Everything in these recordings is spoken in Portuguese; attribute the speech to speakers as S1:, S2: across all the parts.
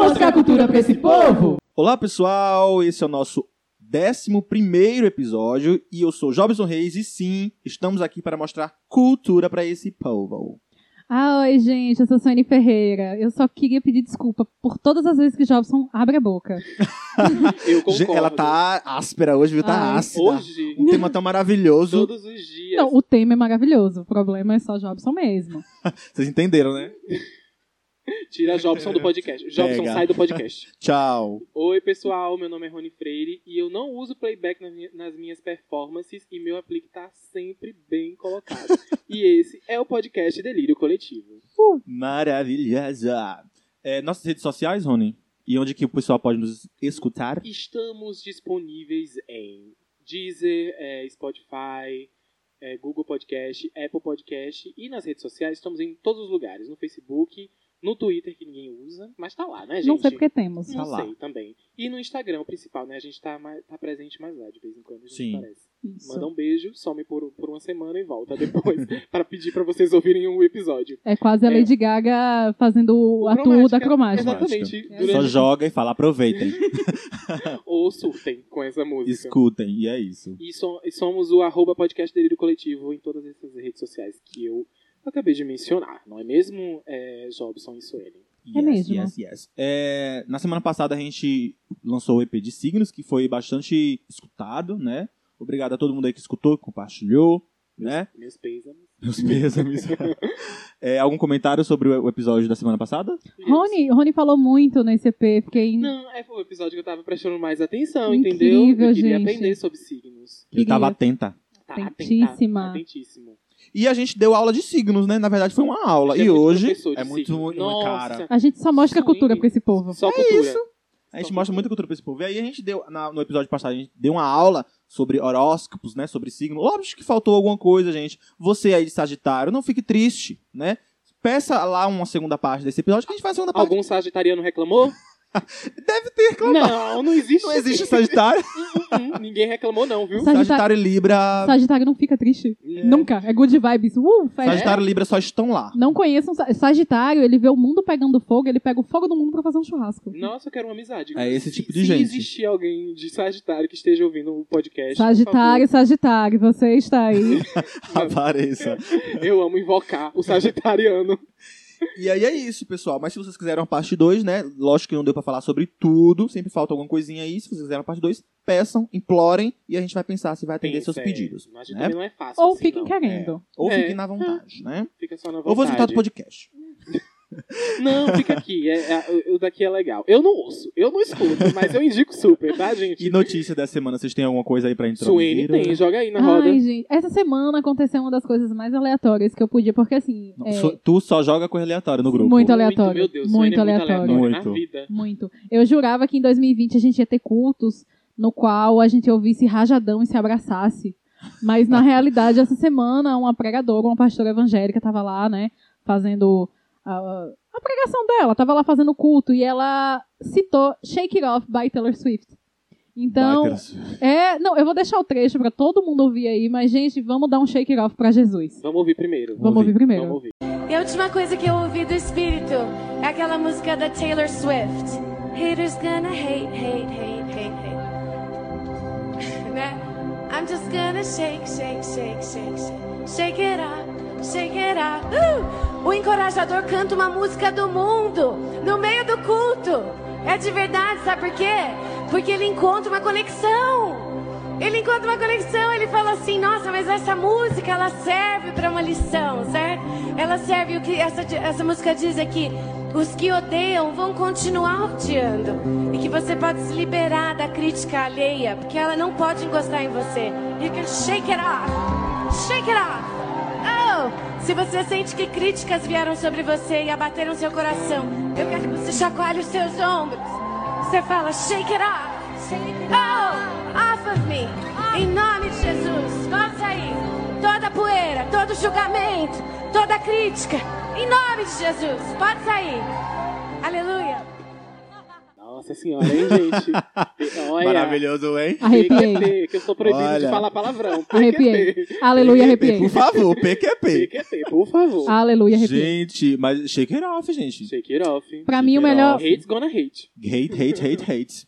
S1: nada pra esse povo!
S2: Olá, pessoal! Esse é o nosso 11 episódio e eu sou Jobson Reis e sim, estamos aqui para mostrar cultura para esse povo.
S3: Ah, oi, gente, eu sou Sônia Ferreira. Eu só queria pedir desculpa por todas as vezes que Jobson abre a boca.
S4: Eu concordo.
S2: Ela tá áspera hoje, viu? Tá
S3: Ai,
S2: ácida.
S4: Hoje,
S2: Um tema tão maravilhoso.
S4: todos os dias.
S3: Não, o tema é maravilhoso, o problema é só Jobson mesmo.
S2: Vocês entenderam, né?
S4: Tira Jobson do podcast. Jobson
S2: Pega.
S4: sai do podcast.
S2: Tchau.
S4: Oi, pessoal. Meu nome é Rony Freire e eu não uso playback nas minha- nas minhas performances e meu aplique tá sempre bem colocado. E esse é o podcast Delírio Coletivo.
S2: Maravilhosa. É, nossas redes sociais, Rony? E onde que o pessoal pode nos escutar?
S4: Estamos disponíveis em Deezer, eh, Spotify, eh, Google Podcast, Apple Podcast e nas redes sociais estamos em todos os lugares. No Facebook, no Twitter, que ninguém usa, mas tá lá, né, gente?
S3: Não sei porque temos.
S4: Não
S2: Tá lá.
S4: sei também. E no Instagram principal, né? A gente tá, mais- tá presente mais lá de vez em quando, a gente
S2: Sim.
S4: aparece.
S3: Isso.
S4: Manda um beijo, some por, por uma semana e volta depois pra pedir pra vocês ouvirem o episódio.
S3: É quase a
S4: É.
S3: Lady Gaga fazendo o atu da cromática.
S2: Exato.
S4: Exatamente.
S3: Só
S2: Só
S4: Durante...
S2: joga e fala, aproveitem,
S4: Ou surtem com essa música.
S2: escutem, e é isso.
S4: E, so- e somos o arroba podcast Delírio Coletivo em todas essas redes sociais que eu acabei de mencionar, não é mesmo, é, Jobson e Suelen?
S2: Yes,
S3: mesmo.
S2: Yes, yes. É, na semana passada a gente lançou o EP de Signos, que foi bastante escutado, né? Obrigado a todo mundo aí que escutou, que compartilhou, né?
S4: Meus pêsames.
S2: Meus pêsames. É, algum comentário sobre o episódio da semana passada?
S3: Rony, Rony falou muito nesse EP, fiquei em-
S4: Não, é, foi o episódio que eu tava prestando mais atenção,
S3: Incrível,
S4: entendeu? Eu queria
S3: gente.
S4: aprender sobre signos.
S2: Ele
S3: Queria.
S2: tava atenta.
S4: Tá,
S3: Atentíssima.
S4: atenta- Atentíssimo.
S2: E a gente deu aula de signos, né? Na verdade foi uma aula.
S4: Ele é
S2: E
S4: muito
S2: hoje
S4: professor de
S2: é muito,
S4: signos.
S2: muito
S4: Nossa.
S2: cara.
S3: A gente só mostra
S4: Sim.
S3: cultura pra esse povo.
S4: Só cultura.
S2: isso. A gente mostra muita cultura pra esse povo. E aí a gente deu, na- no episódio passado, a gente deu uma aula sobre horóscopos, né? Sobre signo. Óbvio que faltou alguma coisa, gente. Você aí de Sagitário, não fique triste, né? Peça lá uma segunda parte desse episódio que a gente faz a segunda parte.
S4: Algum sagitariano reclamou?
S2: Deve ter reclamado.
S4: Não, não existe.
S2: Não, existe Sagitário.
S4: Hum, hum, Ninguém reclamou, não, viu?
S3: Sagitário-
S2: Sagitário e Libra.
S3: Sagitário não fica triste.
S4: É.
S3: Nunca. É good vibes. Uh, festa.
S2: Sagitário e Libra só estão lá.
S3: Não conheço um sa- Sagitário, ele vê o mundo pegando fogo, ele pega o fogo do mundo pra fazer um churrasco.
S4: Nossa, eu quero uma amizade.
S2: É esse
S4: Se-
S2: tipo de
S4: se
S2: gente.
S4: existir alguém de Sagitário que esteja ouvindo o podcast. por
S3: Sagitário, Sagitário, você está aí.
S4: Não.
S2: Apareça.
S4: favor, eu amo invocar o Sagitariano.
S2: E aí é isso, pessoal. Mas se vocês quiserem uma parte 2, né? Lógico que não deu pra falar sobre tudo. Sempre falta alguma coisinha aí. Se vocês quiserem uma parte 2, peçam, implorem. E a gente vai pensar se vai atender seus
S4: Pensa, é.
S2: pedidos.
S4: Mas
S2: né?
S4: também não é fácil.
S3: Ou
S4: assim,
S3: fiquem
S4: não.
S3: querendo.
S2: Ou
S4: É.
S2: fiquem na vontade, né?
S4: Fica só na vontade.
S2: Ou vou escutar do podcast.
S4: Não, fica aqui. É, é, o- o daqui é legal. Eu não ouço, eu não escuto, mas eu indico super, tá, gente?
S2: E notícia né? dessa semana, vocês têm alguma coisa aí pra introduzir?
S4: Suene tem, joga aí na É, roda.
S3: Ai, gente, essa semana aconteceu uma das coisas mais aleatórias que eu podia, porque assim,
S2: Não,
S3: é,
S2: so- tu só joga coisa aleatória no grupo.
S3: Muito aleatório,
S4: Meu Deus,
S3: muito
S4: Suene é muito
S3: aleatório.
S4: aleatório. Na
S2: Muito.
S4: vida.
S3: muito. Eu jurava que em 2020 a gente ia ter cultos no qual a gente ouvisse rajadão e se abraçasse. Mas na realidade, essa semana, uma pregadora, uma pastora evangélica tava lá, né, fazendo a, a pregação dela, tava lá fazendo culto e ela citou Shake It Off by Taylor Swift. Então,
S2: Baiters.
S3: É, não, eu vou deixar o trecho pra todo mundo ouvir aí, mas, gente, vamos dar um shake it off pra Jesus.
S4: Vamos ouvir primeiro.
S3: Vamos
S2: ouvir.
S3: ouvir primeiro.
S4: Vamos ouvir.
S5: E a última coisa que eu ouvi do Espírito é aquela música da Taylor Swift. Haters gonna hate, hate, hate, hate, hate. né? I'm just gonna shake, shake, shake, shake, shake. Shake it up, shake it up. Uh! O encorajador canta uma música do mundo no meio do culto. É de verdade, sabe por quê? Porque ele encontra uma conexão. Ele encontra uma conexão, ele fala assim: "Nossa, mas essa música ela serve para uma lição, certo? Ela serve o que essa essa música diz aqui: os que odeiam vão continuar odiando e que você pode se liberar da crítica alheia, porque ela não pode encostar em você. You can shake it off. Shake it off. Oh, se você sente que críticas vieram sobre você e abateram seu coração, eu quero que você chacoalhe os seus ombros. Você fala, shake it off. Oh, off of me. Em nome de Jesus, vamos sair. Toda poeira, todo julgamento, toda crítica. Em nome de Jesus, pode sair. Aleluia.
S4: Nossa, Nossa senhora, hein, gente? Olha,
S2: Maravilhoso, hein?
S3: Arrepiei.
S4: PQP, que eu sou proibido de
S2: Olha.
S4: falar palavrão.
S3: Arrepiei.
S4: PQP,
S3: Aleluia, arrepiei.
S2: Por favor, PQP.
S4: PQP, por favor.
S3: Aleluia, arrepiei.
S2: Gente, mas shake it off, gente.
S4: Shake it off.
S3: Pra mim, o melhor.
S4: Hate's gonna hate.
S2: Hate, hate, hate, hate.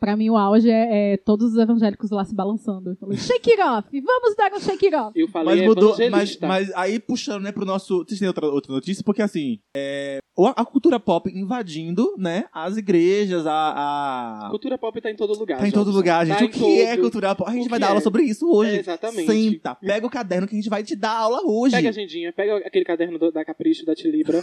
S3: Pra mim, o auge é, é todos os evangélicos lá se balançando. Eu falei, shake it off! Vamos dar um shake it off!
S4: Eu falei é
S2: Mas mudou, mas,
S4: evangelista.
S2: mas aí puxando, né, pro nosso. Vocês têm outra, outra notícia? Porque assim, é, o- a cultura pop invadindo, né, as igrejas, a. a-
S4: Cultura pop tá em todo lugar.
S2: Tá em todo
S4: Jobson.
S2: lugar, gente.
S4: Tá
S2: o
S4: em
S2: que
S4: todo.
S2: é cultura pop? A gente
S4: O
S2: vai
S4: que
S2: dar aula
S4: é?
S2: sobre isso hoje.
S4: É, exatamente.
S2: Senta, pega o caderno que a gente vai te dar aula hoje.
S4: Pega a agendinha, pega aquele caderno do- da Capricho, da Tilibra.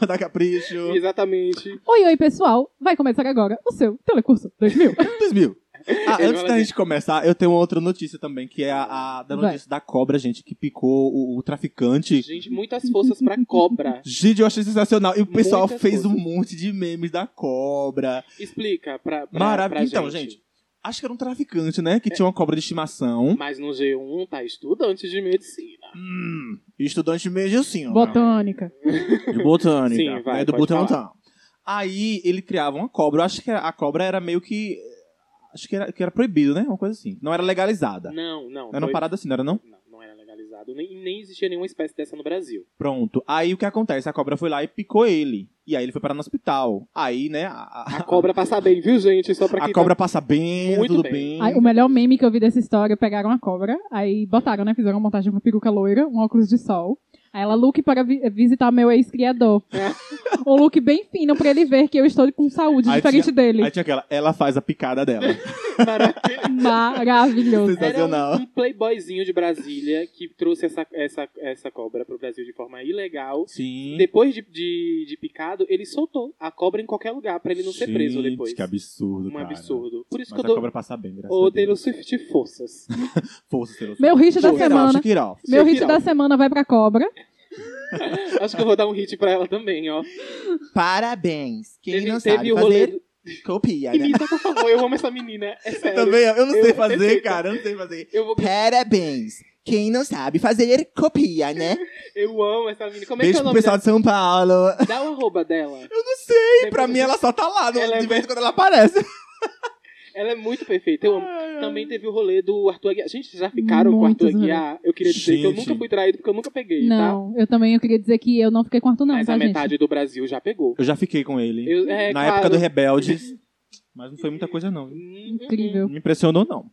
S2: da Capricho.
S4: Exatamente.
S3: Oi, oi, pessoal! Vai começar agora o seu Telecurso 2000.
S2: 2000. Ah,
S4: Ele
S2: antes
S4: fala
S2: da
S4: assim.
S2: gente começar, eu tenho uma outra notícia também, que é a, a- da
S3: Vai.
S2: notícia da cobra, gente, que picou o, o traficante.
S4: Gente, muitas forças pra cobra.
S2: Gente, eu achei sensacional. E o pessoal
S4: Muitas
S2: fez um
S4: coisas.
S2: monte de memes da cobra.
S4: Explica pra, pra, pra
S2: Maravilha. Então,
S4: gente.
S2: gente, hum? acho que era um traficante, né? Que tinha uma cobra de estimação.
S4: Mas no G1 tá estudante de medicina.
S2: Hum, estudante de medicina.
S3: Botânica.
S2: De botânica.
S4: Sim, vai,
S2: né, do
S4: pode falar.
S2: Butantan. Aí ele criava uma cobra. Eu acho que a cobra era meio que. Acho que era, que era proibido, né? Uma coisa assim. Não era legalizada.
S4: Não, não.
S2: Era uma
S4: foi-
S2: parada assim, não era não?
S4: Não, não era legalizado. Nem, nem existia nenhuma espécie dessa no Brasil.
S2: Pronto. Aí o que acontece? A cobra foi lá e picou ele. E aí ele foi parar no hospital. Aí, né? A, a-
S4: A cobra passa bem, viu, gente? Só pra
S2: a
S4: quem
S2: cobra passa bem,
S4: Ah, tá Muito
S2: tudo
S4: bem.
S2: bem.
S3: Aí, o melhor meme que eu vi dessa história, pegaram a cobra, aí botaram, né? Fizeram uma montagem com uma peruca loira, um óculos de sol. Aí ela, look para vi- visitar meu ex-criador.
S4: É.
S3: um look bem fino pra ele ver que eu estou com saúde,
S2: Aí
S3: diferente dele.
S2: Aí tinha aquela, ela faz a picada dela.
S4: tá. Maravilha.
S3: Maravilhoso.
S4: Era
S2: Sensacional.
S4: um, um playboyzinho de Brasília que trouxe essa, essa, essa cobra pro Brasil de forma ilegal.
S2: Sim.
S4: Depois de, de, de picado, ele soltou a cobra em qualquer lugar pra ele não ser preso
S2: Gente,
S4: depois.
S2: Que absurdo,
S4: um
S2: cara.
S4: absurdo. Por isso
S2: Mas
S4: que
S2: a
S4: eu dou.
S2: cobra passa bem, graças
S4: Ô,
S2: a Deus.
S4: Taylor Swift, forças.
S2: Força, Taylor Swift.
S3: Meu hit da
S2: Shake it off,
S3: semana.
S2: shake it off.
S3: Meu hit
S4: Shake it
S3: da
S4: off.
S3: semana vai pra cobra.
S4: Acho que eu vou dar um hit pra ela também, ó.
S2: Parabéns. Quem
S4: teve
S2: não
S4: teve
S2: sabe
S4: o
S2: fazer,
S4: rolê do-
S2: copia, né?
S4: Imita, por favor, eu amo essa menina. É sério.
S2: Também, eu não
S4: Eu
S2: sei
S4: vou
S2: fazer,
S4: tentar.
S2: cara, eu não sei fazer.
S4: Eu, vou,
S2: Parabéns. Quem não sabe fazer, copia, né?
S4: eu amo essa menina. Como é que
S2: Beijo
S4: é o
S2: pro
S4: nome
S2: pessoal de São Paulo.
S4: dela? Dá o arroba dela.
S2: Eu não sei,
S4: Depois
S2: pra
S4: É, eu
S2: mim
S4: sei.
S2: ela só tá lá, no-
S4: Ela é
S2: de vez em quando ela aparece.
S4: Ela é muito perfeita, eu amo. Também teve o rolê do Arthur Aguiar. Gente, vocês já ficaram com o
S3: Muitos né?
S4: Arthur Aguiar? Eu queria dizer que eu
S2: Gente.
S4: nunca fui traído porque eu nunca peguei, tá?
S3: Não, eu também eu queria dizer que eu não fiquei com Arthur, não,
S4: Mas
S3: tá,
S4: a
S3: gente?
S4: metade do Brasil já pegou.
S2: Eu já fiquei com ele.
S4: Eu- é,
S2: Na
S4: claro.
S2: época do Rebeldes. Mas não foi muita coisa, não. viu?
S4: Hum,
S3: Incrível.
S2: Não me impressionou, não.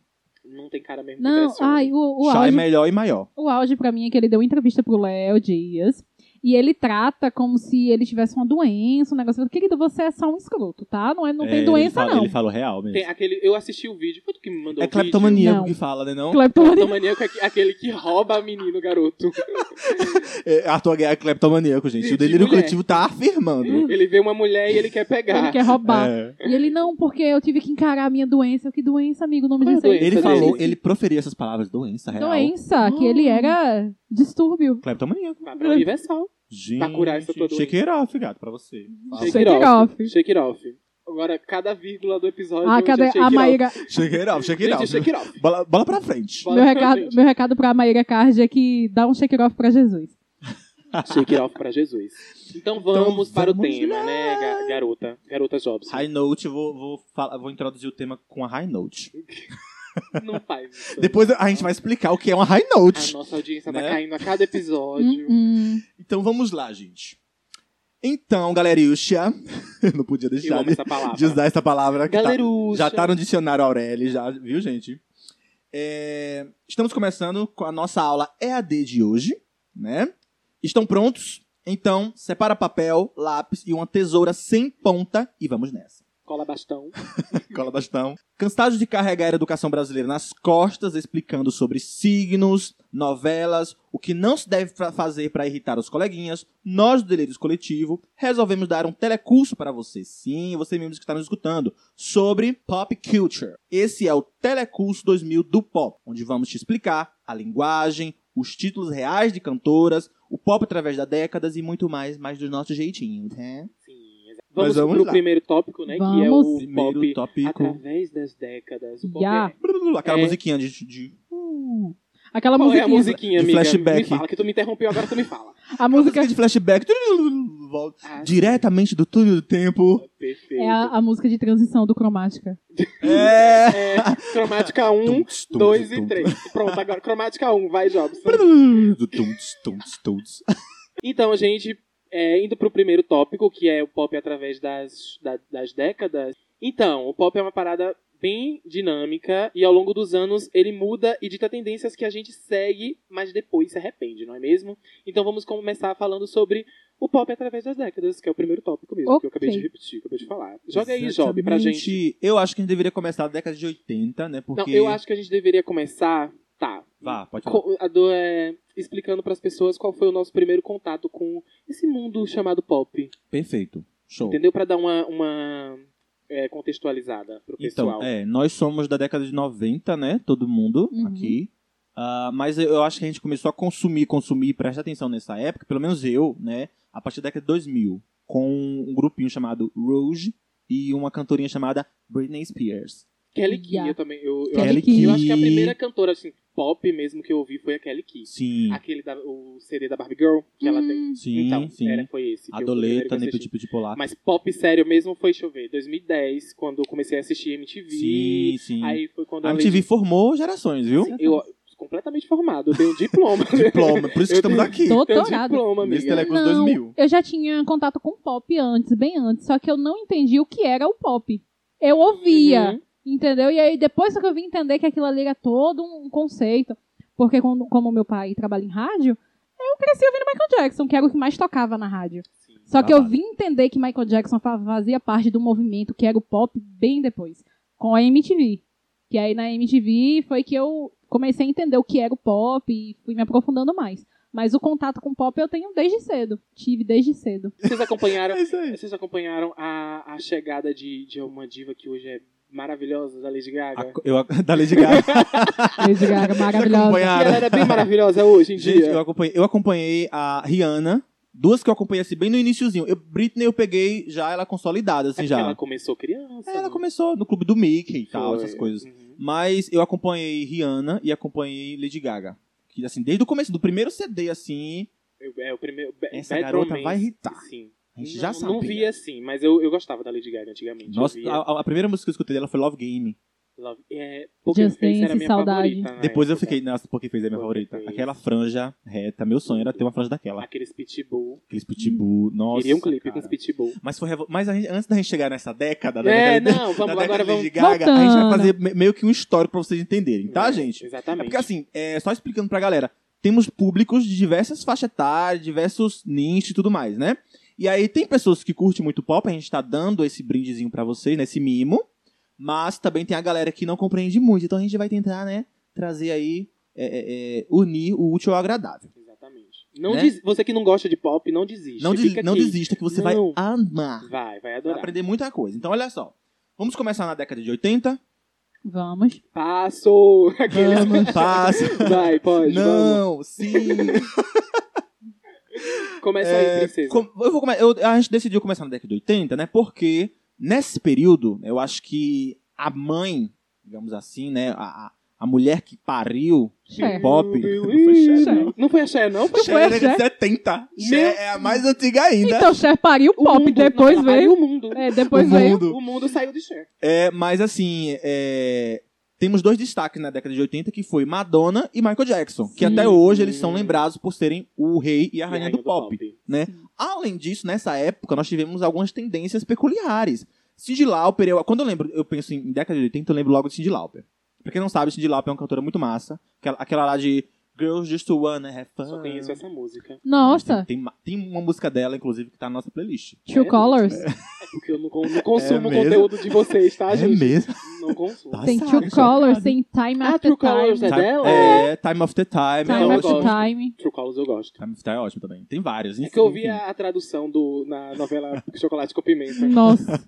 S4: Não tem cara mesmo de
S3: Não,
S4: pessoa.
S3: ai, o, o
S2: Chá é
S3: auge
S2: melhor e maior.
S3: O auge pra mim é que ele deu entrevista pro Léo Dias e ele trata como se ele tivesse uma doença, um negócio. Querido, você é só um escroto, tá? Não, é, não
S2: É,
S3: tem
S2: ele
S3: doença,
S2: fala-
S3: não.
S2: Ele falou real mesmo.
S4: Tem aquele, eu assisti o vídeo, foi tu que me mandou
S2: É
S4: o vídeo.
S2: cleptomaníaco
S3: Não.
S2: que fala, né? Não?
S3: Cleptomania.
S4: Cleptomaníaco é aqu- aquele que rouba a menina, o garoto.
S2: É, Arthur Aguiar é cleptomaníaco, gente.
S4: De-
S2: O delírio
S4: de mulher.
S2: coletivo tá afirmando.
S4: Ele vê uma mulher e ele quer pegar.
S3: Ele quer roubar.
S2: É.
S3: E ele, não, porque eu tive que encarar a minha doença. Eu, Que doença, amigo? O nome
S4: Qual é a
S3: disso aí.
S2: Ele
S4: Doença
S2: falou, "É,
S4: dele.
S2: ele proferiu essas palavras, doença real.
S3: Doença, que ele era distúrbio.
S2: Cleptomaníaco.
S4: Vai pra Universal.
S2: Gente,
S4: Pra curar essa tua doença.
S2: Shake it off, gato, pra você. Fala.
S4: Shake,
S3: Shake
S4: it
S3: it
S4: off.
S3: off.
S4: Shake it off. Agora, cada vírgula do episódio.
S3: Ah,
S4: hoje é
S3: cadê
S4: shake
S3: a
S4: it off.
S3: Maíra?
S2: Shake it off, shake it
S4: Gente,
S2: off.
S4: shake it off.
S2: Bola, bola pra frente.
S4: Bola
S3: Meu
S4: pra
S3: recado,
S4: frente.
S3: meu recado pra Maíra Card é que dá um shake it off pra Jesus.
S4: Shake it off pra Jesus. Então vamos
S2: Então
S4: para o
S2: vamos
S4: tema,
S2: lá.
S4: né, ga- garota? Garota Jobson.
S2: High Note, eu vou, vou, falar- vou introduzir o tema com a High Note.
S4: Então. Não faz isso.
S2: Depois a gente vai explicar o que é uma High
S4: A
S2: Note.
S4: nossa audiência tá
S2: Né?
S4: caindo a cada episódio.
S3: Hum, hum.
S2: Então vamos lá, gente. Então, galeriuxa, eu não podia
S4: Eu
S2: deixar
S4: amo
S2: de,
S4: essa palavra.
S2: de usar essa palavra. que tá-
S4: Galeruxa.
S2: já tá no dicionário Aureli, já, viu, gente? É, estamos começando com a nossa aula EAD de hoje, né? Estão prontos? Então, separa papel, lápis e uma tesoura sem ponta e vamos nessa.
S4: Cola bastão.
S2: Cola bastão. Cansados de carregar a educação brasileira nas costas, explicando sobre signos, novelas, o que não se deve fa- fazer para irritar os coleguinhas, nós do Delírios Coletivo resolvemos dar um telecurso para você, sim, você mesmo que está nos escutando, sobre pop culture. Esse é o Telecurso 2000 do Pop, onde vamos te explicar a linguagem, os títulos reais de cantoras, o pop através das décadas e muito mais, mas do nosso jeitinho, né?
S4: Sim, exato. Vamos,
S2: vamos
S4: pro
S2: lá.
S4: primeiro tópico, né? Que é
S3: Vamos.
S4: o pop
S2: Primeiro tópico.
S4: através das décadas. O pop
S3: Yeah.
S4: é...
S2: Aquela
S4: É.
S2: musiquinha de- de
S3: hum. Aquela
S4: Qual é
S3: musiquinha.
S4: a musiquinha,
S2: De
S4: amiga? Me
S2: flashback.
S4: fala, que tu me interrompeu, agora tu me fala.
S3: A
S2: música
S4: é
S3: música
S2: de flashback. Volta.
S4: Ah,
S2: Diretamente do túnel do tempo.
S4: Perfeito. perfeito.
S3: É a, a música de transição do Cromática.
S2: É.
S4: É, cromática 1,
S2: Tunts, tunts,
S4: 2 e
S2: tunts.
S4: 3. Pronto, agora, cromática 1, vai, Jobson.
S2: Tunts, tunts, tunts.
S4: Então, gente, é, indo pro primeiro tópico, que é o pop através das, da- das décadas. Então, o pop é uma parada bem dinâmica e ao longo dos anos ele muda e dita tendências que a gente segue, mas depois se arrepende, não é mesmo? Então vamos começar falando sobre o pop através das décadas, que é o primeiro tópico mesmo, que eu acabei de
S3: Ok.
S4: repetir, que eu acabei de falar. Joga aí, Job, pra gente.
S2: Exatamente. Eu acho que a gente deveria começar na década de 80, né? Porque.
S4: Não, eu acho que a gente deveria começar, tá,
S2: Vá, pode falar.
S4: co- a do- é, explicando pras pessoas qual foi o nosso primeiro contato com esse mundo chamado pop.
S2: Perfeito. Show.
S4: Entendeu? Pra dar uma, uma é, contextualizada pro pessoal.
S2: Então, é, nós somos da década de 90, né? Todo mundo
S3: Uhum.
S2: aqui. Ah, mas eu acho que a gente começou a consumir, consumir, presta atenção nessa época, pelo menos eu, né? A partir da década de 2000, com um grupinho chamado Rouge e uma cantorinha chamada Britney Spears.
S4: Kelly Key,
S3: Yeah.
S4: eu também. Eu, eu,
S3: Kelly
S4: acho, que- eu
S2: Key.
S4: acho que a primeira cantora, assim, pop mesmo que eu ouvi foi a Kelly Key.
S2: Sim,
S4: Aquele da, o CD da Barbie Girl que ela tem.
S2: sim,
S4: Ah, então,
S2: sim.
S4: Era, foi esse. que eu- o primeiro que
S2: Adoleta,
S4: eu
S2: nem
S4: assisti.
S2: petit petit Tipo polar.
S4: Mas pop sério mesmo foi, deixa eu ver, 2010, quando eu comecei a assistir MTV.
S2: Sim, sim.
S4: Aí foi quando
S2: a
S4: eu
S2: MTV formou gerações, viu?
S4: Sim, eu completamente formado, eu tenho um diploma.
S2: um? Diploma, por isso que
S4: Eu
S2: estamos
S4: tenho-
S2: aqui.
S3: Tô-
S4: Tenho um
S3: Doutorado.
S4: diploma,
S2: Miss
S4: amiga.
S2: Telecom 2000.
S3: eu já tinha contato com pop antes, bem antes, só que eu não entendi o que era o pop. Eu ouvia,
S4: Uhum.
S3: entendeu? E aí depois só que eu vim entender que aquilo ali era todo um conceito, porque quando- como meu pai trabalha em rádio, eu cresci ouvindo Michael Jackson, que era o que mais tocava na rádio.
S4: Sim.
S3: Só que eu
S2: Babado.
S3: vim entender que Michael Jackson fa- fazia parte do movimento que era o pop bem depois, com a MTV. Que aí na MTV foi que eu comecei a entender o que era o pop e fui me aprofundando mais. Mas o contato com o pop eu tenho desde cedo. Tive desde cedo.
S4: Vocês acompanharam
S2: É isso aí.
S4: Vocês acompanharam a, a chegada de, de uma diva que hoje é maravilhosa, da Lady Gaga?
S2: A- eu, da Lady Gaga.
S3: Lady Gaga, maravilhosa.
S4: E ela
S2: Acompanharam.
S4: era bem maravilhosa hoje em
S2: Gente,
S4: dia.
S2: eu acompanhei, eu acompanhei a Rihanna. Duas que eu acompanhei assim, bem no iniciozinho. Eu, Britney eu peguei já ela consolidada,
S4: É
S2: assim,
S4: porque
S2: já.
S4: ela começou criança.
S2: É, ela
S4: né?
S2: começou no clube do Mickey e tal,
S4: Foi.
S2: essas coisas.
S4: Uhum.
S2: Mas eu acompanhei Rihanna e acompanhei Lady Gaga. Que, assim, desde o começo, do primeiro CD, assim,
S4: Eu- É o primeiro. Be-
S2: Essa
S4: Bad
S2: garota
S4: Romance,
S2: vai irritar.
S4: Sim.
S2: a gente
S4: não,
S2: já sabia.
S4: Não via assim, mas eu, eu gostava da Lady Gaga antigamente. eu
S2: Nossa,
S4: via
S2: a, a primeira música que eu escutei dela foi Love Game.
S4: Love- é, Poker
S3: Just
S4: Face era
S3: Dance,
S4: minha
S3: saudade.
S4: favorita. na
S2: Depois eu
S4: época.
S2: fiquei, nossa, porque fez a minha
S4: Poker
S2: favorita.
S4: Face.
S2: Aquela franja reta. Meu sonho era ter uma franja daquela.
S4: Aqueles Pitbull.
S2: Aqueles pitbull. Nossa.
S4: Queria um clipe com
S2: cara.
S4: os Pitbull.
S2: Mas foi revol... Mas a gente- antes da gente chegar nessa década, da
S4: É,
S2: década de-
S4: não, vamos
S2: da
S4: agora
S2: década de
S4: vamos.
S2: Lady Gaga, a gente vai
S3: Voltando.
S2: fazer me- meio que um histórico pra vocês entenderem, tá,
S4: É,
S2: gente? É
S4: Exatamente.
S2: porque assim, é, só explicando pra galera, temos públicos de diversas faixas etárias, diversos nichos e tudo mais, né? E aí tem pessoas que curtem muito pop, a gente tá dando esse brindezinho pra vocês, né, esse mimo, mas também tem a galera que não compreende muito, então a gente vai tentar, né, trazer aí, é, é, é, unir o útil ao agradável.
S4: Exatamente. Não
S2: Né?
S4: des- Você que não gosta de pop, não desiste.
S2: Não,
S4: Fica
S2: des- não
S4: aqui.
S2: desista que você vai
S4: Não.
S2: amar.
S4: Vai, vai
S2: Vai
S4: adorar.
S2: aprender muita coisa. Então, olha só. Vamos começar na década de 80.
S3: Vamos.
S4: Passo! Aquele...
S2: Passa.
S4: Vai, pode, vamos.
S2: Não, sim.
S4: Começa
S2: É,
S4: aí, princesa.
S2: com- eu vou come- eu- a gente decidiu começar na década de 80, né? Porque nesse período, eu acho que a mãe, digamos assim, né? A, a- a mulher que pariu
S3: Cher.
S2: o pop.
S3: Cher.
S4: Não foi a Cher, não? Foi
S3: Cher é
S2: Cher é de
S3: Cher?
S2: 70. Cher
S4: Meu-
S2: é a mais antiga ainda.
S3: Então, Cher pariu o
S4: o
S3: pop,
S4: mundo. tá-
S3: depois
S4: Não, aí
S3: veio.
S4: o mundo.
S3: É, depois
S2: o
S3: veio.
S2: mundo.
S4: O mundo saiu de Cher.
S2: É, mas assim, é, temos dois destaques na década de 80, que foi Madonna e Michael Jackson. Que
S3: Sim.
S2: até hoje eles são lembrados por serem o rei e a
S4: E
S2: rainha, do, pop. né? Além disso, nessa época, nós tivemos algumas tendências peculiares. Cindy Lauper, eu, quando eu lembro, eu penso em década de 80, eu lembro logo de Cindy Lauper. Pra quem não sabe, Cindy Lauper é uma cantora muito massa. Aquela, aquela lá de Girls Just Wanna Have Fun.
S4: Só conheço essa música. É
S3: Nossa,
S2: Tem, tem- tem uma música dela, inclusive, que tá na nossa playlist.
S3: True
S4: É,
S3: Colors.
S4: É porque eu não, con- não consumo
S2: É
S4: o
S2: mesmo?
S4: conteúdo de vocês, tá, gente?
S2: É mesmo?
S4: Não consumo.
S2: Tá
S3: Tem
S2: Nossa,
S3: True
S2: é
S3: Colors,
S2: chocado.
S3: tem Time
S4: Ah,
S3: After
S4: True Colors é
S3: Time.
S2: Time,
S4: dela?
S2: é, Time of the Time. é
S3: Time
S4: eu
S2: ótimo.
S3: After
S4: gosto.
S3: Time.
S4: True Colors eu gosto.
S2: Time of the Time é ótimo também. Tem vários.
S4: É que eu vi
S2: enfim.
S4: a, a tradução do, na novela Chocolate com Pimenta.
S3: Nossa.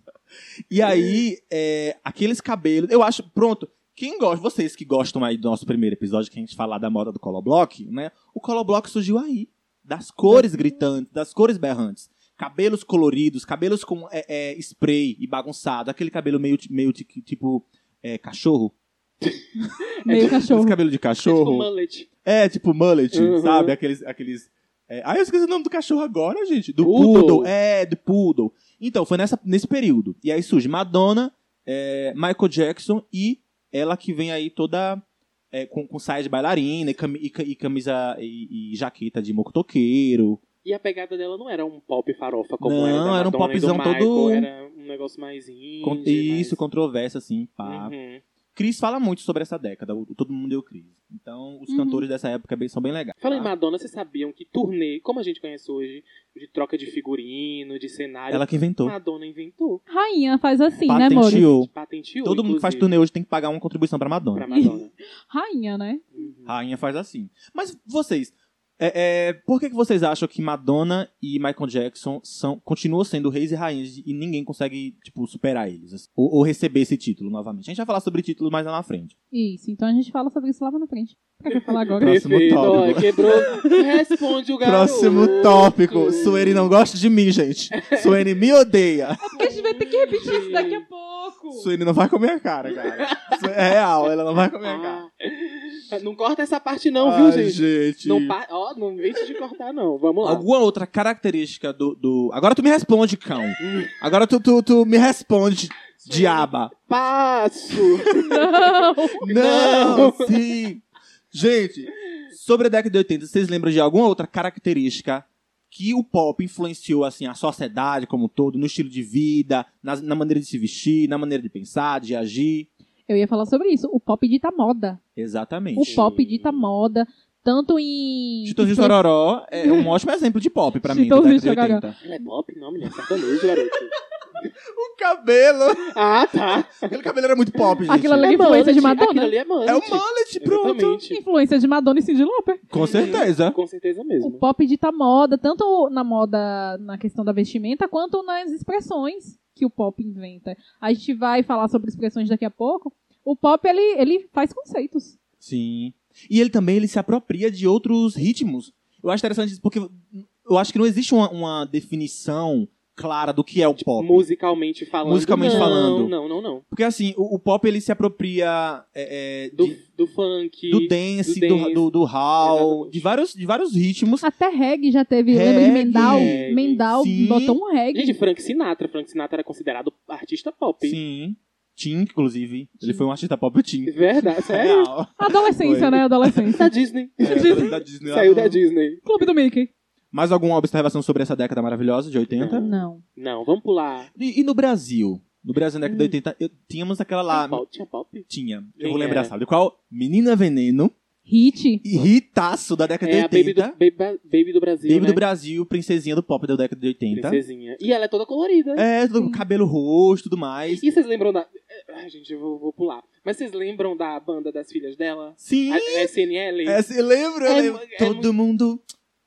S2: E aí, é, aqueles cabelos. Eu acho, pronto. Quem gosta, vocês que gostam aí do nosso primeiro episódio, que a gente falar da moda do Coloblock, né? O Coloblock surgiu aí. Das cores gritantes, das cores berrantes. Cabelos coloridos, cabelos com é, é, spray e bagunçado. Aquele cabelo meio, ti- meio ti- tipo é, cachorro.
S3: Meio
S2: Esse
S3: cachorro.
S2: cabelo de
S4: É tipo
S2: cachorro.
S4: mullet.
S2: É, tipo mullet,
S4: Uhum.
S2: sabe? Aqueles. aqueles é... Ah, eu esqueci o nome do cachorro agora, gente. Do
S4: Poodle.
S2: poodle. É, do poodle. Então, foi nessa, nesse período. E aí surge Madonna, é, Michael Jackson e ela que vem aí toda é, com, com saia de bailarina e, cami- e ca- e camisa e, e jaqueta de mocotoqueiro.
S4: E a pegada dela não era um pop farofa como
S2: Não,
S4: era da
S2: era um
S4: Madonna e do
S2: popzão
S4: Michael,
S2: todo-
S4: Era um negócio mais indie.
S2: Con- isso, controvérsia, assim, pá.
S4: mais... Uhum.
S2: Cris fala muito sobre essa década, o- o todo mundo deu Cris. Então, os
S3: Uhum.
S2: cantores dessa época bem- são bem legais.
S4: Falando em
S2: tá?
S4: Madonna, vocês sabiam que turnê, como a gente conhece hoje, de troca de figurino, de cenário,
S2: Ela que inventou.
S4: Madonna inventou.
S3: Rainha faz assim, né, amores?
S2: patenteou.
S4: Patenteou.
S2: Todo mundo que faz
S4: inclusive,
S2: turnê hoje tem que pagar uma contribuição pra Madonna.
S4: Pra Madonna.
S3: Rainha, né?
S4: Uhum.
S2: Rainha faz assim. Mas vocês, é, é, por que, que vocês acham que Madonna e Michael Jackson são, continuam sendo reis e rainhas e ninguém consegue, tipo, superar eles? assim? ou, ou receber esse título novamente? A gente vai falar sobre títulos mais lá na frente.
S3: Isso, então a gente fala sobre isso lá na frente. Pra que eu falar agora?
S2: Próximo
S4: Perfeito, ó,
S2: tópico.
S4: quebrou. Responde o garoto.
S2: Próximo tópico. Suene não gosta de mim, gente. Suene me odeia.
S3: Porque a gente vai ter que repetir isso daqui a pouco.
S2: Suene não vai com a minha cara, cara. Suene- É real, ela não vai com a minha cara.
S4: Ah, não corta essa parte Ah, não, viu,
S2: Ai,
S4: gente? Não, pa... ó, não invente de cortar não. Vamos lá.
S2: Alguma outra característica do, do- Agora tu me responde, cão. Agora tu, tu, tu me responde, diaba.
S4: Passo.
S3: Não.
S2: Não, sim. Gente, sobre a década de 80, vocês lembram de alguma outra característica que o pop influenciou assim a sociedade como um todo, no estilo de vida, na, na maneira de se vestir, na maneira de pensar, de agir?
S3: Eu ia falar sobre isso. O pop dita moda. O
S2: Exatamente.
S3: pop dita moda. Tanto em.
S2: Chitãozinho Chororó é um ótimo exemplo de pop pra mim, da
S3: Chitãozinho
S2: década de 80.
S4: Ela é pop? Não, mulher. Sertanejo, garoto.
S2: O cabelo,
S4: Ah, tá.
S2: aquele cabelo era muito pop, gente.
S3: Aquilo ali é
S4: É
S3: influência de
S4: mullet, Aquilo
S3: Madonna.
S4: ali é mullet.
S2: É o mullet, pronto.
S4: Exatamente.
S3: Influência de Madonna e Cyndi Lauper.
S2: Com certeza.
S4: Com certeza
S3: O
S4: mesmo.
S3: pop dita moda, tanto na moda, na questão da vestimenta, quanto nas expressões que o pop inventa. A gente vai falar sobre expressões daqui a pouco. O pop, ele, ele faz conceitos.
S2: Sim. E ele também ele se apropria de outros ritmos. Eu acho interessante isso porque eu acho que não existe uma, uma definição clara do que é o
S4: Tipo,
S2: pop.
S4: Musicalmente falando.
S2: Musicalmente
S4: não,
S2: falando.
S4: Não, não, não.
S2: Porque assim, o, o pop ele se apropria é, é,
S4: Do,
S2: de-
S4: do funk.
S2: do dance,
S4: do
S2: do,
S4: dance.
S2: do, do howl,
S4: Exatamente.
S2: de vários, de vários ritmos.
S3: Até reggae já teve, lembra de
S2: Reggae.
S3: Mendal? Mendal
S2: Sim.
S3: botou um reggae.
S4: Gente, Frank Sinatra. Frank Sinatra era considerado artista pop.
S2: Sim. Tim, inclusive. Ele
S3: Tim.
S2: foi um artista pop Tim.
S4: É Verdade, sério.
S2: Real.
S3: Adolescência,
S2: Foi.
S3: né?
S4: da
S3: Adolescência.
S4: Disney.
S2: É, da Disney lá
S4: Saiu
S2: no-
S4: da Disney.
S3: Clube do Mickey.
S2: Mais alguma observação sobre essa década maravilhosa de 80?
S3: Não.
S4: Não, vamos pular.
S2: E, e no Brasil? No Brasil, na década
S4: Hum.
S2: de 80, eu- tínhamos aquela lá.
S4: Tinha pop? Tinha pop?
S2: tinha. Eu
S4: Quem é?
S2: vou lembrar,
S4: era?
S2: sabe? Qual? Menina Veneno
S3: Hit.
S2: e Ritaço da década
S4: É
S2: de
S4: a Baby
S2: 80.
S4: do, baby, Ba- Baby do Brasil,
S2: Baby
S4: né?
S2: do Brasil, princesinha do pop da década de 80.
S4: Princesinha. E ela é toda colorida.
S2: É, tudo, cabelo roxo, tudo mais.
S4: E vocês lembram da... é, Ai, gente, eu vou, vou pular. Mas vocês lembram da banda das filhas dela?
S2: Sim!
S4: A, a SNL?
S2: É, você lembra?
S4: É
S2: lembra?
S4: mu- é
S2: Todo mundo...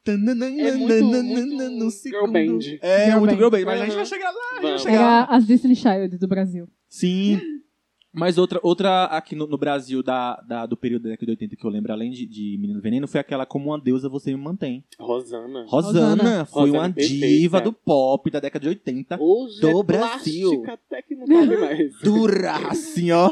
S4: É muito- muito girl band.
S2: É,
S3: Girl
S2: muito
S3: band.
S2: girl band. Mas a gente
S4: Aham.
S2: vai chegar lá, a gente vai
S4: Vamos.
S2: chegar lá.
S3: Era é as Disney Child do Brasil.
S2: Sim. Mas outra, outra aqui no, no Brasil da, da- do período da década de 80 que eu lembro, além de, de Menino Veneno, foi aquela Como uma Deusa Você Me Mantém.
S4: Rosana.
S2: Rosana,
S3: Rosana.
S2: foi
S4: Rosana
S2: uma
S4: perfeita.
S2: diva do pop da década de 80.
S4: Hoje
S2: Do
S4: é
S2: Brasil.
S4: plástica até que não cabe mais.
S2: Dura, assim, ó.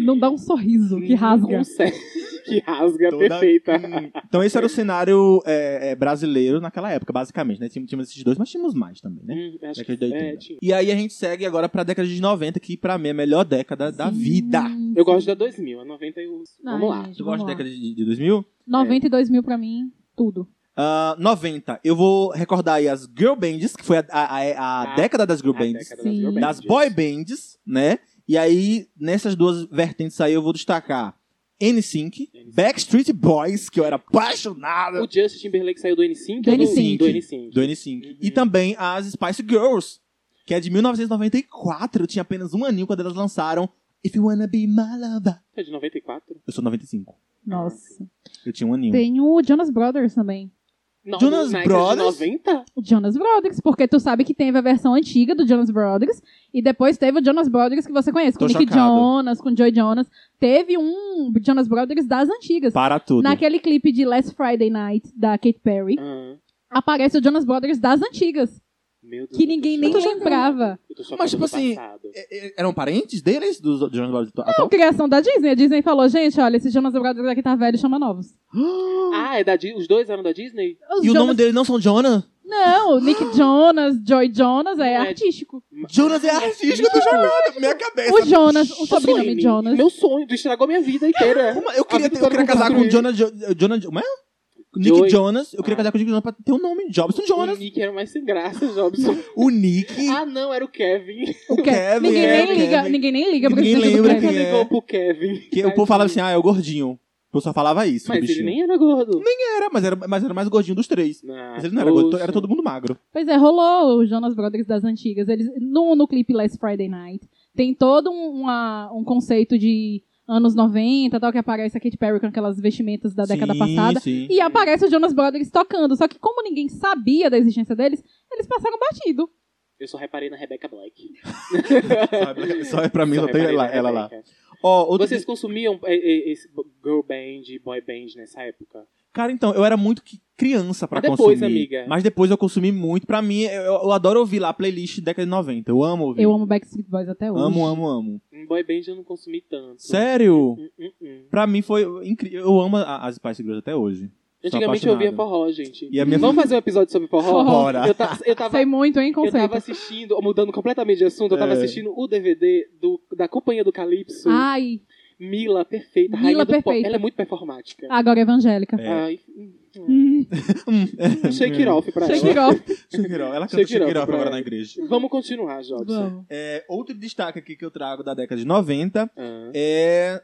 S3: Não dá um sorriso que rasga.
S4: Consegue. Que rasga,
S2: Toda-
S4: perfeita.
S2: Hum. Então esse era o cenário é, é, brasileiro naquela época, basicamente, né? Tínhamos tínhamos esses dois, mas tínhamos mais também, né?
S4: Hum, acho
S2: Década
S4: que,
S2: de 80.
S4: é, tinha.
S2: E aí a gente segue agora pra década de 90, que pra mim é a melhor década da vida.
S4: Eu gosto da 2000, a 90 eu... Vamos lá.
S2: Tu gosta da década de, de 2000?
S3: 92 mil pra mim, tudo.
S2: Ah, 90. Eu vou recordar aí as girl bands, que foi a, a- a- a
S4: Ah,
S2: década das girl
S4: A
S2: bands.
S4: década
S3: Sim.
S4: girl bands.
S2: das boy bands, né? E aí, nessas duas vertentes aí, eu vou destacar NSYNC, Backstreet Boys, que eu era apaixonado
S4: O Justin Timberlake saiu do N5?
S3: Do
S4: ou
S3: N5.
S4: Do N5.
S2: do NSYNC.
S4: Uhum.
S2: E também as Spice Girls, que é de 1994. Eu tinha apenas um aninho quando elas lançaram If You Wanna Be My Lover.
S4: É de 94?
S2: Eu sou 95.
S3: Nossa.
S2: Eu tinha um aninho.
S3: Tem o Jonas Brothers também.
S4: Não,
S2: Jonas
S4: não,
S2: Brothers?
S4: É de 90?
S3: O Jonas Brothers, porque tu sabe que teve a versão antiga do Jonas Brothers e depois teve o Jonas Brothers que você conhece, com
S2: Tô
S3: Nick
S2: chocado.
S3: Jonas, com Joy Jonas. Teve um Jonas Brothers das antigas.
S2: Para tudo.
S3: Naquele clipe de Last Friday Night da Katy Perry,
S4: Ah,
S3: aparece o Jonas Brothers das antigas,
S4: meu Deus.
S3: que
S4: eu tô
S3: ninguém nem
S4: chocado.
S3: lembrava.
S4: Eu tô chocado
S2: Mas, tipo
S4: do
S2: assim,
S4: passado.
S2: É- é- Eram parentes deles, dos do Jonas Brothers
S3: Não,
S2: atual?
S3: criação da Disney. A Disney falou, gente, olha, esse Jonas Brothers aqui tá velho, chama novos.
S4: Ah, é da Di- os dois eram da Disney?
S3: Os
S2: E o
S3: Jonas-
S2: nome deles não são Jonas?
S3: Não, Nick Jonas, Joy Jonas é artístico.
S2: Jonas é artístico do jornal. Minha cabeça.
S3: O Jonas, o
S4: Meu
S3: sobrenome
S4: sonho,
S3: Jonas.
S4: Meu sonho, tu estragou minha vida inteira.
S2: Uma- eu queria,
S4: A vida
S2: ter- eu queria
S4: toda
S2: casar com o
S4: construir.
S2: Jonas. Jo- Jonas como é? Nick
S4: Joy.
S2: Jonas. Eu queria
S4: Ah.
S2: casar com o Nick Jonas pra ter um nome. Jobson
S4: O
S2: Jonas.
S4: Nick era mais sem graça, Jobson.
S2: O Nick.
S4: ah, não, era o Kevin.
S3: O Ke-
S2: Kevin,
S3: ninguém
S2: é,
S3: nem liga,
S2: Kevin.
S3: ninguém nem liga pra
S2: Ninguém
S3: esse tipo filho do
S2: lembra
S3: Kevin.
S2: quem
S4: Ele
S2: é.
S4: ligou pro Kevin.
S2: que o povo falava assim, ah, é o gordinho. O pessoal falava isso.
S4: Mas
S2: o
S4: ele
S2: bichinho.
S4: nem era gordo.
S2: era, mas era, mas era mais gordinho dos três.
S4: Não,
S2: Mas ele não era gordo, era todo mundo magro.
S3: Pois é, rolou o Jonas Brothers das antigas. Eles, no, no clipe Last Friday Night, tem todo um, uma- um conceito de anos 90, tal, que aparece a Katy Perry com aquelas vestimentas da década
S2: Sim,
S3: passada.
S2: Sim.
S3: E aparece o Jonas Brothers tocando. Só que como ninguém sabia da existência deles, eles passaram batido.
S4: Eu só reparei na Rebecca Black.
S2: Só é pra mim, só tem
S4: reparei
S2: ela,
S4: na
S2: ela lá.
S4: Rebecca.
S2: Ó, outro-
S4: né? Vocês consumiam é, é, esse girl band, boy band nessa época?
S2: Cara, então, eu era muito que- criança pra
S4: Mas
S2: consumir.
S4: depois, amiga.
S2: Mas depois eu consumi muito. Pra mim, eu, eu adoro ouvir lá a playlist década de 90. Eu amo ouvir.
S3: Eu amo Backstreet Boys até hoje.
S2: Amo, amo, amo.
S4: Em boy band eu não consumi tanto.
S2: Sério?
S4: Hum, hum, hum.
S2: Pra mim foi incrível. Eu amo a- as Spice Girls até hoje.
S4: Antigamente eu
S2: apaixonado.
S4: ouvia forró, gente.
S2: E a minha-
S4: Vamos fazer um episódio sobre forró?
S2: Bora.
S4: Eu, ta- eu tava
S3: Sei muito, hein,
S4: Eu tava assim.
S3: conceito.
S4: assistindo, mudando completamente de assunto, eu tava
S2: É.
S4: assistindo o DVD do, da Companhia do Calypso,
S3: Ai,
S4: Mila Perfeita, Rainha
S3: Ah. Mila
S4: do Pop.
S3: Perfeita.
S4: Ela é muito performática. Ah,
S3: agora evangélica.
S2: É.
S4: Ai,
S3: Hum,
S4: um shake it off pra
S3: Shake
S4: ela.
S3: it off.
S2: Shake it off. Ela canta
S4: Shake it
S2: Shake It
S4: off é.
S2: Off
S4: pra
S2: agora
S4: ela.
S2: na igreja.
S4: Vamos continuar, Jobson.
S3: Vamos.
S2: É, outro destaque aqui que eu trago da década de 90
S4: Ah,
S2: é...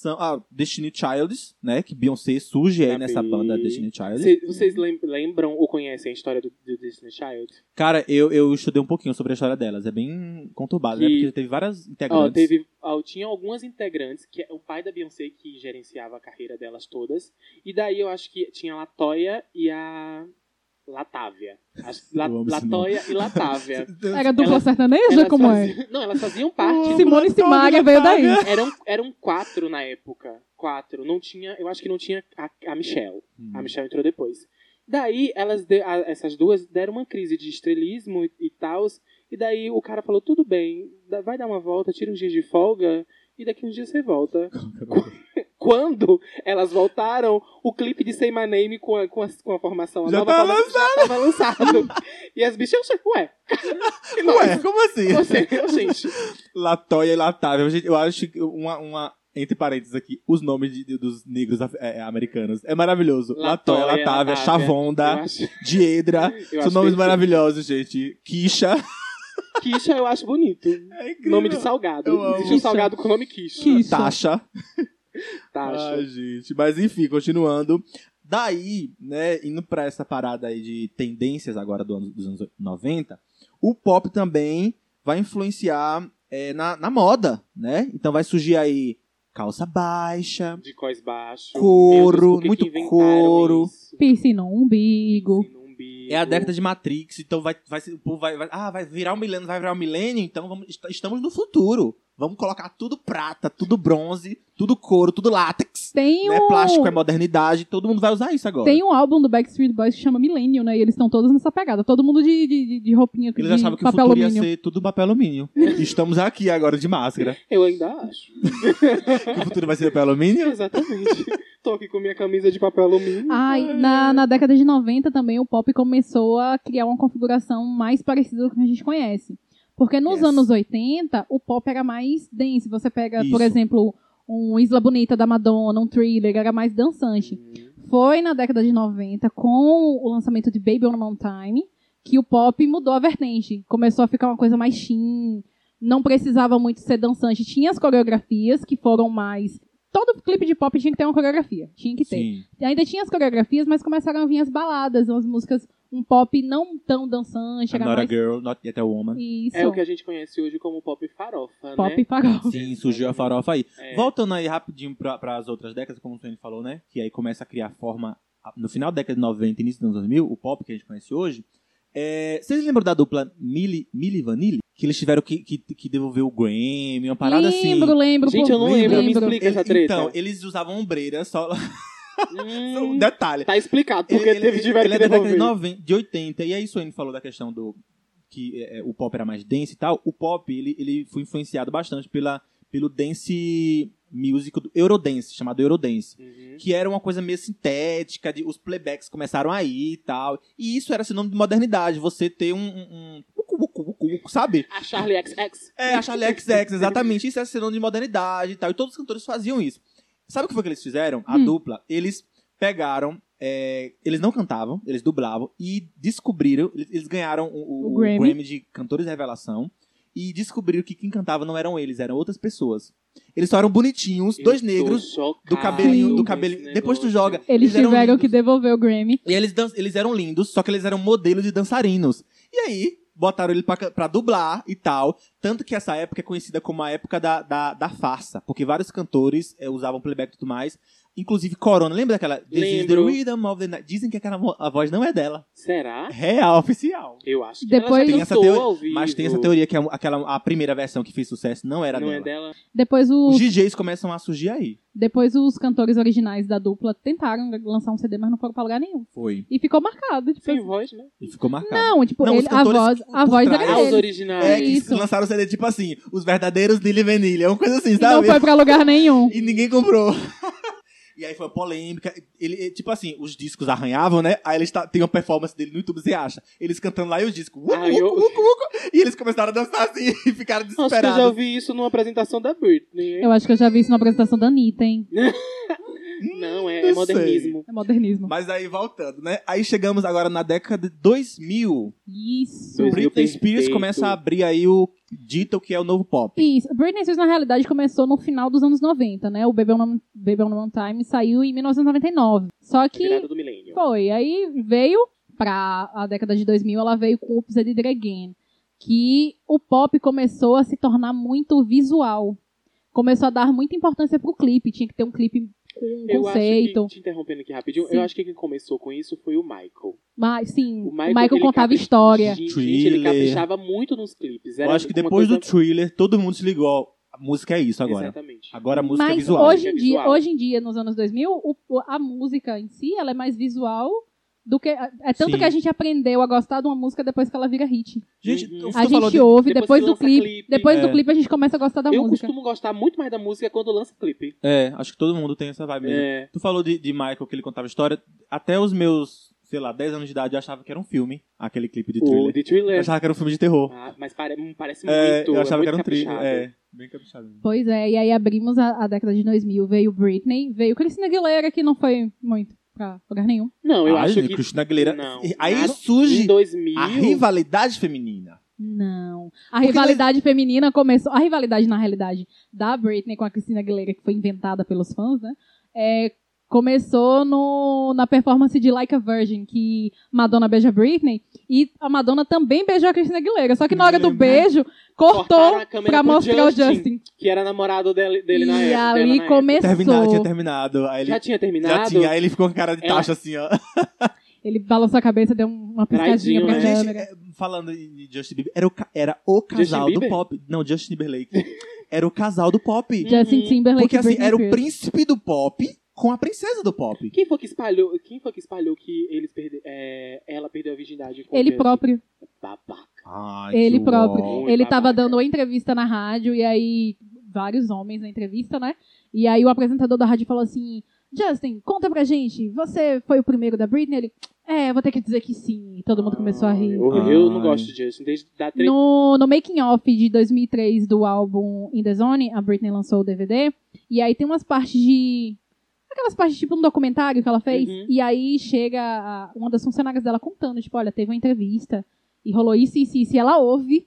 S2: São, ah, Destiny Childs, né? Que Beyoncé surge aí
S4: Tá
S2: nessa
S4: bem.
S2: banda Destiny Childs.
S4: cê- vocês lem- lembram ou conhecem a história do, do Disney Child?
S2: Cara, eu, eu estudei um pouquinho sobre a história delas. É bem conturbado,
S4: Que-
S2: né? Porque teve várias integrantes.
S4: Ó, teve, ó, tinha algumas integrantes, que é o pai da Beyoncé que gerenciava a carreira delas todas. E daí eu acho que tinha a Latoya e a Latávia. As- La-
S2: Eu amo esse nome.
S4: Latoya e Latávia.
S3: Era dupla
S4: Ela-
S3: sertaneja?
S4: Elas
S3: Como é?
S4: faziam- Não, elas faziam parte. do-
S3: Simone Simaria veio daí.
S4: Eram, eram quatro na época. Quatro. Não tinha, eu acho que não tinha a, a Michelle.
S2: Hum.
S4: A Michelle entrou depois. Daí, elas de- a- essas duas deram uma crise de estrelismo e, e tal. E daí o cara falou, tudo bem, dá- vai dar uma volta, tira uns dias de folga e daqui uns dias você volta. Quando elas voltaram, o clipe de Say My Name com a, com a, com a formação
S2: Já
S4: nova
S2: tá
S4: tava- já tava lançado. e as bichas, ué, e nós?
S2: Ué, como assim?
S4: Você, gente.
S2: Latoya e Latávia. Gente, Eu acho que uma, uma- Entre parênteses aqui, os nomes de- de- dos negros af- é, é, americanos. É maravilhoso. Latoya,
S4: Latoya,
S2: Latávia,
S4: Latávia. Eu
S2: Chavonda,
S4: acho,
S2: Diedra. tá?
S4: eu
S2: São
S4: acho é
S2: nomes
S4: perfeito.
S2: maravilhosos, gente. Kisha.
S4: Kisha eu acho bonito.
S2: É incrível.
S4: Nome de salgado.
S2: Eu amo.
S4: Existe um
S3: Kisha.
S4: salgado com o nome Kisha.
S3: Kisha. Isso.
S2: Tasha.
S4: Tá, acho.
S2: Ai, gente. Mas enfim, continuando. Daí, né, indo pra essa parada aí de tendências agora do ano- dos anos 90, o pop também vai influenciar é, na, na moda, né? Então vai surgir aí calça baixa,
S4: De cós baixo.
S2: Couro,
S4: Meu Deus, por que
S2: muito
S4: que inventaram
S2: couro.
S4: isso?
S3: Piercing no umbigo.
S4: Piercing no umbigo.
S2: É a década de Matrix, então vai, vai, ser- o povo vai, vai- ah, vai virar um milênio, vai virar um milênio, então vamos, est- estamos no futuro. Vamos colocar tudo prata, tudo bronze, tudo couro, tudo látex.
S3: Tem
S2: Né?
S3: um...
S2: Plástico é modernidade, todo mundo vai usar isso agora.
S3: Tem um álbum do Backstreet Boys que chama Millennium, né? E eles estão todos nessa pegada. Todo mundo de, de, de- de roupinha
S2: Eles
S3: de
S2: achavam que o
S3: Uhum. papel
S2: futuro ia
S3: alumínio.
S2: ser tudo papel alumínio. Estamos aqui agora de máscara.
S4: Eu ainda acho.
S2: Que o futuro vai ser papel alumínio?
S4: Exatamente. Tô aqui com minha camisa de papel
S2: Ah,
S4: alumínio.
S3: Ai, na, na década de 90 também o pop começou a criar uma configuração mais parecida com a que a gente conhece. Porque nos
S2: Yes.
S3: anos 80, o pop era mais dense. Você pega, por
S2: Isso.
S3: exemplo, um Isla Bonita da Madonna, um Thriller, era mais dançante.
S2: Uhum.
S3: Foi na década de 90, com o lançamento de Baby on a Mountain, que o pop mudou a vertente. Começou a ficar uma coisa mais teen, não precisava muito ser dançante. Tinha as coreografias que foram mais. Todo clipe de pop tinha que ter uma coreografia. Tinha que ter.
S2: Sim.
S3: Ainda tinha as coreografias, mas começaram a vir as baladas, umas músicas, um pop não tão dançante,
S2: I'm
S3: era
S2: not a
S3: mais.
S2: girl, not yet a woman.
S3: Isso.
S4: É o que a gente conhece hoje como pop farofa,
S3: Pop
S4: né?
S3: farol.
S2: Sim, surgiu a farofa aí.
S4: É.
S2: Voltando aí rapidinho para as outras décadas, como o Tony falou, né? Que aí começa a criar forma a- no final da década de 90, início dos anos 2000, o pop que a gente conhece hoje. É, vocês lembram da dupla Milli, Milli Vanilli? Que eles tiveram que, que, que devolver o Grammy, uma parada
S3: lembro,
S2: assim.
S3: lembro.
S4: Gente, eu não lembro, me explica essa
S2: Ele-
S4: treta.
S2: Então, eles usavam ombreiras só.
S4: Hum,
S3: Uhum.
S2: Um detalhe.
S4: tá explicado porque teve tiveram
S2: ele
S4: que
S2: é da década de,
S4: devolver.
S2: 90, de 80. E aí, Suene falou da questão do que é, é, o pop era mais dense e tal. O pop, ele, ele foi influenciado bastante pela, pelo dance musical do Eurodance, chamado Eurodance.
S4: Uhum.
S2: Que era uma coisa meio sintética, de, os playbacks começaram aí e tal. E isso era sinônimo de modernidade, você ter um. um, um ucu, ucu, ucu, ucu, sabe?
S4: A Charlie XX.
S2: É, a Charlie XX, exatamente. Isso é sinônimo de modernidade e tal. E todos os cantores faziam isso. Sabe o que foi que eles fizeram? A
S3: Hum.
S2: dupla, eles pegaram. é, eles não cantavam, eles dublavam e descobriram. Eles, eles ganharam o, o-
S3: O Grammy.
S2: o Grammy de Cantores Revelação. E descobriram que quem cantava não eram eles, eram outras pessoas. Eles só eram bonitinhos,
S4: Eu
S2: dois
S4: tô
S2: negros,
S4: chocado
S2: do cabelinho,
S4: com
S2: do
S4: esse
S2: cabelinho.
S4: negócio.
S2: Depois tu joga.
S3: Eles
S2: eram
S3: tiveram que
S2: lindos.
S3: devolver o Grammy.
S2: E eles, dan- eles eram lindos, só que eles eram modelos de dançarinos. E aí, botaram ele pra, ca- pra dublar e tal. Tanto que essa época é conhecida como a época da, da, da farsa. Porque vários cantores eh, usavam playback e tudo mais. Inclusive Corona, lembra daquela? This is the
S4: Lembro.
S2: rhythm of the night. Dizem que aquela vo- a voz não é dela.
S4: Será?
S2: Real, oficial.
S4: Eu acho que
S3: Depois-
S4: ela já
S2: Tem essa
S4: cantou
S2: teoria-
S4: ao vivo.
S2: Mas tem essa teoria que a, aquela, a primeira versão que fez sucesso não era
S4: Não
S2: dela.
S4: é dela.
S3: Depois
S2: Os
S3: os,
S2: DJs começam a surgir aí.
S3: depois os cantores originais da dupla tentaram lançar um CD, mas não foram pra lugar nenhum.
S2: Foi.
S3: E ficou marcado. Tipo,
S4: Sem voz, né?
S2: E ficou marcado.
S3: não, tipo,
S2: Não, os
S3: ele- a
S2: cantores
S3: voz, a
S2: por
S3: voz
S2: trás.
S3: era
S4: Ah, os
S3: dele.
S4: originais.
S2: É, que
S3: Isso.
S2: lançaram o CD tipo assim, os verdadeiros Lily Vanilla, uma coisa assim,
S3: E não
S2: sabe?
S3: foi pra lugar nenhum.
S2: E ninguém comprou. E aí foi uma polêmica. Ele, ele- tipo assim, os discos arranhavam, né? Aí eles tá- tem uma performance dele no YouTube, você acha? Eles cantando lá e os discos. ucu,
S4: Ah, eu-
S2: ucu, ucu, ucu, e eles começaram a dançar assim e ficaram
S4: Acho que eu já
S2: desesperados.
S4: ouvi isso numa apresentação da Britney. hein?
S3: Eu acho que eu já vi isso na apresentação da Anitta, hein?
S4: Não,
S2: Não
S4: é, é
S2: sei.
S4: modernismo.
S3: É modernismo.
S2: Mas aí voltando, né? Aí chegamos agora na década de 2000.
S3: Isso.
S4: Dois- 2000
S2: Britney Spears
S4: perfeito.
S2: começa a abrir aí o dito que é o novo pop.
S3: Isso. Britney Spears, na realidade, começou no final dos anos 90, né? O Baby on, Baby on One Time saiu em 1999. Só
S4: A
S3: que
S4: Virada do milênio.
S3: foi. Aí veio pra a década de 2000, ela veio com Oops, I Did It Again. Que o pop começou a se tornar muito visual. Começou a dar muita importância pro clipe. Tinha que ter um clipe com um
S4: Eu
S3: conceito.
S4: acho que, te interrompendo aqui rapidinho,
S3: Sim.
S4: eu acho que quem começou com isso foi o Michael.
S3: Mas, sim,
S4: O
S3: o
S4: Michael,
S3: Michael,
S4: ele
S3: contava
S4: capricha-
S3: história.
S4: Gente, gente, ele
S2: Thriller.
S4: caprichava muito nos clipes.
S2: Eu
S4: Era
S2: acho que
S4: uma
S2: depois
S4: coisa-
S2: do thriller, todo mundo se ligou. ó, A música é isso agora.
S4: Exatamente.
S2: Agora a música é
S3: Mas
S2: visual.
S3: hoje
S4: É
S3: em dia,
S4: visual.
S3: hoje em dia, nos anos 2000, o- o- a música em si, ela é mais visual do que é tanto
S2: Sim.
S3: que a gente aprendeu a gostar de uma música depois que ela vira hit.
S2: Gente,
S4: Uhum.
S2: o que
S3: A
S2: tu falou
S3: gente
S2: de
S3: ouve
S4: depois
S3: depois,
S4: que
S3: do
S4: lança
S3: clipe,
S4: clipe.
S3: depois
S2: É.
S3: do clipe a gente começa a gostar da
S4: eu
S3: música.
S4: costumo gostar muito mais da música quando lança clipe.
S2: É, acho que todo mundo tem essa vibe né? mesmo.
S4: É,
S2: Tu falou de, de Michael que ele contava história. Até os meus, sei lá, 10 anos de idade eu achava que era um filme, aquele clipe de
S4: o
S2: thriller.
S4: The
S2: Eu
S4: Thriller.
S2: achava que era um filme de terror.
S4: Ah, mas pare- parece
S2: É,
S4: é. muito.
S2: eu achava
S4: é
S2: que era um
S4: muito
S2: thriller.
S4: caprichado.
S2: É, bem caprichado.
S3: Pois é, e aí abrimos a, a década de 2000, veio Britney, veio Christina Aguilera que não foi muito pra lugar nenhum.
S4: Não, eu
S2: Ah,
S4: acho
S2: gente,
S4: que.
S2: Christina Aguilera.
S4: Não.
S2: Aí
S4: Nada- Em
S2: surge
S4: 2000.
S2: a rivalidade feminina.
S3: Não. A
S2: Porque
S3: rivalidade feminina começou. A rivalidade, na realidade, da Britney com a Christina Aguilera, que foi inventada pelos fãs, né? é, começou no, na performance de Like a Virgin, que Madonna beija Britney, e a Madonna também beijou a Christina Aguilera. Só que na hora do
S2: Lembra?
S3: beijo,
S4: Cortaram
S3: cortou
S4: a câmera
S3: pra
S4: pro
S3: mostrar o
S4: Justin,
S3: Justin.
S4: Que era namorado dele, dele na
S3: e
S4: época. dela
S3: ali
S4: na
S3: começou.
S2: Terminado, tinha terminado. Aí
S4: época.
S2: ele
S4: Já tinha
S2: já
S4: terminado?
S2: tinha, aí ele ficou com cara de
S4: Ela-
S2: taxa assim, ó.
S3: Ele balançou a cabeça, deu uma piscadinha
S4: Traidinho,
S3: pra
S4: né?
S2: Gente,
S3: câmera.
S2: é, falando em Justin Bieber, era o, ca- era o casal do
S4: Bieber?
S2: pop. Não, Justin Timberlake. Era o casal do pop.
S3: Justin
S4: Uhum.
S3: Timberlake
S2: é, Porque
S3: e
S2: assim,
S3: Britney
S2: era o
S3: Spears.
S2: príncipe do pop com a princesa do pop.
S4: Quem foi que espalhou, quem foi que, espalhou que eles perde, é, ela perdeu a virgindade com o
S3: Ele
S4: Justin?
S3: próprio.
S4: Babaca.
S2: Ai,
S3: Ele
S2: que
S3: próprio.
S2: uó.
S4: Muito
S3: Ele tava
S4: babaca.
S3: dando uma entrevista na rádio, e aí vários homens na entrevista, né? E aí o apresentador da rádio falou assim: Justin, conta pra gente, você foi o primeiro da Britney? Ele, é, vou ter que dizer que sim. E todo mundo começou a rir.
S4: Eu, eu não
S2: Ai.
S4: gosto de Justin. Desde da treta.
S3: No, no making off de 2003 do álbum In The Zone, a Britney lançou o DVD, e aí tem umas partes de... Aquelas partes, tipo, um documentário que ela fez,
S4: Uhum.
S3: e aí chega a- uma das funcionárias dela contando, tipo, olha, teve uma entrevista, e rolou isso, isso, isso, e ela ouve,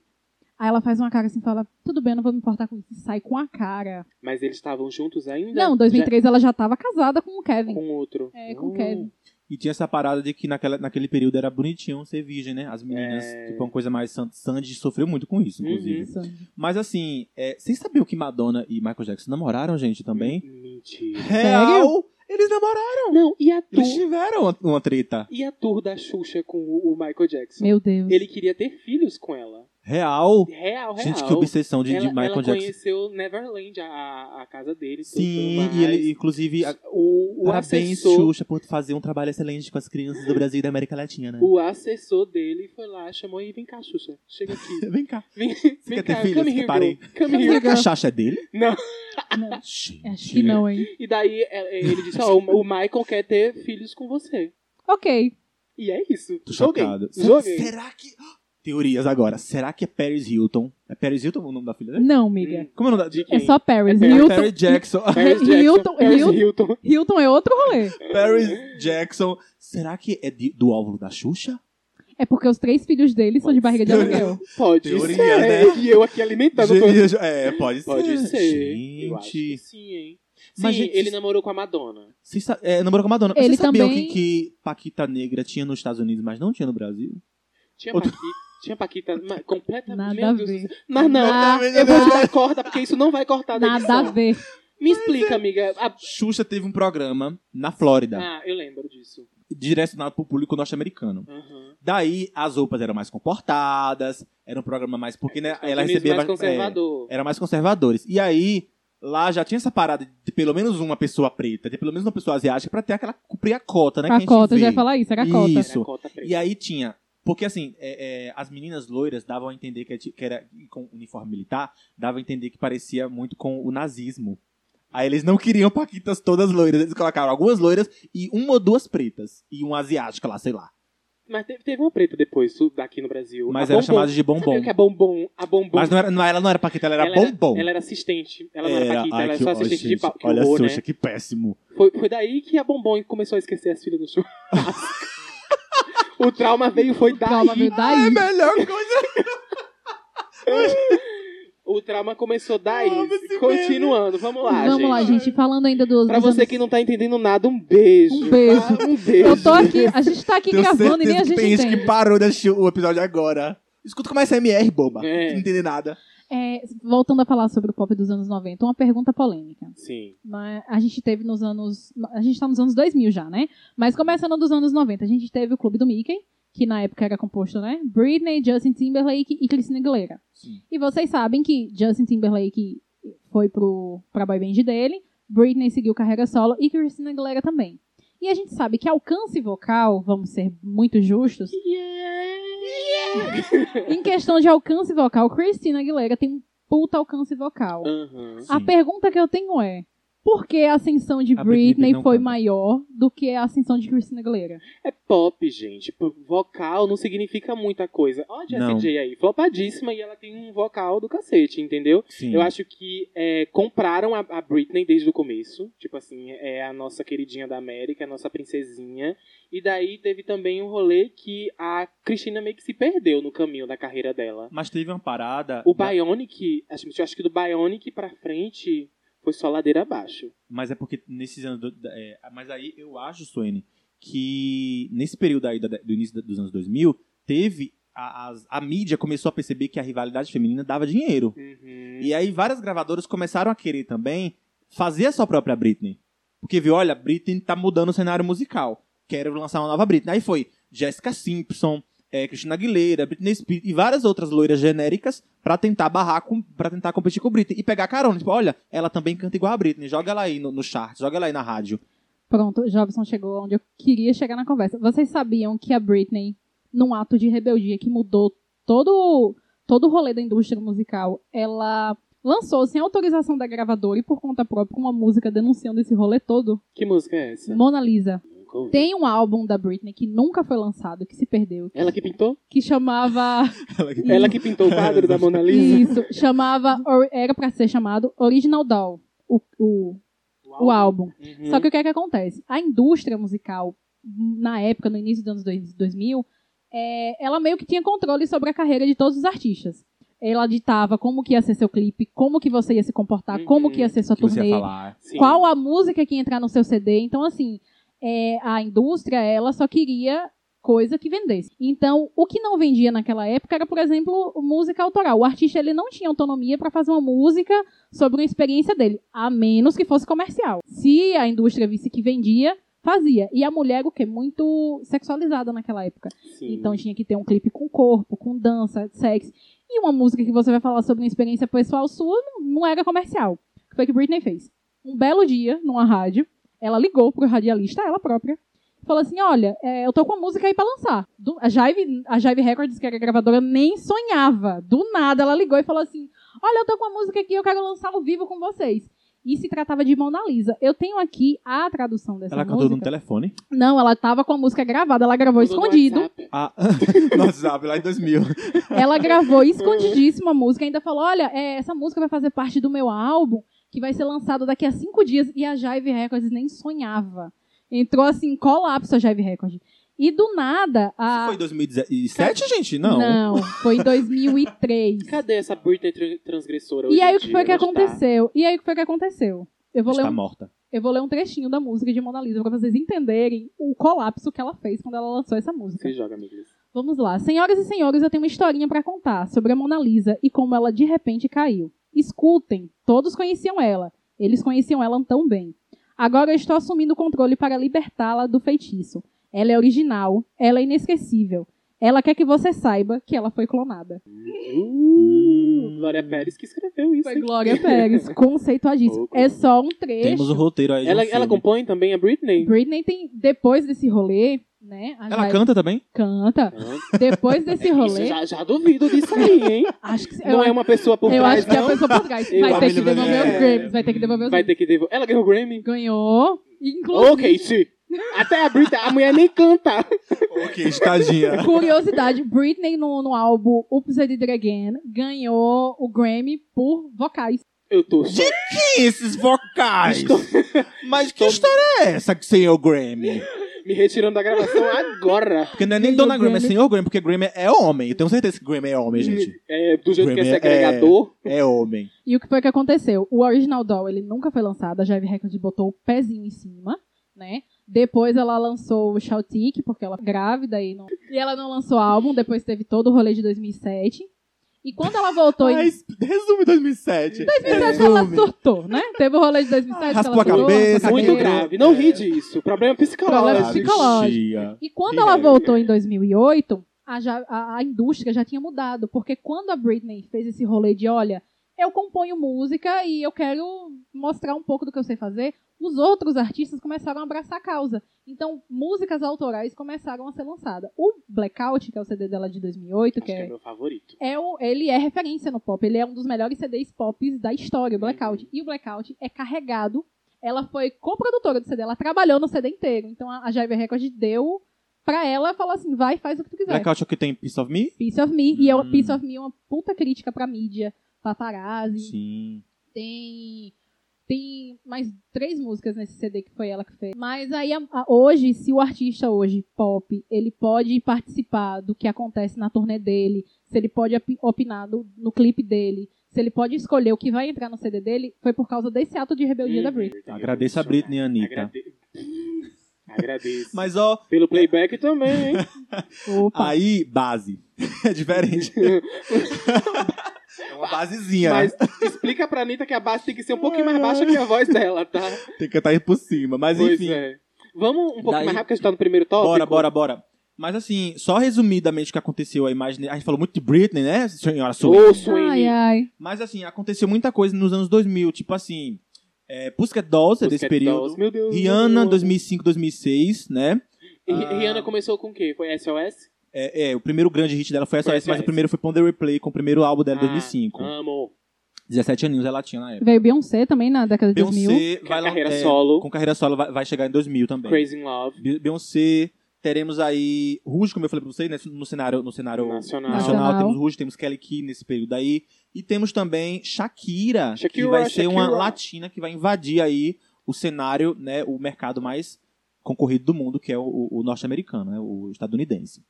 S3: aí ela faz uma cara assim, fala, tudo bem, eu não vou me importar com isso, e sai com a cara.
S4: Mas eles estavam juntos ainda?
S3: Não, em 2003 ela já tava casada com o
S4: Já-
S3: Kevin.
S4: com outro.
S3: É, com o
S4: Hum.
S3: Kevin.
S2: E tinha essa parada de que naquela, naquele período era bonitinho ser virgem, né? As meninas,
S4: É.
S2: tipo, uma coisa mais. San- Sandy sofreu muito com isso, inclusive.
S3: Isso.
S4: Uhum.
S2: Mas assim, é, vocês sabiam que Madonna e Michael Jackson namoraram, gente, também?
S4: Mentira.
S2: Real! Eles namoraram!
S4: Não, e a tour,
S2: Eles tiveram uma, uma treta.
S4: e a tour da Xuxa com o, o Michael Jackson?
S3: Meu Deus.
S4: Ele queria ter filhos com ela.
S2: Real.
S4: Real, real.
S2: Gente, que obsessão de, de
S4: ela,
S2: Michael
S4: ela
S2: Jackson.
S4: conheceu Neverland, a- a, a casa dele. tudo
S2: Sim,
S4: mais.
S2: e ele, inclusive, a-
S4: O, o
S2: parabéns,
S4: assessor,
S2: Xuxa, por fazer um trabalho excelente com as crianças do Brasil e da América Latina. né?
S4: o assessor dele foi lá, chamou e vem cá, Xuxa, chega aqui.
S2: Vem cá.
S4: Vem, vem
S2: quer ter
S4: cá,
S2: filhos?
S4: come
S2: Que
S4: here,
S2: parem.
S4: girl. Come here.
S2: Será que a Xaxa é dele?
S4: Não.
S3: Não, É,
S2: Gente.
S3: acho que não, hein?
S4: E daí é, é, ele disse, ó, o o Michael quer ter filhos com você.
S3: Ok.
S4: E é isso.
S2: Tô
S4: Joguei.
S2: chocado.
S4: Joguei.
S2: Será que. Teorias agora. Será que é Paris Hilton? É Paris Hilton o nome da filha dele?
S3: Não, amiga.
S4: Hum,
S2: Como é o nome da.
S4: de
S3: É
S4: quem?
S3: só Paris.
S4: É
S3: Hilton,
S2: Perry Jackson.
S4: Paris
S3: Hi-
S4: Jackson,
S3: Hilton-
S4: Paris
S3: Hilton-
S4: Hilton.
S3: Hilton é outro rolê.
S2: Paris Jackson. Será que é de- do óvulo da Xuxa?
S3: É porque os três filhos dele são de barriga de aluguel.
S4: Pode
S2: Teoria,
S4: ser.
S2: né?
S4: E eu aqui alimentando. tô-
S2: Gente, É, pode ser.
S4: Tá Pode ser. Eu acho que
S2: Gente.
S4: sim, hein? Sim,
S2: Mas, gente,
S4: ele namorou com a Madonna.
S2: Vocês sa- é, namorou com a Madonna.
S3: Ele
S2: Vocês sabiam
S3: também-
S2: que, que Paquita Negra tinha nos Estados Unidos, mas não tinha no Brasil?
S4: Tinha
S2: Outro-
S4: Paquita, tinha Paquita ma- completamente...
S3: Nada a
S4: Meu Deus
S3: ver.
S4: do céu. É, Mas não,
S3: Ah,
S4: eu vou te dar corda, porque isso não é vai cortar da
S3: Nada a
S4: edição.
S3: ver.
S4: Me
S2: é.
S4: explica, amiga. A-
S2: Xuxa teve um programa na Flórida,
S4: Ah, eu lembro disso.
S2: direcionado pro público norte-americano.
S4: Aham.
S2: Daí as roupas eram mais comportadas, era um programa mais. Porque né, ela
S4: Estados Unidos
S2: recebia.
S4: mais
S2: ba- é,
S4: conservador. né,
S2: era mais conservadores. E aí, lá já tinha essa parada de pelo menos uma pessoa preta, de pelo menos uma pessoa asiática, pra ter aquela. cumprir a cota, né? que
S3: a
S2: gente
S3: cota, já é ia
S2: vê.
S3: falar isso, era a cota.
S2: Isso.
S4: Era a cota preta.
S2: E aí tinha. Porque assim, é, é, as meninas loiras davam a entender que, é ti- que era com uniforme militar, dava a entender que parecia muito com o nazismo. Aí eles não queriam paquitas todas loiras, eles colocaram algumas loiras e uma ou duas pretas. E uma asiática lá, sei lá.
S4: Mas teve, teve uma preta depois, su- daqui no Brasil.
S2: Mas
S4: a
S2: era
S4: Bombom.
S2: chamada de bombom.
S4: Sabia que a bombom. A bombom.
S2: Mas não era, não, ela não era paquita, ela era bombom.
S4: Ela era assistente. Ela não era
S2: Era-
S4: paquita,
S2: ai,
S4: ela era
S2: que-
S4: só
S2: ai,
S4: assistente de
S2: gente,
S4: pau. Que
S2: Olha,
S4: horror,
S2: Xuxa,
S4: né?
S2: que péssimo.
S4: Foi, foi daí que a bombom começou a esquecer as filhas do churrasco. o trauma veio, foi daí.
S3: Calma, veio daí.
S2: melhor coisa.
S4: O trauma começou daí.
S2: Eu amo esse
S4: Continuando, vamos lá,
S3: Vamos
S4: gente.
S3: lá, gente. Falando ainda dos.
S4: Pra
S3: dos
S4: você
S3: anos-
S4: que não tá entendendo nada, um beijo.
S3: Um beijo.
S4: Um beijo.
S3: Eu tô aqui, a gente tá aqui
S2: Tenho
S3: gravando e nem a
S2: certeza que
S3: gente
S2: tem gente
S3: entende.
S2: que parou de assistir o episódio agora. Escuta como é SMR, boba.
S4: É.
S2: Não entendi nada.
S3: É, voltando a falar sobre o pop dos anos 90, uma pergunta polêmica.
S4: Sim.
S3: Mas A gente teve nos anos. A gente tá nos anos 2000 já, né? Mas começando dos anos 90, a gente teve o Clube do Mickey, que na época era composto, né? Britney, Justin Timberlake e Christina Aguilera.
S2: Sim.
S3: E vocês sabem que Justin Timberlake foi pro, pra boy band dele, Britney seguiu carreira solo e Christina Aguilera também. E a gente sabe que alcance vocal, vamos ser muito justos, em questão de alcance vocal, Christina Aguilera tem um puta alcance vocal.
S4: Aham.
S3: A
S2: Sim.
S3: pergunta que eu tenho é: por que a ascensão de
S2: A
S3: Britney,
S2: Britney não
S3: foi
S2: canta.
S3: maior do que a ascensão de Christina Aguilera?
S4: É pop, gente. P- Vocal não significa muita coisa. Ó, a Jessie
S2: Não.
S4: J aí, flopadíssima e ela tem um vocal do cacete, entendeu?
S2: Sim.
S4: Eu acho que é, compraram a, a Britney desde o começo. Tipo assim, é a nossa queridinha da América, a nossa princesinha. E daí teve também um rolê que a Cristina meio que se perdeu no caminho da carreira dela.
S2: Mas teve uma parada. né,
S4: O
S2: da-
S4: Bionic, acho, eu acho que do Bionic pra frente foi só ladeira abaixo.
S2: Mas é porque nesses anos. do- da- é, mas aí eu acho, Suene, que nesse período aí da- da- do início da- dos anos 2000, teve. A, as- a mídia começou a perceber que a rivalidade feminina dava dinheiro.
S4: Uhum.
S2: E aí várias gravadoras começaram a querer também fazer a sua própria Britney. Porque viu, olha, Britney tá mudando o cenário musical. Quero lançar uma nova Britney. Aí foi Jessica Simpson, eh, Christina Aguilera, Britney Spears e várias outras loiras genéricas pra tentar barrar, com, pra tentar competir com Britney. E pegar carona. Tipo, olha, ela também canta igual a Britney. Joga ela aí no, no chart, joga ela aí na rádio.
S3: Pronto, o Jobson chegou onde eu queria chegar na conversa. Vocês sabiam que a Britney, num ato de rebeldia que mudou todo, todo o rolê da indústria musical, ela lançou sem autorização da gravadora e por conta própria uma música denunciando esse rolê todo?
S4: Que música é essa?
S3: Mona Lisa.
S4: Nunca ouvi.
S3: Tem um álbum da Britney que nunca foi lançado, que se perdeu,
S4: Ela que pintou?
S3: que chamava.
S4: Ela que pintou o quadro da Mona Lisa?
S3: Isso, chamava, ori- era pra ser chamado Original Doll, o, o, o álbum.
S4: Uhum.
S3: Só que o que é que acontece? A indústria musical, na época, no início dos anos dois- 2000, é, ela meio que tinha controle sobre a carreira de todos os artistas. Ela ditava como que ia ser seu clipe, como que você ia se comportar,
S4: Uhum.
S3: como que ia ser sua
S2: que você
S3: turnê,
S2: ia falar.
S4: Sim.
S3: qual a música que ia entrar no seu CD. Então, assim, é, a indústria, ela só queria coisa que vendesse. Então, o que não vendia naquela época era, por exemplo, música autoral. O artista, ele não tinha autonomia para fazer uma música sobre uma experiência dele, a menos que fosse comercial. Se a indústria visse que vendia, fazia. E a mulher, o quê? Muito sexualizada naquela época.
S4: Sim.
S3: Então tinha que ter um clipe com corpo, com dança, sexo. E uma música que você vai falar sobre uma experiência pessoal sua não- não era comercial. Que foi o que Britney fez. Um belo dia, numa rádio, ela ligou pro radialista, ela própria, e falou assim: Olha, é, eu tô com a música aí pra lançar. Do- a, Jive, a Jive Records, que era a gravadora, nem sonhava. Do nada, ela ligou e falou assim: Olha, eu tô com a música aqui, eu quero lançar ao vivo com vocês. E se tratava de Mona Lisa. Eu tenho aqui a tradução dessa
S2: Ela
S3: música.
S2: cantou no telefone.
S3: Não, ela tava com a música gravada, ela gravou
S4: Mandou no
S3: escondido.
S4: WhatsApp.
S2: Ah, no WhatsApp, lá em 2000.
S3: Ela
S4: É.
S3: gravou escondidíssima a música, ainda falou: olha, é, essa música vai fazer parte do meu álbum, que vai ser lançado daqui a cinco dias. E a Jive Records nem sonhava. Entrou assim, em colapso a Jive Records. E do nada,
S2: Isso
S3: a.
S2: foi em 2017, gente? Não.
S3: foi em 2003.
S4: Cadê essa Britney tran- transgressora hoje
S3: e aí
S4: em
S3: o que foi
S4: dia?
S3: que
S4: Onde tá?
S3: aconteceu? E aí o que foi que aconteceu? Eu vou, ler
S2: Está
S3: um,
S2: morta.
S3: eu vou ler um trechinho da música de Mona Lisa pra vocês entenderem o colapso que ela fez quando ela lançou essa música.
S4: Se joga, amigos.
S3: Vamos lá. Senhoras e senhores, eu tenho uma historinha pra contar sobre a Mona Lisa e como ela de repente caiu. Escutem, todos conheciam ela. Eles conheciam ela tão bem. Agora eu estou assumindo o controle para libertá-la do feitiço. Ela é original, ela é inesquecível. Ela quer que você saiba que ela foi clonada.
S4: Uh, Glória Pérez que escreveu isso.
S3: Foi
S4: hein?
S3: Glória Pérez, conceituadíssimo. É só um trecho.
S2: Temos o roteiro aí. de um
S4: Ela,
S2: filme.
S4: ela compõe também a Britney?
S3: Britney tem, depois desse rolê, né? A
S2: Ela
S3: Jai-
S2: canta também?
S3: canta.
S4: Isso
S3: Depois desse rolê,
S4: já, já duvido disso aí, hein?
S3: acho que eu
S4: Não é uma pessoa por
S3: eu
S4: trás,
S3: acho que é
S4: não.
S3: a pessoa por trás
S4: Eu
S3: vai
S4: acho
S3: ter que
S2: que vai-
S3: devolver os
S4: é.
S3: Grammys, vai ter que devolver os
S4: Vai
S3: Grammys.
S4: ter que devolver. Ela ganhou o Grammy?
S3: Ganhou, inclusive,
S4: Ok, sim. Até a Britney, a mulher nem canta.
S2: Ok, tadinha.
S3: curiosidade, Britney no, no álbum Oops, I Did It Again ganhou o Grammy por vocais.
S4: Eu tô
S2: Quem esses vocais?
S4: Estou-
S2: Mas
S4: estou-
S2: que história é essa que senhor Grammy?
S4: me retirando da gravação agora.
S2: Porque não é nem
S3: Senhor
S2: Dona Grammy, é
S3: Grammy.
S2: senhor Grammy, porque Grammy é homem. Eu tenho certeza que Grammy é homem, gente.
S4: É, do jeito que é
S2: Grammy é-
S4: segregador.
S2: É homem.
S3: E o que foi que aconteceu? O Original Doll, ele nunca foi lançado, a Jive Records botou o pezinho em cima, né? Depois ela lançou o Shoutique, porque ela é grávida e não... E ela não lançou álbum, depois teve todo o rolê de 2007. E quando ela voltou em...
S2: Mas resume 2007.
S3: 2007 ela surtou, né? Teve o rolê de 2007 que
S2: Raspou
S3: ela
S2: a
S3: surtou,
S2: cabeça,
S3: raspou a
S4: Muito
S2: Saqueiro.
S4: grave. Não ri disso.
S3: Problema
S4: Problema é
S3: é
S4: psicológico.
S3: psicológico. psicológica. E quando ela
S2: Rihanna.
S3: voltou em 2008, a, ja- a- a indústria já tinha mudado, porque quando a Britney fez esse rolê de, olha, eu componho música e eu quero mostrar um pouco do que eu sei fazer, os outros artistas começaram a abraçar a causa. Então, músicas autorais começaram a ser lançadas. O Blackout, que é o CD dela de 2008, que
S4: Acho que é
S3: é,
S4: meu favorito.
S3: é o- ele é referência no pop, ele é um dos melhores CDs pop da história, o Blackout. E o Blackout é carregado, ela foi coprodutora do CD, ela trabalhou no CD inteiro, então a, a Jive Record deu pra ela e falou assim, vai, faz o que tu quiser.
S2: Blackout é o que tem Piece of Me?
S3: Piece of Me, e é uma,
S2: Hum.
S3: Piece of Me é uma puta crítica pra mídia, paparazzi,
S2: Sim.
S3: tem tem mais três músicas nesse CD que foi ela que fez. Mas aí a- a- hoje, se o artista hoje pop, ele pode participar do que acontece na turnê dele, se ele pode opi- opinar do- no clipe dele, se ele pode escolher o que vai entrar no CD dele, foi por causa desse ato de rebeldia
S2: Uhum.
S3: da Britney.
S2: Hum, Agradeço a Britney e a Anitta.
S4: Agrade- Agradeço.
S2: Mas ó,
S4: Pelo playback também, hein?
S3: Opa.
S2: aí, base. É diferente. é uma basezinha.
S4: Mas explica pra Anitta que a base tem que ser um pouquinho mais baixa que a voz dela, tá?
S2: Tem que cantar aí por cima. Mas
S4: pois
S2: enfim.
S4: é. Vamos um pouco
S2: Daí-
S4: mais rápido, que a gente tá no primeiro tópico.
S2: Bora, bora, bora. Mas assim, só resumidamente o que aconteceu aí, mais a gente falou muito de Britney, né, senhora Sui?
S4: Ô,
S3: Ai,
S4: Sweeney.
S3: ai.
S2: Mas assim, aconteceu muita coisa nos anos 2000, tipo assim, é, Pussycat Dolls é desse
S4: Pussycat
S2: período,
S4: Dolls, Meu Deus.
S2: Rihanna
S4: meu Deus.
S2: 2005, 2006, né?
S4: E
S2: Ah.
S4: Rihanna começou com o quê? Foi SOS?
S2: É, é, o primeiro grande hit dela foi essa,
S4: Foi
S2: mas
S4: SOS.
S2: o primeiro foi Ponder Replay com o primeiro álbum dela,
S4: Ah,
S2: 2005.
S4: Amo.
S2: 17 aninhos ela tinha na época.
S3: Veio Beyoncé também na década de 2000.
S2: Beyoncé
S4: Com a
S2: vai lá,
S4: carreira
S2: é,
S4: solo.
S2: com carreira solo vai, vai chegar em 2000 também.
S4: Crazy in Love.
S2: Be- Beyoncé, teremos aí Rouge, como eu falei pra vocês, né, no cenário, no cenário
S4: Nacional.
S2: nacional,
S3: Nacional.
S2: temos Rouge, temos Kelly Key nesse período aí, e temos também Shakira, que
S4: Shakira,
S2: vai ser uma
S4: Shakira.
S2: latina que vai invadir aí o cenário, né, o mercado mais concorrido do mundo, que é o, o- o norte-americano, né, o estadunidense.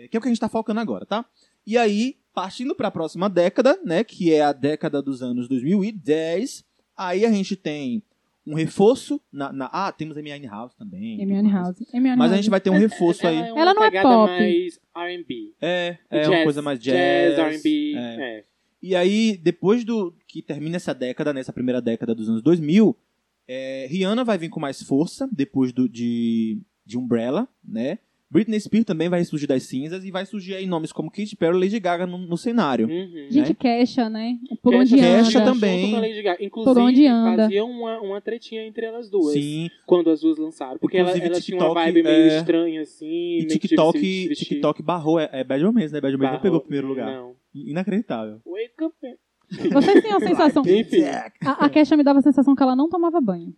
S2: É, que é o que a gente tá focando agora, tá? E aí, partindo para a próxima década, né, que é a década dos anos 2010, aí a gente tem um reforço na, na- ah, temos a Amy House também.
S3: Amy House. Amy
S2: Mas a gente vai ter um reforço aí.
S4: é uma
S3: Ela não é
S4: pegada
S3: pop.
S4: mais R&B.
S2: É, é
S4: Jazz.
S2: uma coisa mais jazz.
S4: R&B.
S2: é.
S4: É.
S2: E aí, depois do que termina essa década, nessa primeira década dos anos 2000, é, Rihanna vai vir com mais força depois do, de, de Umbrella, né? Britney Spears também vai surgir das cinzas e vai surgir aí nomes como Katy Perry e Lady Gaga no, no cenário.
S4: Uhum.
S2: Gente,
S3: Gente, Kesha, né? Por
S4: Kesha-
S3: onde
S2: Kesha
S3: anda.
S4: junto
S2: também.
S4: com a Lady Gaga. Inclusive,
S3: onde anda.
S4: fazia uma, uma tretinha entre elas duas.
S2: Sim,
S4: Quando as duas lançaram. Porque ela-
S2: Inclusive,
S4: elas tinham uma
S2: TikTok,
S4: vibe meio
S2: é,
S4: estranha, assim.
S2: e
S4: meio que
S2: TikTok,
S4: tive que se vestir.
S2: TikTok barrou, é, é Bad Romance, né? Bad Romance não
S4: Barrou.
S2: pegou o primeiro lugar.
S4: Não.
S2: Inacreditável.
S4: Wake up. man.
S3: Vocês têm a sensação.
S4: Enfim.
S3: A, a Kesha me dava a sensação que ela não tomava banho.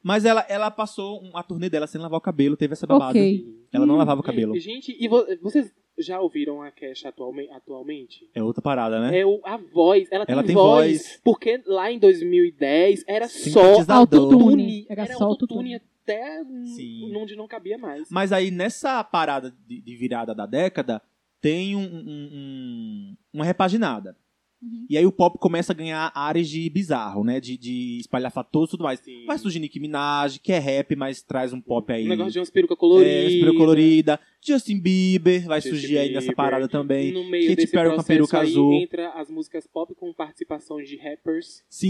S2: Mas ela, ela passou um- a turnê dela sem lavar o cabelo, teve essa babada.
S3: Ok.
S2: Ela não lavava o cabelo.
S4: Gente, e vo- vocês já ouviram a Kesha atualme- atualmente?
S2: É outra parada, né?
S4: É o, a voz. Ela tem,
S2: Ela tem
S4: voz,
S2: voz.
S4: Porque lá em 2010 era só
S2: Sintetizador.
S3: autotune.
S4: autotune.
S3: Era
S4: Era,
S3: só
S4: autotune até
S2: Sim.
S4: onde não cabia mais.
S2: Mas aí, nessa parada de, de virada da década, tem um- um- um- uma repaginada.
S3: Uhum.
S2: E aí o pop começa a ganhar áreas de bizarro, né? De, de espalhar fatores e tudo mais.
S4: Sim.
S2: Vai surgir Nicki Minaj, que é rap, mas traz um pop aí...
S4: Um negócio de umas perucas
S2: é,
S4: coloridas.
S2: espelho colorida. Justin Bieber vai
S4: Justin
S2: surgir aí nessa
S4: Bieber.
S2: parada também.
S4: No meio
S2: Katy
S4: desse
S2: Perry com a
S4: processo
S2: peruca
S4: aí,
S2: azul.
S4: entra as músicas pop com participações de rappers.
S2: Sim,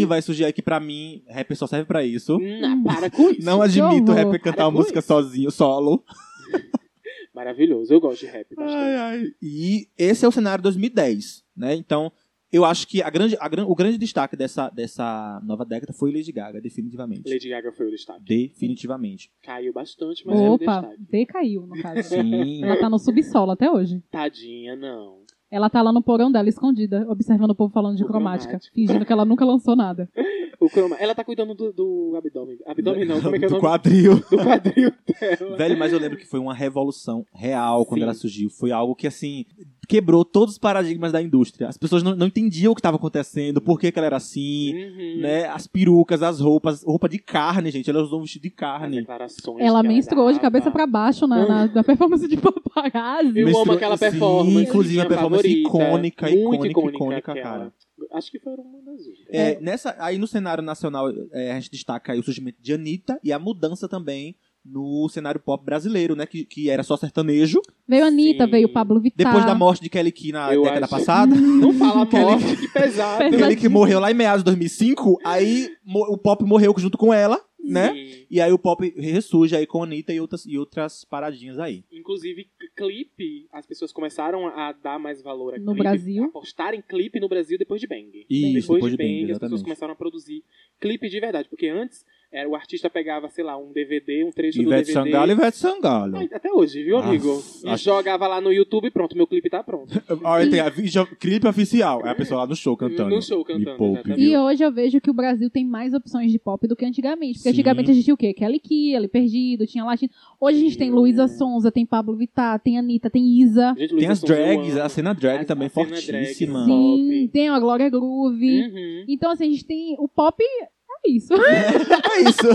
S4: Sim.
S2: vai surgir aqui pra mim. Rapper só serve pra isso.
S4: Não, Hum, para com isso.
S2: Hum. Não é- admito
S3: horror.
S2: rapper cantar
S4: Para
S2: uma
S4: com
S2: música
S4: isso.
S2: sozinho, solo.
S4: Maravilhoso, eu gosto de rap bastante.
S2: Ai, ai. E esse é o cenário 2010, né? Então, eu acho que a grande, a gran- o grande destaque dessa, dessa nova década foi Lady Gaga, definitivamente.
S4: Lady Gaga foi o destaque.
S2: Definitivamente.
S4: Caiu bastante, mas foi o
S3: assim, Opa,
S4: destaque.
S3: decaiu, no caso.
S2: Sim.
S3: Ela tá no subsolo até hoje.
S4: Tadinha, não.
S3: Ela tá lá no porão dela, escondida, observando o povo falando de
S4: O
S3: cromática,
S4: cromática.
S3: fingindo que ela nunca lançou nada.
S4: O croma... Ela tá cuidando do, do abdômen. Abdômen não, como é que é o
S2: Do
S4: nome?
S2: quadril.
S4: Do quadril dela.
S2: Velho, mas eu lembro que foi uma revolução real quando
S4: Sim.
S2: ela surgiu. Foi algo que, assim, quebrou todos os paradigmas da indústria. As pessoas não, não entendiam o que estava acontecendo, por que, que ela era assim,
S4: Uhum.
S2: né? As perucas, as roupas, roupa de carne, gente. Ela usou um vestido de
S4: As
S2: carne.
S4: declarações
S3: Ela
S4: que
S3: menstruou de
S4: dava.
S3: cabeça pra baixo na, na, na performance de paparazzi.
S4: Eu amo
S2: Menstruou-
S4: aquela
S2: sim,
S4: performance.
S2: inclusive a
S4: minha
S2: performance
S4: favorita.
S2: icônica,
S4: Muito
S2: icônica,
S4: icônica,
S2: icônica,
S4: aquela. Acho que foram uma das únicas.
S2: É, nessa, aí no cenário nacional é, a gente destaca aí o surgimento de Anitta e a mudança também no cenário pop brasileiro, né? Que, que era só sertanejo.
S3: Veio Anitta,
S4: Sim.
S3: veio Pablo Vittar.
S4: Tá.
S2: Depois da morte de Kelly Key na
S4: Eu
S2: década
S4: acho-
S2: passada.
S4: Não fala
S2: Kelly-
S4: morte, que pesado.
S2: Kelly que morreu lá em meados de 2005, aí mo- o pop morreu junto com ela, né?
S4: Sim.
S2: E aí o pop ressurge aí com Anitta e outras, e outras paradinhas aí.
S4: Inclusive, c- clipe, as pessoas começaram a a dar mais valor a
S3: No
S4: clipe,
S3: Brasil.
S4: a postar em clipe no Brasil depois de Bang.
S2: Isso,
S4: depois,
S2: Bang,
S4: de Bang, as pessoas
S2: exatamente.
S4: começaram a produzir clipe de verdade, porque antes era, o artista pegava, sei lá, um DVD, um trecho
S2: Ivete
S4: do DVD.
S2: Sangalo, Ivete Sangalo.
S4: Ai, Até hoje, viu,
S2: Ah,
S4: amigo? e
S2: acho-
S4: jogava lá no YouTube, pronto, meu clipe tá pronto.
S2: Olha, tem a vídeo- clipe oficial. É a pessoa lá no show cantando.
S4: No show cantando,
S2: Me poupe,
S4: exatamente.
S2: viu?
S3: E hoje eu vejo que o Brasil tem mais opções de pop do que antigamente. Porque
S2: Sim.
S3: antigamente a gente tinha o quê? Kelly Key, Ali Perdido, tinha Latino. Hoje a gente tem
S4: Sim.
S3: Luísa Sonza, tem Pablo Vittar, tem Anitta, tem Isa.
S4: Gente,
S2: Tem
S4: Luísa
S2: as
S4: Sonza, eu
S2: drags,
S4: amo.
S2: a cena drag
S4: As-
S2: também é
S4: a cena drag,
S2: fortíssima.
S4: sim.
S3: Sim,
S4: Pop.
S3: tem a Glória Groove.
S4: Uhum.
S3: Então, assim, a gente tem. O pop é isso.
S2: É isso.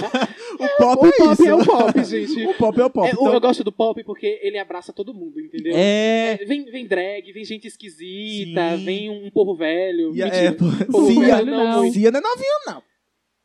S2: O pop
S4: O
S2: é
S4: pop é o
S2: isso.
S4: pop, gente.
S2: O pop é o pop.
S4: É,
S2: Então,
S4: Eu gosto do pop porque ele abraça todo mundo, entendeu?
S2: É.
S4: Vem, vem drag, vem gente esquisita,
S2: Sim.
S4: vem um povo velho.
S2: e a-
S4: Mentira.
S2: é, pô,
S4: Pô,
S2: Cia,
S4: velho, não.
S2: Cia não é novinha, não.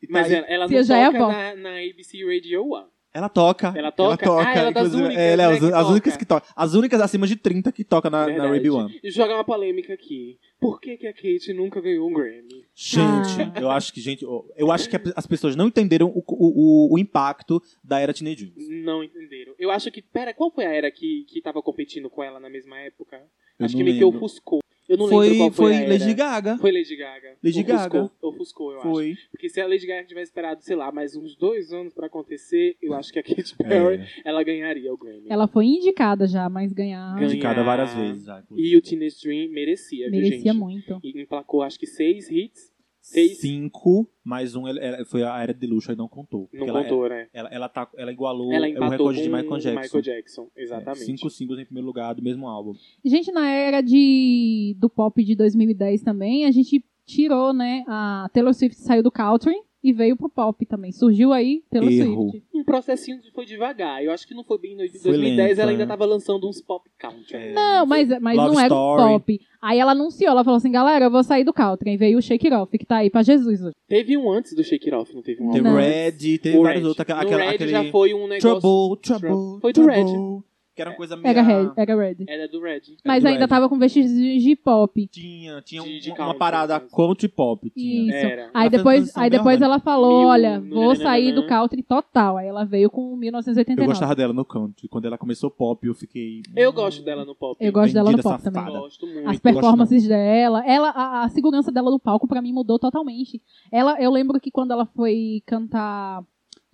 S2: E tá
S4: Mas
S2: aí-
S4: ela, ela
S3: Cia
S4: não
S3: já é
S4: toca
S3: avó.
S4: na, na ABC Radio 1.
S2: ela toca.
S4: Ela toca? Ah, ela é das
S2: inclusive.
S4: únicas,
S2: ela é
S4: né,
S2: as,
S4: que
S2: as
S4: toca.
S2: únicas que toca. As únicas acima de 30 que toca na, na
S4: Verdade.
S2: Ruby One.
S4: E jogar uma polêmica aqui. Por que, que a Kate nunca ganhou um Grammy?
S2: Gente,
S4: Ah.
S2: eu acho que, gente, eu- eu acho que a- as pessoas não entenderam o, o, o- o impacto da era Teenage Dream.
S4: Não entenderam. Eu acho que. Pera, qual foi a era que, que tava competindo com ela na mesma época?
S2: Eu
S4: acho
S2: não
S4: que meio que
S2: lembro.
S4: ofuscou. Eu não
S2: foi
S4: lembro qual foi,
S2: foi
S4: a era.
S2: Lady Gaga.
S4: Foi Lady Gaga.
S2: Lady
S4: ofuscou,
S2: Gaga.
S4: Ofuscou, eu acho.
S2: Foi.
S4: Porque se a Lady Gaga tivesse esperado, sei lá, mais uns dois anos pra acontecer, eu acho que a Katy Perry,
S2: É,
S4: ela ganharia o Grammy.
S3: Ela foi indicada já, mas ganhar
S4: Ganhou.
S2: indicada várias vezes. já, inclusive.
S4: E o Teenage Dream merecia, viu, gente?
S3: merecia muito.
S4: E emplacou, acho que seis hits. Seis.
S2: Cinco, mais um, ela- ela- foi a era de luxo, aí não contou.
S4: Não
S2: Porque ela- é-
S4: contou, né?
S2: Ela, ela, tá, ela igualou
S4: Ela
S2: o
S4: empatou
S2: recorde de
S4: com
S2: Michael Jackson.
S4: Michael Jackson,
S2: É,
S4: exatamente.
S2: cinco singles em primeiro lugar do mesmo álbum.
S3: Gente, na era de, do pop de 2010 também, a gente tirou, né? A Taylor Swift saiu do country e veio pro pop também. Surgiu aí Taylor
S2: Erro.
S3: Swift.
S4: Um processinho que foi devagar. Eu acho que não foi bem em
S2: Foi
S4: 2010,
S2: lento,
S4: ela
S2: né?
S4: ainda tava lançando uns pop country.
S2: É.
S3: Não, mas, mas
S2: Love
S3: não era o
S2: Story.
S3: pop. Aí ela anunciou, ela falou assim, galera, eu vou sair do country. Aí veio o Shake It Off, que tá aí pra Jesus hoje.
S4: Teve um antes do Shake It Off, não teve um
S2: Teve
S3: Não.
S2: Red,
S4: antes?
S2: teve
S4: O
S2: vários
S4: Red.
S2: outros. Aquela,
S4: No
S2: aquela-
S4: Red
S2: aquele
S4: já foi um negócio...
S2: Trouble, Trouble,
S4: Foi do
S2: Trouble.
S4: Red.
S2: Que era uma coisa meio.
S3: Era red, era red.
S4: Era do Red.
S3: Mas
S2: do
S3: ainda
S2: É Red.
S3: tava com vestígios de pop.
S2: Tinha, tinha
S4: De-
S2: um-
S4: de
S2: uma
S4: country,
S2: parada
S4: mas-
S2: country pop. Tinha.
S3: Isso.
S4: Era.
S3: Aí
S2: Ela fez
S3: depois,
S2: transição
S3: aí
S2: bem
S3: depois ela falou,
S4: Mil-
S3: olha,
S4: nananana.
S3: vou sair do country total. Aí ela veio com
S2: Eu
S3: 1989.
S2: gostava dela no country. Quando ela começou pop, eu fiquei.
S4: Eu gosto dela no pop.
S3: Eu gosto dela no
S2: Vendida
S3: pop
S2: safada.
S3: também.
S4: Gosto muito.
S3: As
S2: gosto não.
S3: performances dela, ela, a, a segurança dela no palco pra mim mudou totalmente. Ela, eu lembro que quando ela foi cantar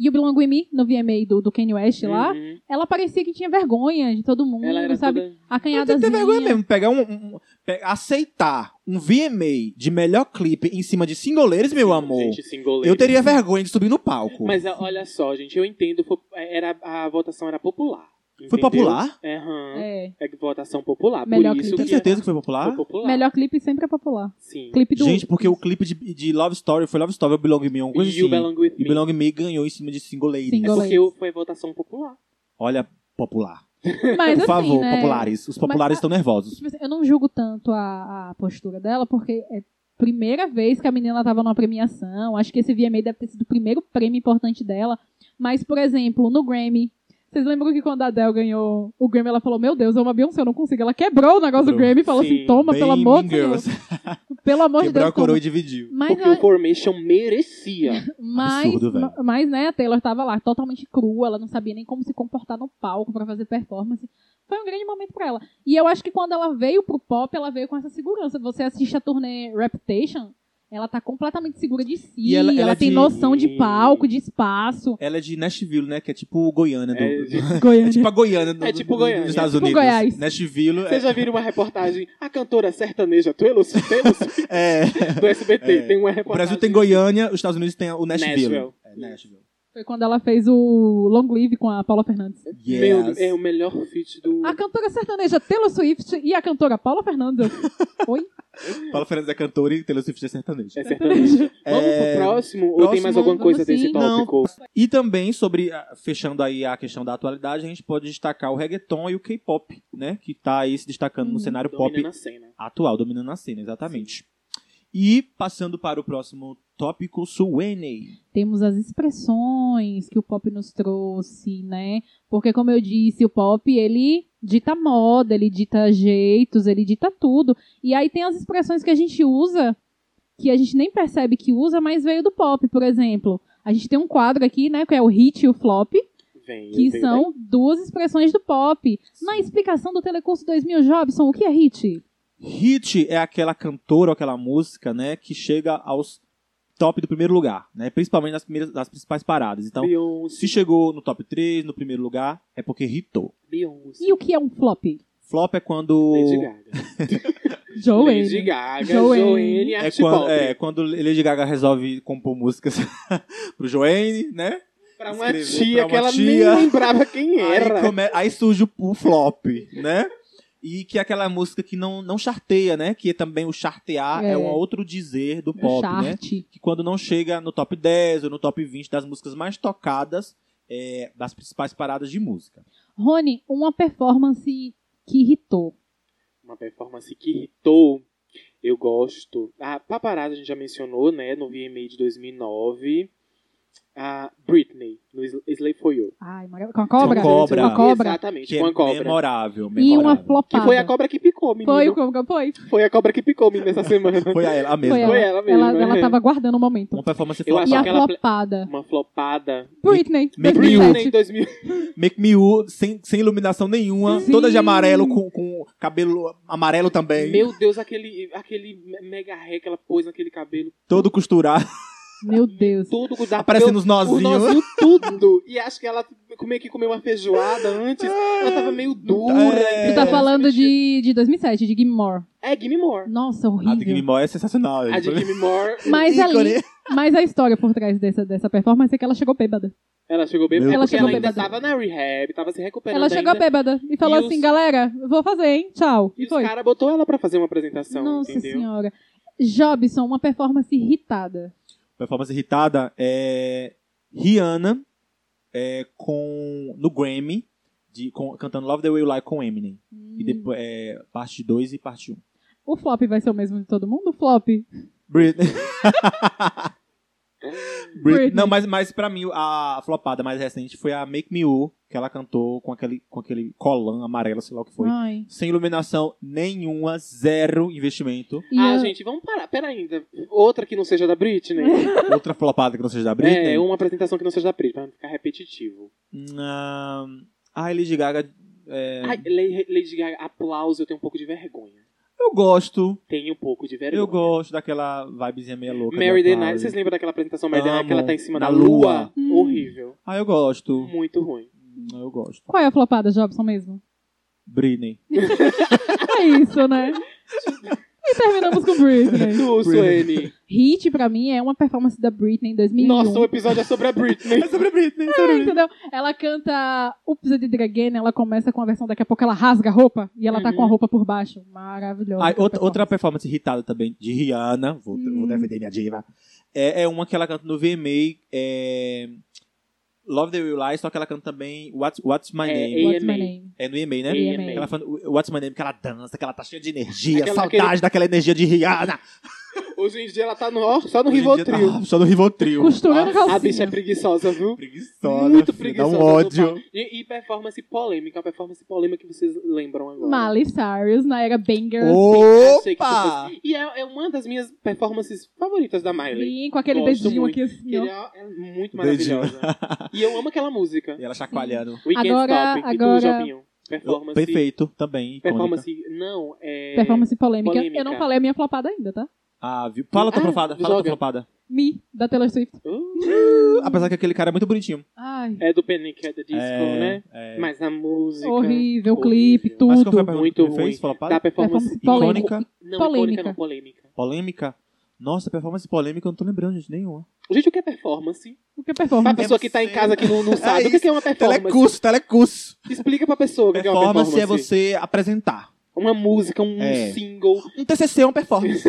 S3: You Belong With Me no VMA do, do Kanye West lá,
S4: Uhum.
S3: ela parecia que tinha vergonha de todo mundo,
S4: Ela era
S3: Hum, sabe?
S2: Eu
S4: toda...
S2: tenho que ter
S3: Acanhadazinha.
S2: vergonha mesmo. Pegar um, um- pe- aceitar um VMA de melhor clipe em cima de singoleiros, meu amor.
S4: Gente, singoleira.
S2: eu teria vergonha de subir no palco.
S4: Mas ó, olha só, gente, eu entendo. foi- era, a votação era popular.
S2: Foi
S4: entendeu?
S2: popular?
S4: É, aham.
S3: É.
S4: é votação popular.
S3: Melhor
S4: por
S3: clipe.
S4: isso
S2: Tem
S4: que é
S2: certeza que foi popular?
S4: foi popular.
S3: Melhor clipe sempre é popular.
S4: Sim.
S3: Clipe do
S2: Gente, porque o clipe de, de Love Story foi Love Story, ou Belong Me, alguma coisa
S4: E You
S2: assim.
S4: Belong With
S2: E
S4: Me.
S2: Belong Me ganhou em cima de singoleiros.
S4: É
S3: Single-
S4: porque eu- foi votação popular.
S2: Olha, popular.
S3: Mas,
S2: Por favor,
S3: assim, né,
S2: populares. Os populares
S3: Mas-
S2: estão nervosos.
S3: tipo assim, eu não julgo tanto a, a postura dela, porque é a primeira vez que a menina tava numa premiação. Acho que esse VMA deve ter sido o primeiro prêmio importante dela. Mas, por exemplo, no Grammy. Vocês lembram que quando a Adele ganhou o Grammy, ela falou: Meu Deus, é uma Beyoncé, eu não consigo. Ela quebrou o negócio do
S2: Quebrou.
S3: Grammy e falou
S4: Sim,
S3: assim: Toma,
S2: Bem
S3: pelo amor de
S2: Mean
S3: Deus.
S2: Girls.
S3: Pelo amor de
S2: Quebrou
S3: Deus.
S2: a coroa
S3: Toma.
S2: e dividiu.
S3: Mas,
S4: Porque
S3: ela-
S4: o Formation merecia.
S3: mas,
S2: Absurdo, velho.
S3: mas, né, a Taylor tava lá totalmente crua, ela não sabia nem como se comportar no palco pra fazer performance. Foi um grande momento pra ela. E eu acho que quando ela veio pro pop, ela veio com essa segurança. Você assiste a turnê Reputation, ela tá completamente segura de si,
S2: E ela-
S3: ela,
S2: ela é
S3: tem
S2: de-
S3: noção de palco, de espaço.
S2: Ela é de Nashville, né? Que é tipo Goiânia. Do...
S4: É,
S2: É,
S3: Goiânia.
S2: tipo a Goiânia do-
S4: É tipo
S2: do-
S4: Goiânia.
S2: dos Estados
S3: Tipo
S2: Unidos.
S3: Goiás.
S2: Nashville é...
S4: Vocês já viram uma reportagem? A cantora sertaneja Tuelos Tuelos
S2: é...
S4: do SBT.
S2: É.
S4: Tem uma
S2: O
S4: reportagem.
S2: Brasil tem Goiânia, os Estados Unidos tem o Nashville.
S4: Nashville.
S2: É, Nashville.
S3: Foi quando ela fez o Long Live com a Paula Fernandes.
S2: Yes.
S4: Meu Deus, é o melhor feat do.
S3: A cantora sertaneja Taylor Swift e a cantora Paula Fernandes. Oi?
S2: Paula Fernandes é cantora e Taylor Swift é sertaneja.
S3: tá
S4: É sertaneja. Vamos
S2: É.
S4: pro próximo? Ou tem
S2: Próximo,
S4: mais alguma
S3: vamos
S4: coisa desse
S3: sim.
S2: Não.
S4: tópico?
S2: E também sobre, ah, fechando aí a questão da atualidade, a gente pode destacar o reggaeton e o K-pop, né? Que tá aí se destacando
S3: Hum.
S2: no cenário
S4: Dominando
S2: é pop
S4: a cena.
S2: atual, dominando a cena, exatamente. E passando para o próximo tópico, Suene.
S3: temos as expressões que o pop nos trouxe, né? Porque como eu disse, o pop ele dita moda, ele dita jeitos, ele dita tudo. E aí tem as expressões que a gente usa que a gente nem percebe que usa, mas veio do pop, por exemplo. A gente tem um quadro aqui, né, que é o hit e o flop,
S4: Vem.
S3: que
S4: vem,
S3: são duas expressões do pop. Na explicação do Telecurso 2000, Jobson, o que é hit?
S2: Hit é aquela cantora ou aquela música, né? Que chega aos top do primeiro lugar, né? Principalmente nas, primeiras, nas principais paradas.
S4: vem.
S2: Então,
S4: Beyoncé.
S2: se chegou no top 3, no primeiro lugar, é porque hitou.
S4: Beyoncé.
S3: E o que é um flop?
S2: Flop é quando.
S4: Lady Gaga.
S3: Joey.
S4: Lady Gaga.
S3: Joanne.
S4: Joanne.
S2: É
S4: Art
S2: quando,
S4: Pop.
S2: é, quando Lady Gaga resolve compor músicas pro Joanne, né?
S4: Pra uma
S2: escrever pra
S4: tia
S2: uma
S4: que ela
S2: tia.
S4: nem lembrava quem
S2: Aí,
S4: era.
S2: come- aí surge o, o flop, né? E que é aquela música que não, não charteia, né? Que é também o chartear é.
S3: É.
S2: um outro dizer do
S3: É
S2: pop, né?
S3: chart.
S2: Que quando não chega no top 10 ou no top 20 das músicas mais tocadas é, das principais paradas de música.
S3: Rony, uma performance que irritou.
S4: uma performance que irritou, eu gosto. A Paparazzi a gente já mencionou, né, no VMA de 2009. A Britney, no Sl- Slay For You.
S3: Ai, maravilha. Com a cobra?
S2: Com a cobra.
S3: Com a cobra.
S4: Exatamente,
S2: Que
S4: com
S2: é
S4: a cobra.
S2: memorável,
S3: E
S2: memorável.
S3: uma flopada.
S4: Que foi a cobra que picou, menino.
S3: Foi o cobra, foi.
S4: Foi a cobra que picou, menino, essa semana.
S2: Foi a ela a mesma.
S3: Foi
S4: Foi
S3: ela.
S4: ela mesma,
S3: Ela,
S4: é.
S3: ela tava guardando o momento.
S2: Uma performance
S4: Eu acho
S3: E
S2: flopada.
S3: a
S4: que ela ple-
S3: flopada.
S4: Uma flopada.
S3: Britney.
S2: Make me
S3: 2007.
S4: Britney 2000.
S2: Make Me U, sem, sem iluminação nenhuma,
S3: Sim.
S2: toda de amarelo, com, com cabelo amarelo também,
S4: Meu Deus, aquele, aquele me- mega ré que ela pôs naquele cabelo.
S2: todo costurado,
S3: Meu Deus.
S4: Tudo com da
S2: aparecendo os
S4: o
S2: nozinhos.
S4: nozinho tudo. E acho que ela meio que comeu uma feijoada antes. Ela tava meio dura.
S2: É.
S3: Tu tá falando de, de 2007, de Gimme More.
S4: É, Gimme More.
S3: Nossa,
S2: A de Gimme
S3: horrível.
S2: More é sensacional.
S4: A de Gimme More.
S3: Mas
S2: Ícone.
S3: ali, mas a história por trás dessa, dessa performance é que ela chegou bêbada.
S4: Ela chegou bem,
S2: Meu
S4: é
S3: Ela
S4: porque
S3: chegou
S4: ela ainda
S3: bêbada.
S4: tava na rehab, tava se recuperando
S3: Ela chegou
S4: ainda.
S3: bêbada e falou
S4: E os-
S3: assim, galera, vou fazer, hein? Tchau. E
S4: E os
S3: foi.
S4: caras botou ela pra fazer uma apresentação,
S3: Nossa
S4: entendeu?
S3: senhora. Jobson, uma performance irritada.
S2: Performance irritada é Rihanna é, com, no Grammy, de, com- cantando Love the Way You Lie com Eminem.
S4: Hum.
S2: E depois, é, parte 2 e parte 1. Um.
S3: O flop vai ser o mesmo de todo mundo? O flop?
S2: Britney.
S3: Britney.
S2: Não, mas, mas pra mim, a flopada mais recente foi a Make Me U, que ela cantou com aquele, com aquele colã amarelo, sei lá o que foi.
S3: Ai.
S2: Sem iluminação nenhuma, zero investimento.
S3: E
S4: ah,
S3: eu-
S4: gente, vamos parar. Pera ainda. Outra que não seja da Britney.
S2: Outra flopada que não seja da Britney.
S4: É, uma apresentação que não seja da Britney, pra não ficar repetitivo.
S2: Ah, a Lady Gaga. é,
S4: Ai, Le- Lady Gaga, aplauso, eu tenho um pouco de vergonha.
S2: eu gosto.
S4: Tenho um pouco de vergonha.
S2: Eu gosto daquela vibezinha meia louca.
S4: Mary
S2: da
S4: the
S2: Kylie.
S4: Night. Vocês lembram daquela apresentação Mary the Night que
S2: Amo.
S4: ela tá em cima
S2: Na
S4: da lua?
S2: lua.
S3: Hum.
S4: Horrível.
S2: Ah, eu gosto.
S4: Muito ruim.
S2: Eu gosto.
S3: Qual é a flopada, Jobson, mesmo?
S2: Britney.
S3: É isso, né? e terminamos com Britney.
S4: Tu, Suene.
S3: Hit, pra mim, é uma performance da Britney em 2001.
S4: Nossa, o episódio é sobre a Britney.
S2: É sobre a Britney. é
S3: É,
S2: sobre a Britney.
S3: um. entendeu? Ela canta Oops, I Did It Again, ela começa com a versão, daqui a pouco ela rasga a roupa e ela tá
S4: Uhum.
S3: com a roupa por baixo. Maravilhosa.
S2: Ah,
S3: essa
S2: outra, outra
S3: performance.
S2: performance irritada também, de Rihanna, vou,
S3: Hum.
S2: vou defender minha diva, é, é uma que ela canta no VMA, é, Love the Real Lie, só que ela canta também What's, What's My
S4: É,
S2: Name,
S3: What's My
S4: AMA.
S3: Name?
S2: é no EMA, né?
S3: AMA.
S2: Que Ela fala, What's My Name, que ela dança, que ela tá cheia de energia,
S4: Aquela-
S2: saudade daquela energia de Rihanna.
S4: Hoje em dia ela tá no, ó, só no
S2: Hoje em dia tá-
S4: Rivotril.
S2: só no Rivotril.
S3: Costurando
S2: Nossa,
S4: A bicha é
S3: calcinha.
S4: preguiçosa, viu?
S2: Preguiçosa.
S4: Muito
S2: filha, Dá
S4: preguiçosa,
S2: um
S4: não
S2: ódio.
S4: E, e performance polêmica, a performance polêmica que vocês lembram agora.
S3: Miley Cyrus na era Banger.
S4: Achei que
S2: Opa!
S4: tu fosse- E é, é uma das minhas performances favoritas da Miley.
S3: Sim, com aquele
S4: Gosto
S3: dedinho
S4: muito.
S3: aqui assim, ó.
S4: Ela é muito
S2: Beijinho.
S4: maravilhosa. Hum. E eu amo aquela música.
S2: E ela chacoalhando.
S4: We Can't
S3: Agora-
S4: Stop.
S3: agora-
S4: E tu, Jobinho? Performance.
S2: Perfeito, também. icônica.
S4: Performance. Não, é.
S3: Performance polêmica.
S4: polêmica.
S3: Eu não falei a minha flopada ainda, tá?
S2: Ah, viu? Fala tua
S4: Ah,
S2: profada, fala tua
S4: joga.
S2: profada.
S3: Me, da Taylor Swift.
S4: Uh,
S2: Apesar que aquele cara é muito bonitinho.
S3: Ai,
S4: é do Panic! at the Disco,
S2: É,
S4: né?
S2: é.
S4: Mas a música.
S3: horrível,
S4: horrível.
S3: clipe, tudo.
S2: Mas qual foi a pergunta
S4: Muito
S2: que ele
S4: ruim.
S2: fez? Flopada?
S4: Da performance.
S3: Performance polêmica.
S2: Icônica?
S4: Não,
S3: Polêmica.
S4: icônica, não, polêmica.
S2: Polêmica? Nossa, performance polêmica eu não tô lembrando, gente, nenhuma.
S4: Gente, o que é performance?
S3: O que é
S4: Pra
S3: performance?
S4: pessoa que tá em
S2: você-
S4: casa que não, não sabe, o que que é uma performance?
S2: telecurso.
S4: Explica pra pessoa o que que é uma
S2: Performance
S4: performance.
S2: é você apresentar.
S4: Uma música, um
S2: É.
S4: single.
S2: Um TCC é uma performance.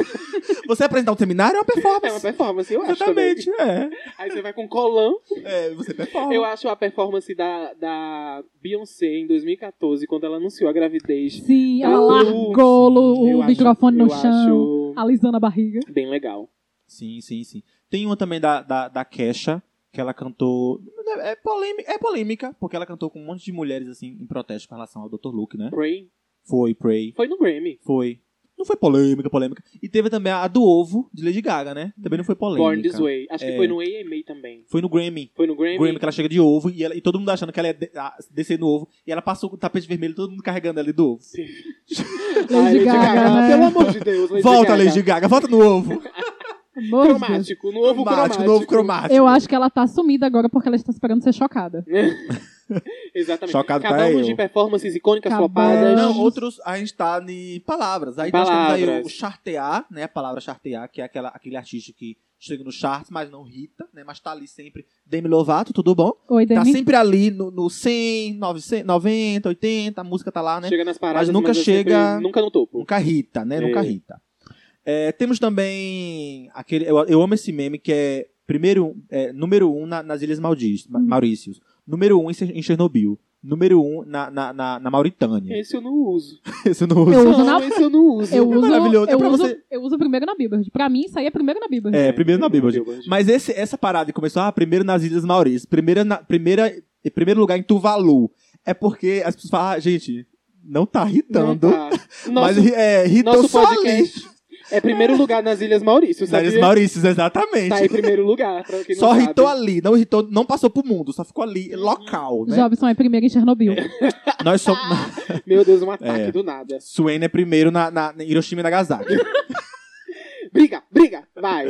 S2: você apresentar um seminário é uma
S4: É uma
S2: performance.
S4: performance, eu acho também.
S2: Exatamente, é.
S4: Aí você vai com colã.
S2: É, você performa.
S4: Eu acho a performance da, da Beyoncé em 2014, quando ela anunciou a gravidez.
S3: Sim, ela
S4: Eu- assim,
S3: largou o-
S4: Eu
S3: o
S4: acho-
S3: microfone no
S4: eu
S3: chão,
S4: acho
S3: alisando a barriga.
S4: bem legal.
S2: Sim, sim, sim. Tem uma também da, da, da Kesha, que ela cantou... É polêmica, é polêmica, porque ela cantou com um monte de mulheres, assim, em protesto com relação ao Dr. Luke, né?
S4: Pray
S2: Foi, Pray.
S4: foi no Grammy.
S2: Foi. Não foi polêmica, polêmica. E teve também a do ovo de Lady Gaga, né? Também não foi polêmica.
S4: Born This Way. Acho
S2: É.
S4: que foi no AMA também.
S2: Foi no Grammy.
S4: Foi no Grammy.
S2: Grammy que ela chega de ovo e, ela- e todo mundo achando que ela ia de- a- descer no ovo. E ela passou com o tapete vermelho, todo mundo carregando ela do ovo.
S4: Ai,
S3: Lady Gaga, né?
S4: Pelo amor de Deus, Lady
S2: volta,
S4: Gaga.
S2: Lady é, Gaga, volta no ovo.
S3: Amor de Deus.
S4: Cromático, no ovo cromático.
S2: novo cromático.
S3: Eu acho que ela tá sumida agora porque ela está esperando ser chocada.
S4: Tá Exatamente.
S2: Chocado tá
S4: Acabamos de
S2: eu.
S4: performances icônicas
S3: Acabamos.
S4: flopadas.
S2: É, Não, outros, a gente tá em palavras. Aí nós temos aí o
S4: Palavras.
S2: chartear, né? A palavra chartear, que é aquela, aquele artista que chega no charts, mas não irrita, né? Mas tá ali sempre. Demi Lovato, tudo bom?
S3: Oi,
S2: Tá
S3: Demi.
S2: sempre ali no, no 100, 900, 90, 80, a música tá lá, né?
S4: Chega nas paradas,
S2: nunca
S4: é
S2: chega-
S4: sempre- Nunca no topo.
S2: Nunca irrita, né?
S4: É.
S2: Nunca irrita. É, temos também aquele. Eu, eu amo esse meme que é primeiro, é, número um na- nas Ilhas Maldis, Ma-
S4: Uhum.
S3: Hum.
S2: Maurícios. Número um em, Cher- em Chernobyl. Número um na, na, na, na Mauritânia.
S4: Esse eu não uso.
S2: Esse eu não uso.
S3: Eu uso na-
S4: Esse eu não uso.
S3: Eu uso,
S2: maravilhoso. É
S3: eu,
S2: pra
S3: uso,
S2: você-
S3: eu uso primeiro na Billboard. Pra mim, isso aí é primeiro na Billboard.
S2: É, primeiro na Bíblia.
S4: Billboard.
S2: Mas esse, essa parada que começou, ah, primeiro nas Ilhas Maurícias, primeira na- primeira, em primeiro lugar em Tuvalu. É porque as pessoas falam, ah, gente, não tá
S4: Não
S2: irritando.
S4: tá.
S2: Mas
S4: Nosso,
S2: é, irritou
S4: nosso
S2: só ali.
S4: podcast é primeiro lugar nas Ilhas Maurício,
S2: Nas
S4: sabe?
S2: Ilhas Maurícias, exatamente.
S4: Tá em primeiro lugar, pra quem não
S2: Só
S4: sabe.
S2: irritou ali, não irritou, não passou pro mundo, só ficou ali, local, né?
S3: Jobson é primeiro em Chernobyl.
S2: Nós somos.
S4: Meu Deus, um ataque
S2: É.
S4: do nada.
S2: Suene é primeiro na, na, em Hiroshima e Nagasaki.
S4: Briga, briga, vai.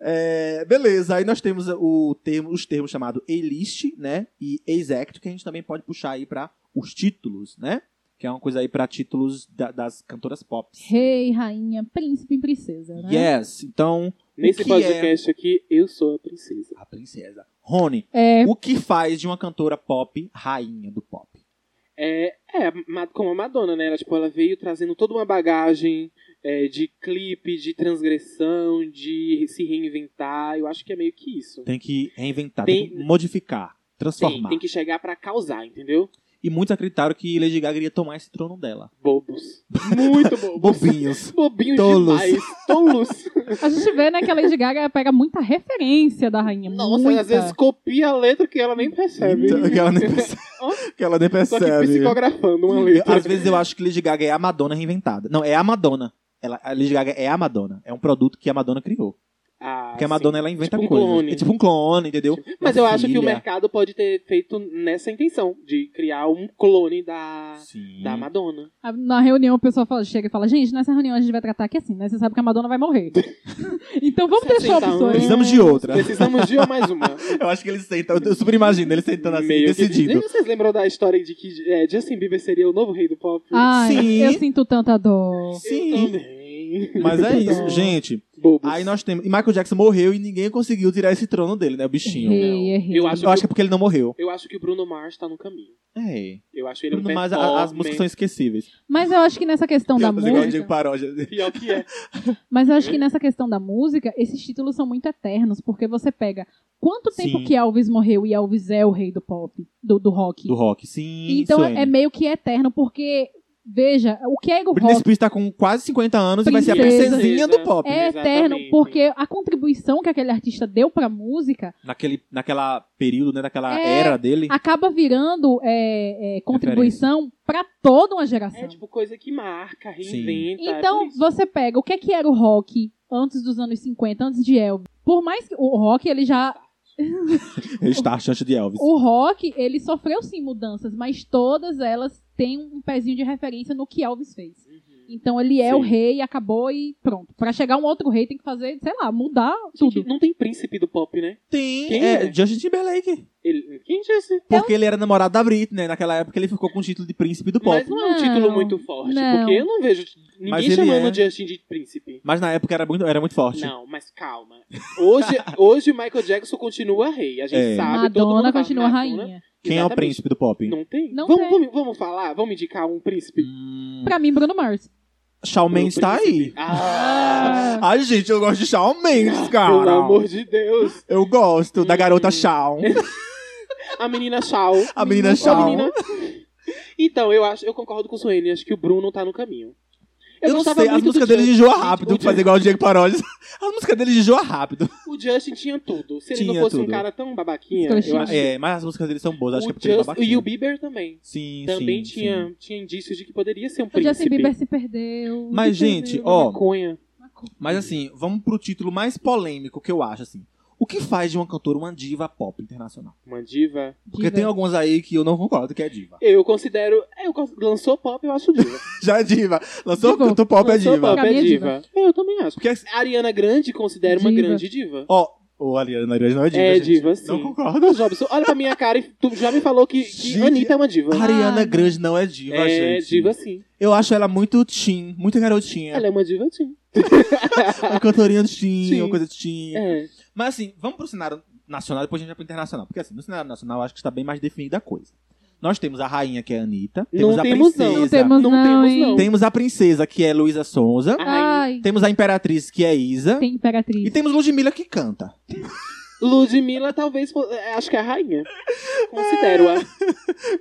S2: É, beleza, aí nós temos o termo, os termos chamado A-list, né? E exact, que a gente também pode puxar aí pra os títulos, né? Que é uma coisa aí pra títulos da- das cantoras pop.
S3: Rei, rainha, príncipe e princesa, né?
S2: Yes, então,
S4: Nesse
S2: que é?
S4: podcast aqui, eu sou a princesa.
S2: a princesa. Rony,
S3: É,
S2: o que faz de uma cantora pop rainha do pop?
S4: É, é ma- como a Madonna, né? Ela, tipo, ela veio trazendo toda uma bagagem é, de clipe, de transgressão, de se reinventar. Eu acho que é meio que isso.
S2: Tem que reinventar, tem,
S4: Tem-
S2: que modificar, transformar.
S4: Tem, tem que chegar pra causar, entendeu?
S2: E muitos acreditaram que Lady Gaga iria tomar esse trono dela.
S4: Bobos. Muito bobos.
S2: Bobinhos.
S4: Bobinhos
S2: Tolos.
S4: demais. Tolos.
S3: A gente vê, né, que a Lady Gaga pega muita referência da rainha.
S4: Nossa,
S3: É muita.
S4: às vezes copia a letra que ela nem percebe.
S2: Então, que ela nem percebe. que ela nem
S4: É Só que
S2: percebe.
S4: psicografando uma letra.
S2: Às vezes eu acho que Lady Gaga é a Madonna reinventada. Não, é a Madonna. Ela, a Lady Gaga é a Madonna. É um produto que a Madonna criou.
S4: Ah,
S2: Porque a
S4: sim.
S2: Madonna, ela inventa
S4: Tipo um
S2: coisas.
S4: clone.
S2: É tipo um clone, entendeu?
S4: Mas
S2: Uma
S4: eu acho que o
S2: filha.
S4: mercado pode ter feito nessa intenção, de criar um clone da,
S2: Sim.
S4: da Madonna.
S3: A- Na reunião o pessoal fala- chega e fala, gente, nessa reunião a gente vai tratar aqui assim, né? Você sabe que a Madonna vai morrer. então vamos deixar
S4: 60
S3: opções.
S4: anos.
S2: Precisamos de outra.
S4: Precisamos de mais uma.
S2: Eu acho que eles sentam. Eu super imagino eles sentando assim, decidindo.
S4: Que... Vocês lembram da história de que é, Justin Bieber seria o novo rei do pop?
S3: Ai,
S2: Sim.
S3: eu sinto tanta dor.
S4: Eu
S2: Sim.
S4: também.
S2: Mas é isso,
S3: Não.
S2: gente.
S4: Bobos.
S2: Aí nós temos. E Michael Jackson morreu e ninguém conseguiu tirar esse trono dele, né? O bichinho.
S3: Errei, errei.
S4: Eu acho,
S2: Eu acho que é porque ele não morreu.
S4: eu acho que o Bruno Mars tá no caminho.
S2: É.
S4: Eu acho ele um
S2: Bruno Mars, a- as
S4: performer.
S2: músicas são esquecíveis.
S3: Mas eu acho que nessa questão
S4: é
S3: da
S2: Piadas igual o Diego
S3: música.
S2: Paródia.
S4: Pior que é.
S3: Mas eu acho que nessa questão da música, esses títulos são muito eternos, porque você pega quanto tempo
S2: Sim.
S3: que Elvis morreu e Elvis é o rei do pop, do, do rock.
S2: Do rock, sim.
S3: então é,
S2: Suene.
S3: é meio que eterno, porque, veja, o que é o
S2: Britney
S3: rock
S2: Spears tá com quase 50 anos e vai ser a
S3: Princesa.
S2: princesinha do pop.
S3: é eterno,
S4: Exatamente.
S3: porque a contribuição que aquele artista deu pra música
S2: Naquele, naquela período, né? Naquela
S3: É,
S2: era dele.
S3: acaba virando é, é, contribuição pra toda uma geração.
S4: É tipo coisa que marca,
S2: Sim.
S4: reinventa. é por
S3: Então,
S4: isso.
S3: você pega o que é que era o rock antes dos anos 50, antes de Elvis. Por mais que o rock, ele já.
S2: Restart antes de Elvis.
S3: O rock, ele sofreu sim mudanças, mas todas elas têm um pezinho de referência no que Elvis fez.
S4: Uhum.
S3: Então ele é
S2: Sim.
S3: o rei, acabou e pronto. Pra chegar um outro rei tem que fazer, sei lá, mudar
S4: Gente,
S3: tudo.
S4: não tem príncipe do pop, né?
S2: Tem.
S4: Quem
S2: É,
S4: é?
S2: Justin Timberlake.
S4: Ele... Quem disse?
S3: Então-
S2: Porque ele era namorado da Britney. né, Naquela época ele ficou com o título de príncipe do pop.
S4: Mas
S2: Mas,
S4: não, é um
S3: Não,
S4: título muito forte,
S3: não.
S4: porque eu não vejo
S2: Mas
S4: ninguém
S2: ele
S4: chamando
S2: é.
S4: o Justin de príncipe.
S2: na época era muito, era muito forte.
S4: Não, mas calma. Hoje, hoje o Michael Jackson continua rei. A gente
S2: É.
S4: sabe, todo mundo
S3: Madonna
S4: fala,
S3: continua
S4: Madonna,
S3: rainha.
S2: Quem é o
S4: exatamente.
S2: príncipe do pop?
S4: Não tem?
S3: Não
S4: vamos,
S3: tem.
S4: Vamos, vamos falar? Vamos indicar um príncipe? Um
S2: Hum,
S3: Pra mim, Bruno Mars.
S2: Shawn Mendes tá aí.
S4: Ah,
S2: Ai, gente, eu gosto de Shawn Mendes, cara.
S4: pelo amor de Hum. Deus.
S2: Eu gosto da garota Shawn.
S4: A menina Shaw.
S2: A menina
S4: Ô,
S2: Shawn.
S4: menina. Então, eu acho, eu concordo com o Suene, acho que o Bruno tá no caminho.
S2: Eu, não
S4: gostava
S2: sei, as
S4: muito do
S2: músicas dele
S4: Justin.
S2: enjoa
S4: Gente,
S2: rápido,
S4: o Ju-
S2: fazer igual o Diego Paródia. As músicas dele enjoa rápido.
S4: O Justin tinha tudo. Se ele não
S2: Tinha
S4: fosse um
S2: tudo.
S4: cara tão babaquinha,
S3: Escrochinho.
S4: eu acho
S2: É, mas as músicas dele são boas, acho que é
S4: o
S2: porque ele é
S4: Justin-
S2: babaquinho.
S4: E o Bieber também.
S2: Sim,
S4: também
S2: sim,
S4: tinha,
S2: sim.
S4: tinha indícios de que poderia ser um
S3: O
S4: príncipe.
S3: Justin Bieber se perdeu.
S2: Mas,
S3: se
S2: gente,
S3: perdeu.
S2: ó,
S4: Maconha.
S2: Mas assim, vamos pro título mais polêmico que eu acho, assim. O que faz de uma cantora uma diva pop internacional?
S4: Uma diva.
S2: Porque
S3: Diva.
S2: tem algumas aí que eu não concordo que é diva.
S4: Eu considero. Eu cons- lançou pop, eu acho diva.
S2: Já é diva. Lançou
S3: Diva.
S2: cantor pop, é
S4: lançou
S2: diva.
S4: pop,
S3: Pra mim
S4: é
S3: é
S4: diva. Eu também acho.
S2: Porque, é assim,
S4: A Ariana Grande considera uma
S3: Diva.
S4: grande diva.
S2: ó, o Ariana Grande não é diva,
S4: É
S2: gente.
S4: diva, sim.
S2: Não concordo.
S4: Ô, Jobson, olha pra minha cara e tu já me falou que, que
S2: Gente,
S4: Anitta é uma diva.
S3: Ah,
S2: Ariana
S3: não.
S2: Grande não é diva,
S4: É
S2: gente.
S4: diva sim.
S2: Eu acho ela muito teen, muito garotinha.
S4: Ela é uma diva sim.
S2: Uma cantorinha teen,
S4: Sim.
S2: uma coisa teen.
S4: É.
S2: Mas assim, vamos pro cenário nacional, depois a gente vai pro internacional. Porque assim, no cenário nacional eu acho que está bem mais definida a coisa. Nós temos a rainha, que é a Anitta. Temos
S4: não
S2: a
S4: temos
S2: princesa.
S4: não.
S3: Não temos
S4: não,
S3: não,
S4: temos
S3: hein?
S4: não.
S2: Temos a princesa, que é Luísa Sonza.
S4: Ai,
S3: Ai,
S2: Temos a imperatriz, que é Isa.
S3: tem Imperatriz.
S2: E temos Ludmilla, que canta.
S4: Ludmilla talvez, fo- é, acho que é a rainha. Considero-a.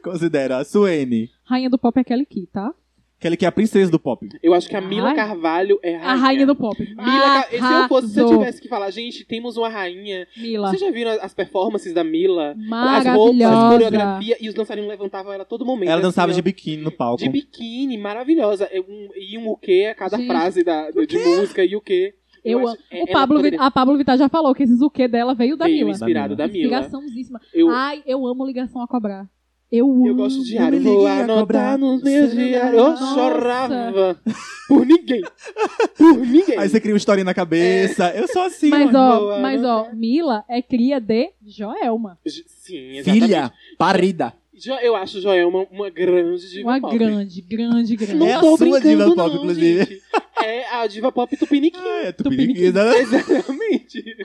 S2: Considera a Suene,
S3: Rainha do pop é aquela aqui, tá?
S2: que ela que é a princesa do pop.
S4: Eu acho que a Mila
S3: Ai.
S4: Carvalho é a rainha.
S3: A rainha do pop.
S4: Mila, Ca- Ah, se eu fosse, se eu
S3: Arrasou.
S4: tivesse que falar, gente, temos uma rainha.
S3: Mila.
S4: Vocês já viram as performances da Mila? As roupas, a
S3: Maravilhosa.
S4: coreografia e os dançarinos levantavam ela a todo momento.
S2: Ela
S4: assim,
S2: dançava
S4: ó,
S2: de biquíni no palco.
S4: de biquíni, maravilhosa. É um- e um o quê a cada
S3: Gente.
S4: frase da, de música e o quê.
S3: Eu
S4: acho-
S3: amo.
S4: é-
S3: O
S4: ela
S3: Pablo,
S4: poderia-
S3: Vi- A Pablo Vittar já falou que esses o que dela veio da
S4: veio
S3: Mila.
S4: inspirado da Mila.
S3: Inspiraçãozíssima.
S4: Eu,
S3: Ai, eu amo ligação a cobrar. Eu
S4: eu
S3: amo.
S4: gosto de diário.
S2: me
S4: Vou
S2: liguei a
S4: anotar
S2: cobrar.
S4: nos meus
S2: Celular.
S4: diários. Eu
S3: Nossa.
S4: chorava. Por ninguém. Por ninguém.
S2: Aí você cria uma historinha na cabeça. Eu sou assim,
S3: Mas
S2: mano.
S3: ó,
S4: boa,
S3: mas ó, Mila é cria de Joelma.
S4: Sim, exatamente.
S2: Filha, parida.
S4: Jo- Eu acho Joelma uma grande diva
S3: Uma
S4: pop.
S3: grande, grande, grande.
S4: Não
S2: É a sua
S4: tô brincando,
S2: diva
S4: não,
S2: pop, inclusive.
S4: gente. É a diva pop tupiniquim.
S2: Ah, é
S3: Tupiniquim.
S2: tupiniquina, né?
S4: Exatamente.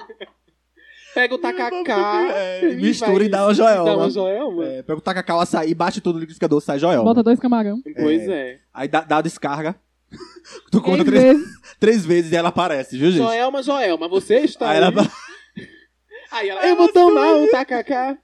S4: Pega o tacacá.
S2: É, mistura e dá uma
S4: Dá
S2: joelma.
S4: uma joelma.
S2: É, pega o tacacá, o açaí, bate tudo no liquidificador, é sai joelma.
S3: Bota dois camarão.
S4: Pois é.
S2: Aí dá, dá a descarga. tu conta
S3: Três
S2: três,
S3: vezes.
S2: três vezes e ela aparece, viu, gente?
S4: Joelma, Joelma, você está
S2: É. Aí
S4: aí.
S2: ela...
S4: Aí ela,
S2: Eu
S4: eu vou tomar um tacacá.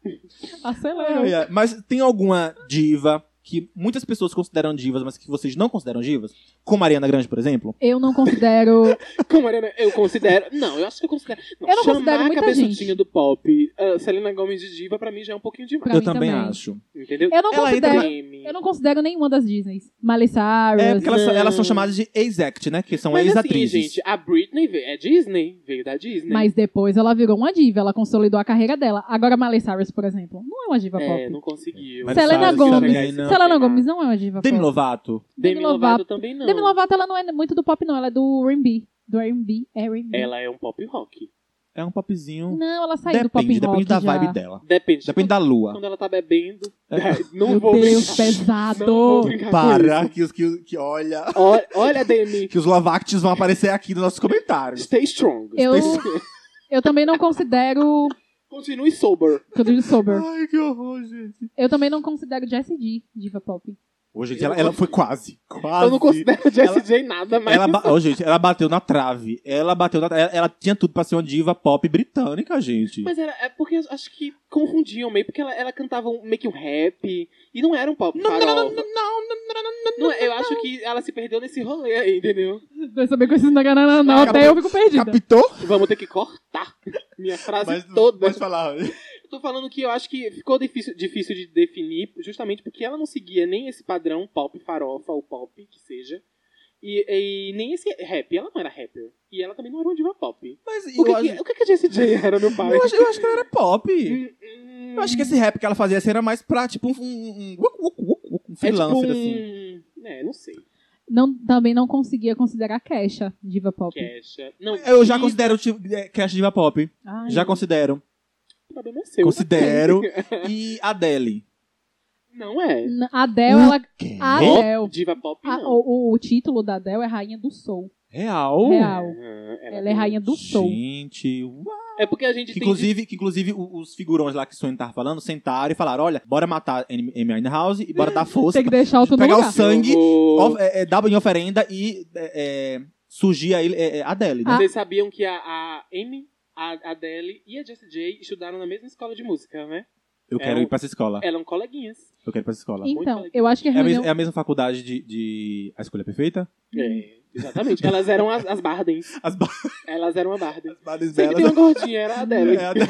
S3: Acelera.
S2: Ai, ai. É, Mas tem alguma diva que muitas pessoas consideram divas, mas que vocês não consideram divas? Como a Ariana Grande, por exemplo?
S3: Eu não considero.
S4: Como Ariana, eu considero. Não, eu acho que eu considero. Não,
S3: Eu não
S4: chamar
S3: considero
S4: a
S3: muita
S4: cabeçutinha
S3: gente.
S4: do pop, ah, Selena Gomez de diva, pra mim já é um pouquinho demais.
S3: Pra
S2: eu
S3: mim
S2: também,
S3: também.
S2: acho.
S4: Entendeu?
S3: Eu não
S2: Ela ainda
S3: considero.
S4: Creme.
S3: Eu não considero nenhuma das Disneys. Miley Cyrus.
S2: É, porque elas,
S4: não.
S2: elas são chamadas de ex-act, né? Que são
S4: Mas assim,
S2: ex-atrizes.
S4: gente, a Britney veio, é Disney, veio da Disney.
S3: Mas depois ela virou uma diva, ela consolidou a carreira dela. Agora Miley Cyrus, por exemplo, não é uma diva
S4: é,
S3: pop.
S4: não conseguiu.
S2: Mas
S3: Selena
S4: Sabe,
S3: Gomez.
S4: sabe,
S2: não.
S3: Selena Gomez não é uma diva
S2: Demi
S3: pop.
S2: Lovato.
S4: Demi
S3: Demi
S4: Lovato
S3: Lovato.
S4: também não.
S3: Demi Lovato, ela não é muito do pop, não. Ela é do R&B. Do R&B, é R&B.
S4: Ela é um pop rock.
S2: É um popzinho.
S3: Não, ela saiu
S2: Depende,
S3: do pop
S2: depende
S3: rock
S2: da
S3: já.
S2: vibe dela.
S4: Depende.
S2: Depende da É. lua.
S4: Quando ela tá bebendo. Não
S3: Meu
S4: vou
S3: Deus,
S4: brincar.
S3: pesado.
S4: Não vou
S3: É
S4: brincar
S2: Para, que, os- que, os- que olha.
S4: com isso. Olha, olha, Demi.
S2: Que os Lovacts vão aparecer aqui nos nossos comentários.
S4: Stay strong.
S3: Eu, eu também não considero...
S4: Continue sober.
S3: Tudo de sober.
S2: Ai, que horror, gente.
S3: Eu também não considero Jessie D diva pop.
S2: Hoje ela, ela foi quase. Quase.
S4: Eu não considero a Jessie
S2: Ela-
S4: J nada, mas.
S2: Ela, ba- Ô, gente, ela bateu na trave. Ela bateu na ela, ela tinha tudo pra ser uma diva pop britânica, gente.
S4: Mas era, é porque eu acho que confundiam meio, porque ela, ela cantava um- meio que um rap, e não era um pop
S2: Não, não, não, não,
S4: farofa.
S2: não, não, não, não.
S4: Não, eu acho que ela se perdeu nesse rolê aí, entendeu?
S3: Eu saber com esses nananana,
S2: Acabou.
S3: até eu fico perdida.
S2: Captou?
S4: Vamos ter que cortar minha frase
S2: Mas
S4: toda.
S2: pode falar.
S4: Eu tô falando que eu acho que ficou difícil, difícil de definir, justamente porque ela não seguia nem esse padrão pop farofa ou pop, que seja, e, e nem esse rap. Ela não era rapper. E ela também não era uma diva pop.
S2: Mas
S4: O que, é?
S2: eu, acho,
S4: que, o que que a Jessie J era, meu pai?
S2: eu, acho, eu acho que ela era pop.
S4: Hum, hum.
S2: Eu acho que esse rap que ela fazia assim, era mais pra, tipo, um, um, um, um, um
S4: É tipo
S2: freelancer,
S4: um-
S2: assim.
S4: É, não sei.
S3: Não, também não conseguia considerar Kesha diva pop.
S4: Kesha. Não,
S2: Eu já
S4: e-
S2: considero o tipo- é, Cash Diva Pop.
S3: Ai,
S2: Já considero.
S4: O problema é seu.
S2: Considero. E Adele.
S4: Não é.
S3: N- Adele, ela.
S2: Quê?
S3: Adele.
S4: Diva pop,
S3: A-
S4: não.
S3: o, o- o título da Adele é Rainha do Soul.
S2: Real?
S3: Real.
S4: Aham,
S3: Ela é Rainha do Soul.
S2: Gente, uau.
S4: É porque a gente
S2: Que,
S4: tem...
S2: inclusive, que inclusive o- os figurões lá que o Sônia tava falando sentaram e falaram: olha, bora matar Amy Winehouse e bora dar força.
S3: Tem que deixar outro no
S2: tá pegar o
S3: lugar.
S2: sangue. sangue,
S4: Jogou-
S2: of- é, é, dar em oferenda e é, é, surgir aí é, é, Adele, né?
S4: Vocês sabiam que a, a Amy, a Adele e a Jessie J estudaram na mesma escola de música, né?
S2: Eu quero
S4: É,
S2: ir pra essa escola.
S4: Eram coleguinhas.
S2: Eu quero ir pra essa escola.
S4: Muito
S3: Então,
S4: legal.
S3: eu acho que a
S2: É a, mes-
S3: reunião.
S2: é a mesma faculdade de, de A Escolha Perfeita?
S4: É, exatamente. Elas eram as, as Bardens.
S2: As ba-
S4: Elas eram a Barden.
S2: as bares
S4: Sei que tem uma
S2: delas.
S4: gordinha, era a Adele.
S2: É, Adele.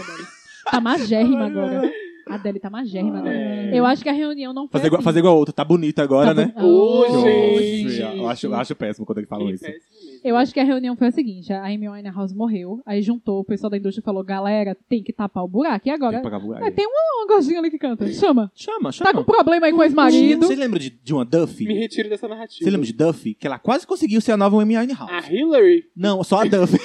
S3: Tá magérrima agora. A Adele tá magérrima agora.
S4: É.
S3: Eu acho que a reunião não foi.
S2: Fazer, igual,
S3: assim.
S2: fazer igual a outra, tá bonita
S3: Tá
S2: agora, né?
S3: bom. Oh,
S4: Ô, gente. é,
S3: gente.
S2: Eu acho, eu acho péssimo quando ele fala
S4: Que
S2: isso.
S4: péssimo mesmo.
S3: Eu acho que a reunião foi a seguinte: a Amy Winehouse morreu, aí juntou, o pessoal da indústria falou: galera, tem que tapar o buraco. E
S2: Tem que
S3: agora?
S2: pagar por
S3: É,
S2: aí.
S3: tem uma, uma gordinha ali que canta. Chama.
S2: Chama,
S3: Tá
S2: chama.
S3: com problema aí com o ex-marido.
S2: Você lembra de, de uma Duffy?
S4: Me retiro dessa narrativa.
S2: Você lembra de Duffy? Que ela quase conseguiu ser a nova Amy Winehouse.
S4: A Hillary?
S2: Não, só a Duffy.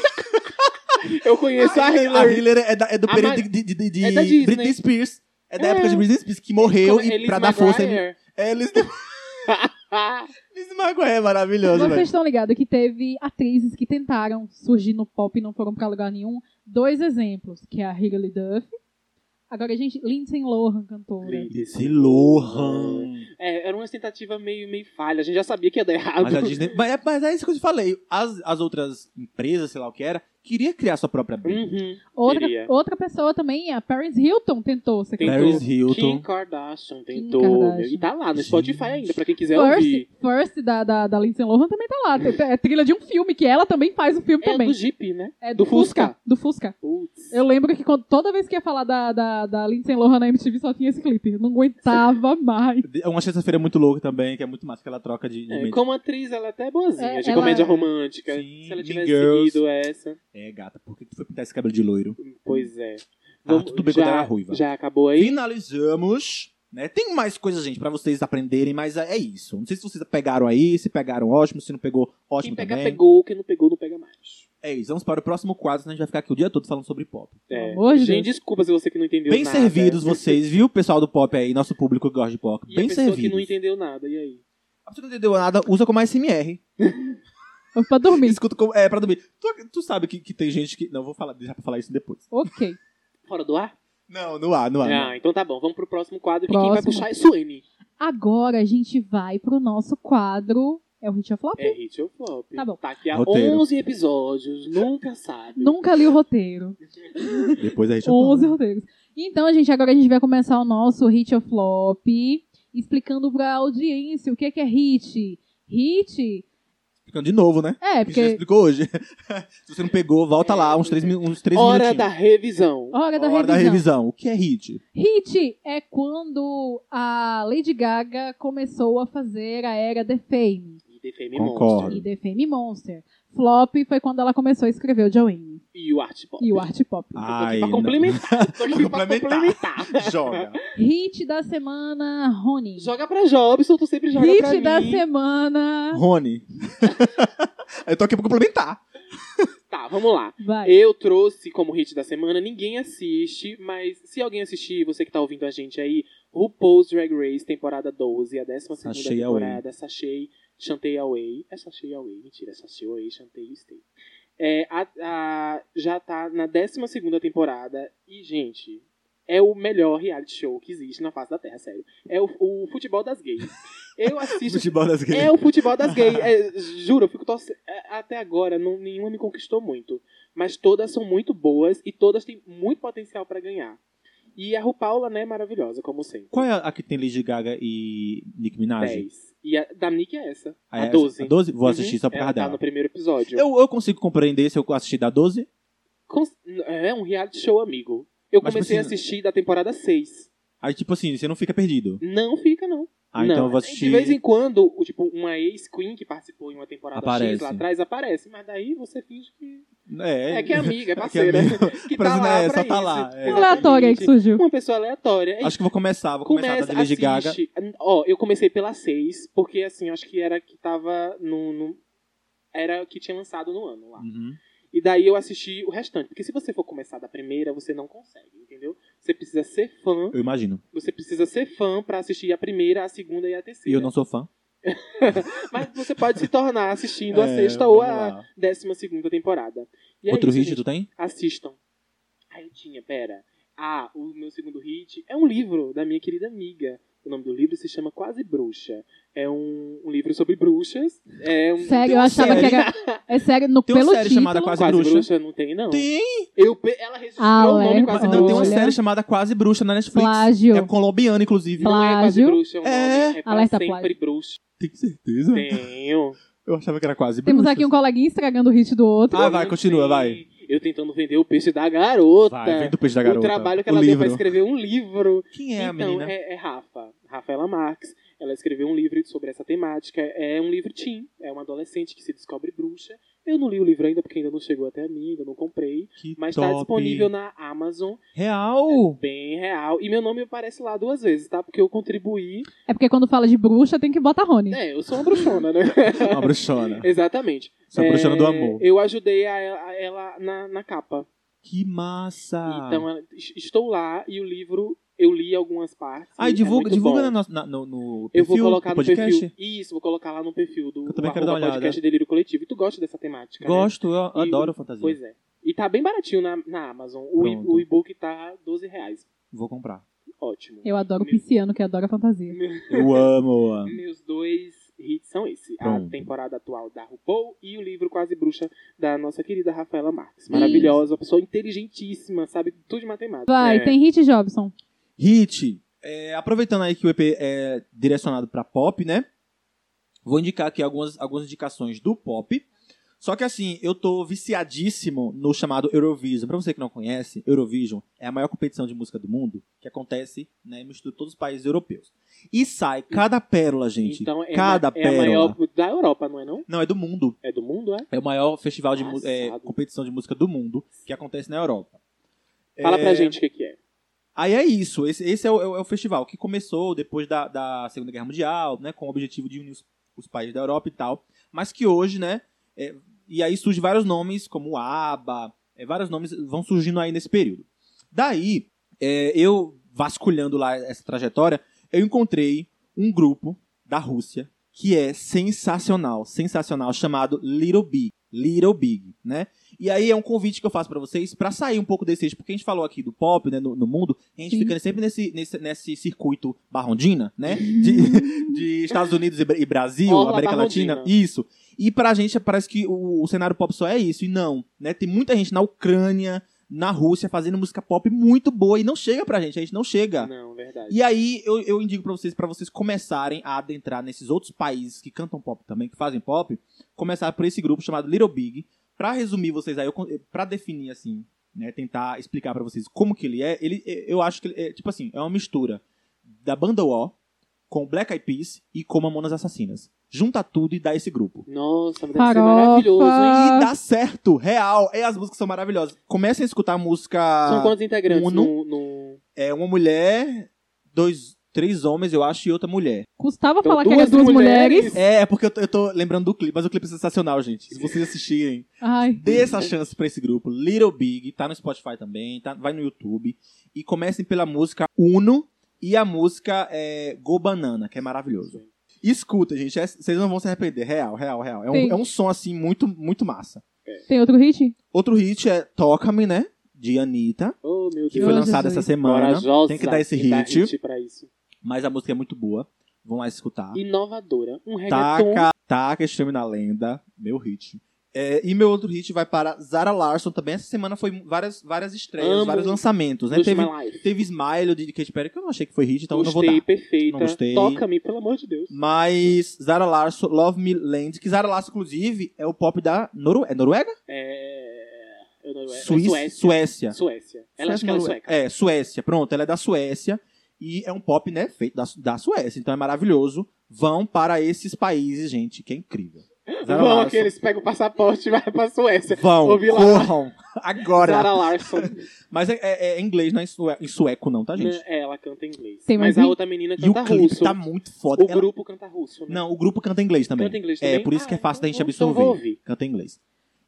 S4: Eu conheço a
S2: A
S4: Hillary.
S2: Hillary é, da- é do
S4: A
S2: período
S4: Ma-
S2: de, de- de- de
S4: é da Disney.
S2: Britney Spears. É da
S4: É.
S2: época de Britney Spears, que morreu e pra dar força... Em...
S4: Maguire.
S2: É, Liz...
S4: Ah,
S2: Liz Maguire é maravilhoso,
S3: Vocês
S2: velho.
S3: estão ligados que teve atrizes que tentaram surgir no pop e não foram pra lugar nenhum. Dois exemplos, que é a Hilary Duff. Agora, gente, Lindsay Lohan, cantora.
S2: Lindsay Lohan.
S4: É, era uma tentativa meio, meio falha. A gente já sabia que ia dar errado.
S2: Mas a Disney... Mas é, mas é isso que eu te falei. As, as outras empresas, sei lá o que era, queria criar sua própria Britney.
S4: Uhum.
S3: Outra,
S4: Queria.
S3: outra pessoa também, é a Paris Hilton, tentou ser
S4: Tentou.
S2: Paris
S3: cantora.
S2: Hilton.
S4: Kim Kardashian tentou.
S3: Kardashian.
S4: meu, E tá lá no
S2: Gente.
S4: Spotify ainda, pra quem quiser ouvir.
S3: First, First da, da, da Lindsay Lohan também tá lá. Tem- É trilha de um filme, que ela também faz o filme
S4: É
S3: também.
S4: do Jeep, né?
S3: É
S4: do Fusca.
S3: Do Fusca.
S4: Putz.
S3: Eu lembro que quando- toda vez que ia falar da, da, da Lindsay Lohan na MTV só tinha esse clipe. Eu não aguentava mais.
S2: É Uma sexta-feira muito louca também, que é muito massa, que ela troca de... de
S4: É,
S2: mente.
S4: como atriz, ela é até boazinha
S3: É,
S4: de
S3: ela-
S4: comédia romântica.
S2: Sim,
S4: Se ela
S2: Mean
S4: tivesse
S2: Girls.
S4: seguido essa.
S2: É, gata, por que tu foi pintar esse cabelo de loiro?
S4: Pois é.
S2: Ah, tudo bem quando era ruiva.
S4: Já acabou aí?
S2: Finalizamos. Né? Tem mais coisas, gente, pra vocês aprenderem, mas é isso. Não sei se vocês pegaram aí, se pegaram ótimo, se não pegou,
S4: Quem
S2: ótimo
S4: pega,
S2: também.
S4: pegou. Quem não pegou, não pega mais.
S2: É isso, vamos para o próximo quadro, senão a gente vai ficar aqui o dia todo falando sobre pop.
S4: É.
S3: amor de
S4: gente,
S3: Deus.
S4: desculpa se você que não entendeu
S2: bem
S4: nada.
S2: servidos vocês, viu, pessoal do pop aí, nosso público que gosta de pop.
S4: E a
S2: bem
S4: pessoa que não
S2: servidos.
S4: entendeu nada, e aí?
S2: Se você não entendeu nada, usa como ASMR.
S3: Foi pra dormir.
S2: Escuta como, é, pra dormir. Tu, tu sabe que, que tem gente que... Não, vou falar, deixar pra falar isso depois.
S3: ok.
S4: Fora do ar?
S2: Não, no ar, no ar.
S4: Ah, então tá bom. Vamos pro próximo quadro. Que quem vai é
S3: Próximo.
S4: puxar é Suene.
S3: Agora a gente vai pro nosso quadro É o hit ou flop?
S4: É hit ou flop.
S3: Tá bom.
S4: Tá aqui há
S2: Roteiro.
S4: 11 episódios, nunca sabe.
S3: Nunca li o roteiro.
S2: Depois a gente
S3: 11 roteiros. Então, gente, agora a gente vai começar o nosso hit ou flop, explicando pra audiência o que é, que é hit. Hit
S2: Ficando de novo, né?
S3: é
S2: A gente já
S3: porque
S2: explicou hoje. Se você não pegou, volta lá uns três, mi- uns três
S4: É, Hora
S2: minutinhos.
S4: da revisão.
S3: hora da
S2: Hora da
S3: revisão.
S2: revisão. O que é hit?
S3: Hit é quando a Lady Gaga começou a fazer a era The Fame
S4: E The Fame
S2: Concordo.
S4: Monster.
S3: e The Fame Monster. Flop foi quando ela começou a escrever o Joanne
S4: E o Art Pop.
S3: e o Art Pop.
S2: Ah.
S4: Tô aqui
S2: Ai,
S4: pra complementar. Tô aqui pra
S2: Complementar.
S4: complementar.
S2: Joga.
S3: Hit da semana, Rony.
S4: Joga pra Jobson, tu sempre joga pra
S3: Hit
S4: mim.
S3: da semana.
S2: Rony. Eu tô aqui pra complementar.
S4: Tá, vamos lá.
S3: Vai.
S4: Eu trouxe como hit da semana, ninguém assiste, mas se alguém assistir, você que tá ouvindo a gente aí, RuPaul's Drag Race, temporada 12, a 12
S2: Sachei
S4: temporada, Sachei, Chantei Away. É Sachei Away, mentira, é Sachei Away, Chantei Stay. É, a- a- já tá na 12 temporada e, gente, é o melhor reality show que existe na face da Terra, sério. É o, o futebol das gays. Eu assisto
S2: Futebol das gays.
S4: é o futebol das gays. É, juro, eu fico torcendo. é, Até agora, não- nenhuma me conquistou muito. Mas todas são muito boas e todas têm muito potencial pra ganhar. E a RuPaula, né, é maravilhosa, como sempre.
S2: Qual é a que tem Lady Gaga e Nick Minaj?
S4: 10. E a da Nick é essa.
S2: Ah, é
S4: a
S2: essa?
S4: 12.
S2: A 12? Vou
S4: Uhum.
S2: assistir só por
S4: Ela
S2: causa
S4: tá
S2: dela.
S4: no primeiro episódio.
S2: Eu, eu consigo compreender se eu assistir da 12?
S4: Cons- É um reality show, amigo. Eu
S2: Mas, tipo
S4: comecei a
S2: assim,
S4: assistir da temporada 6.
S2: Aí, tipo assim, você não fica perdido.
S4: Não fica, não.
S2: Ah,
S4: Não,
S2: então eu vou assistir.
S4: De vez em quando, o- tipo, uma ex-queen que participou em uma temporada X
S2: Aparece.
S4: lá atrás aparece. Mas daí você finge que
S2: É,
S4: É que é amiga, é
S2: é
S4: parceira.
S2: amigo.
S4: Que
S2: Pra
S4: tá
S2: mim,
S4: lá,
S2: é,
S4: pra
S2: só tá
S4: isso.
S2: lá, é.
S4: Exatamente.
S3: Aleatória Um que surgiu.
S4: Uma pessoa aleatória. É
S2: Acho que eu vou começar. Vou começar
S4: Começa,
S2: da Lady
S4: assiste.
S2: Gaga.
S4: Ó, eu comecei pela 6, porque assim, eu acho que era que tava no... no- Era o que tinha lançado no ano lá.
S2: Uhum.
S4: E daí eu assisti o restante. Porque se você for começar da primeira, você não consegue, entendeu? Você precisa ser fã.
S2: Eu imagino.
S4: Você precisa ser fã pra assistir a primeira, a segunda e a
S2: E
S4: terceira.
S2: eu não sou fã.
S4: Mas você pode se tornar assistindo a
S2: É,
S4: sexta tá ou
S2: vamos
S4: a
S2: lá.
S4: décima segunda temporada. E é
S2: Outro
S4: isso,
S2: hit
S4: gente.
S2: tu tem?
S4: assistam. Ah, eu tinha, pera. Ah, o meu segundo hit é um livro da minha querida amiga. O nome do livro se chama Quase Bruxa. É um, um livro sobre bruxas. É um.
S3: Sério,
S2: Tem
S3: eu
S2: uma
S3: achava
S2: série.
S3: que era. É sério, no,
S2: Tem uma
S3: pelo
S2: série
S3: título.
S2: chamada Quase
S4: Quase bruxa.
S2: Bruxa.
S4: não tem, não.
S2: Tem!
S4: Eu, pe- ela registrou
S3: Ah,
S4: o nome
S3: Alerta.
S4: Quase né?
S2: Não, tem um uma
S4: Bruxa. é
S3: Olha.
S2: série chamada Quase Bruxa na Netflix.
S3: Plágio.
S2: É colombiana, inclusive.
S3: Plá-
S4: Não é Quase
S3: Plágio.
S4: Bruxa, é um nome. É,
S2: É.
S4: pra
S3: Alerta
S4: sempre
S3: plágio.
S4: bruxa.
S2: Tem certeza?
S4: Tenho.
S2: Eu achava que era Quase Bruxa.
S3: Temos aqui um coleguinha estragando o hit do outro.
S2: Ah, vai, continua,
S4: Sim.
S2: vai.
S4: Eu tentando vender o peixe da garota.
S2: Vai, vem do peixe da garota.
S4: O trabalho que ela
S2: o
S4: deu
S2: livro.
S4: pra escrever um livro.
S2: Quem é a
S4: então,
S2: menina?
S4: é, é Rafa, Rafaela Marx. Ela escreveu um livro sobre essa temática. É um livro teen, é uma adolescente que se descobre bruxa. Eu não li o livro ainda porque ainda não chegou até mim, ainda não comprei.
S2: Que
S4: Mas
S2: top.
S4: tá disponível na Amazon,
S2: Real!
S4: bem real. E meu nome aparece lá duas vezes, tá? Porque eu contribuí.
S3: É porque quando fala de bruxa tem que botar Rony.
S4: É, eu sou uma bruxona, né?
S2: Uma bruxona.
S4: Exatamente.
S2: Essa
S4: É,
S2: bruxona do amor.
S4: Eu ajudei a ela, a ela na, na capa.
S2: Que massa!
S4: Então, ela- es- estou lá e o livro, eu li algumas partes.
S2: Ai,
S4: é
S2: divulga,
S4: muito
S2: divulga
S4: bom.
S2: na nossa- na- no, no
S4: Eu
S2: perfil
S4: vou colocar
S2: do
S4: no
S2: podcast.
S4: perfil. Isso, vou colocar lá no perfil do
S2: Eu também quero
S4: arroba
S2: dar uma olhada.
S4: podcast Delírio Coletivo. E tu gosta dessa temática? né?
S2: Gosto, eu
S4: E
S2: adoro
S4: o-
S2: fantasia.
S4: Pois é. E tá bem baratinho na, na Amazon. O, e-
S2: Pronto.
S4: o e-book tá 12 reais.
S2: Vou comprar.
S4: Ótimo.
S3: Eu adoro o Pisciano, que adora fantasia.
S2: Eu amo.
S4: Meus dois hits são esse. A
S2: Pronto.
S4: temporada atual da RuPaul e o livro Quase Bruxa da nossa querida Rafaela Marques. Maravilhosa, uma pessoa inteligentíssima, sabe tudo de matemática.
S3: Vai,
S4: É.
S3: tem hit Jobson.
S2: Hit, é, aproveitando aí que o EP é direcionado pra pop, né? Vou indicar aqui algumas, algumas indicações do pop. Só que assim, eu tô viciadíssimo no chamado Eurovision. Pra você que não conhece, Eurovision é a maior competição de música do mundo que acontece né, no Instituto de todos os países europeus. E sai cada pérola, gente.
S4: Então é,
S2: cada
S4: ma- é a
S2: pérola.
S4: maior da Europa, não é não?
S2: Não, é do mundo.
S4: É do mundo, é?
S2: É o maior festival de mu- é,
S4: Passado.
S2: competição de música do mundo que acontece na Europa.
S4: Fala
S2: É,
S4: pra gente o que, que é.
S2: Aí é isso. Esse, esse é, o, é o- é o festival que começou depois da, da Segunda Guerra Mundial, né? Com o objetivo de unir os, os países da Europa e tal. Mas que hoje, né? é, e aí surgem vários nomes, como o ABBA, é, vários nomes vão surgindo aí nesse período. Daí, é, eu vasculhando lá essa trajetória, eu encontrei um grupo da Rússia que é sensacional, sensacional, chamado Little Big. Little Big, né? E aí é um convite que eu faço pra vocês pra sair um pouco desse eixo, porque a gente falou aqui do pop, né, no, no mundo, a gente
S3: Sim.
S2: fica sempre nesse, nesse, nesse circuito barrondina, né? De, de Estados Unidos e, Bra- e Brasil,
S4: Orla
S2: América
S4: barrondina.
S2: Latina, isso. E pra gente parece que o, o cenário pop só é isso, e não, né? Tem muita gente na Ucrânia, na Rússia, fazendo música pop muito boa e não chega pra gente, a gente não chega.
S4: Não, verdade.
S2: E aí eu, eu indico pra vocês para vocês começarem a adentrar nesses outros países que cantam pop também, que fazem pop, começar por esse grupo chamado Little Big. Pra resumir vocês aí, eu con- pra definir assim, né, tentar explicar pra vocês como que ele é, ele eu acho que ele é tipo assim, é uma mistura da banda O com Black Eyed Peas e com Mamonas Assassinas. Junta tudo e dá esse grupo.
S4: Nossa, deve ser
S3: Farofa.
S4: maravilhoso, hein?
S3: Ah.
S2: E dá certo, real. E as músicas são maravilhosas. Comecem a escutar a música
S4: São quantos integrantes
S2: Ah, Uno.
S4: no, no...
S2: é uma mulher, dois, três homens, eu acho, e outra mulher.
S3: Custava
S4: Então,
S3: falar que era
S4: duas
S3: duas mulheres.
S4: mulheres.
S2: É, porque eu tô, eu tô lembrando do clipe, mas o clipe é sensacional, gente. Se vocês assistirem,
S3: Ai.
S2: dê essa chance pra esse grupo. Little Big, tá no Spotify também, tá, vai no YouTube. E comecem pela música Uno e a música é, Go Banana, que é maravilhoso. Escuta, gente, é- vocês não vão se arrepender. Real, real, real. É um,
S3: Tem.
S2: é um som, assim, muito, muito massa.
S3: Tem outro hit?
S2: Outro hit é Toca-me, né? De Anitta,
S4: Oh, meu Deus.
S2: que foi
S3: Oh,
S2: lançado
S3: Jesus.
S2: essa semana.
S4: Corajosa,
S2: Tem que dar esse
S4: que dá
S2: hit,
S4: pra isso.
S2: mas a música é muito boa. Vão lá escutar.
S4: Inovadora. Um reggaeton.
S2: Taca, taca, Extreme na Lenda, meu hit. É, e meu outro hit vai para Zara Larson também. Essa semana foi várias, várias estreias,
S4: Amo.
S2: vários lançamentos, né?
S4: do
S2: Teve,
S4: My Life.
S2: teve Smile de Katy Perry, que eu não achei que foi hit, então eu não vou
S4: gostei,
S2: dar.
S4: perfeita.
S2: Não gostei.
S4: Toca-me, pelo amor de Deus.
S2: Mas Zara Larson, Love Me Land, que Zara Larson, inclusive, é o pop da Norue é Noruega?
S4: É... Eu não... é
S2: Suí-
S4: Suécia.
S2: Suécia.
S4: Suécia. Ela acha que ela é
S2: Noruega.
S4: sueca.
S2: É, Suécia. Pronto, ela é da Suécia. E é um pop, né, feito da, da Suécia. Então é maravilhoso. Vão para esses países, gente, que é incrível. Zara
S4: Vão
S2: Larsson.
S4: aqueles, pegam o passaporte e vai pra Suécia.
S2: Vão,
S4: Ouvi lá.
S2: corram, agora.
S4: Zara Larsson.
S2: Mas é, é- é em inglês, não é em sue- em sueco não, tá, gente?
S4: É, ela canta em inglês.
S3: Tem
S4: Mas
S3: mais
S4: a
S3: um-
S4: outra menina
S2: E o
S4: canta
S2: clipe
S4: russo.
S2: tá muito foda.
S4: O
S2: Ela-
S4: grupo canta russo, né?
S2: Não, o grupo canta em inglês também.
S4: Canta em inglês
S2: é,
S4: também?
S2: por isso que é
S4: Ah,
S2: fácil da gente
S4: então- então vou
S2: absorver.
S4: ouvir.
S2: Canta em inglês.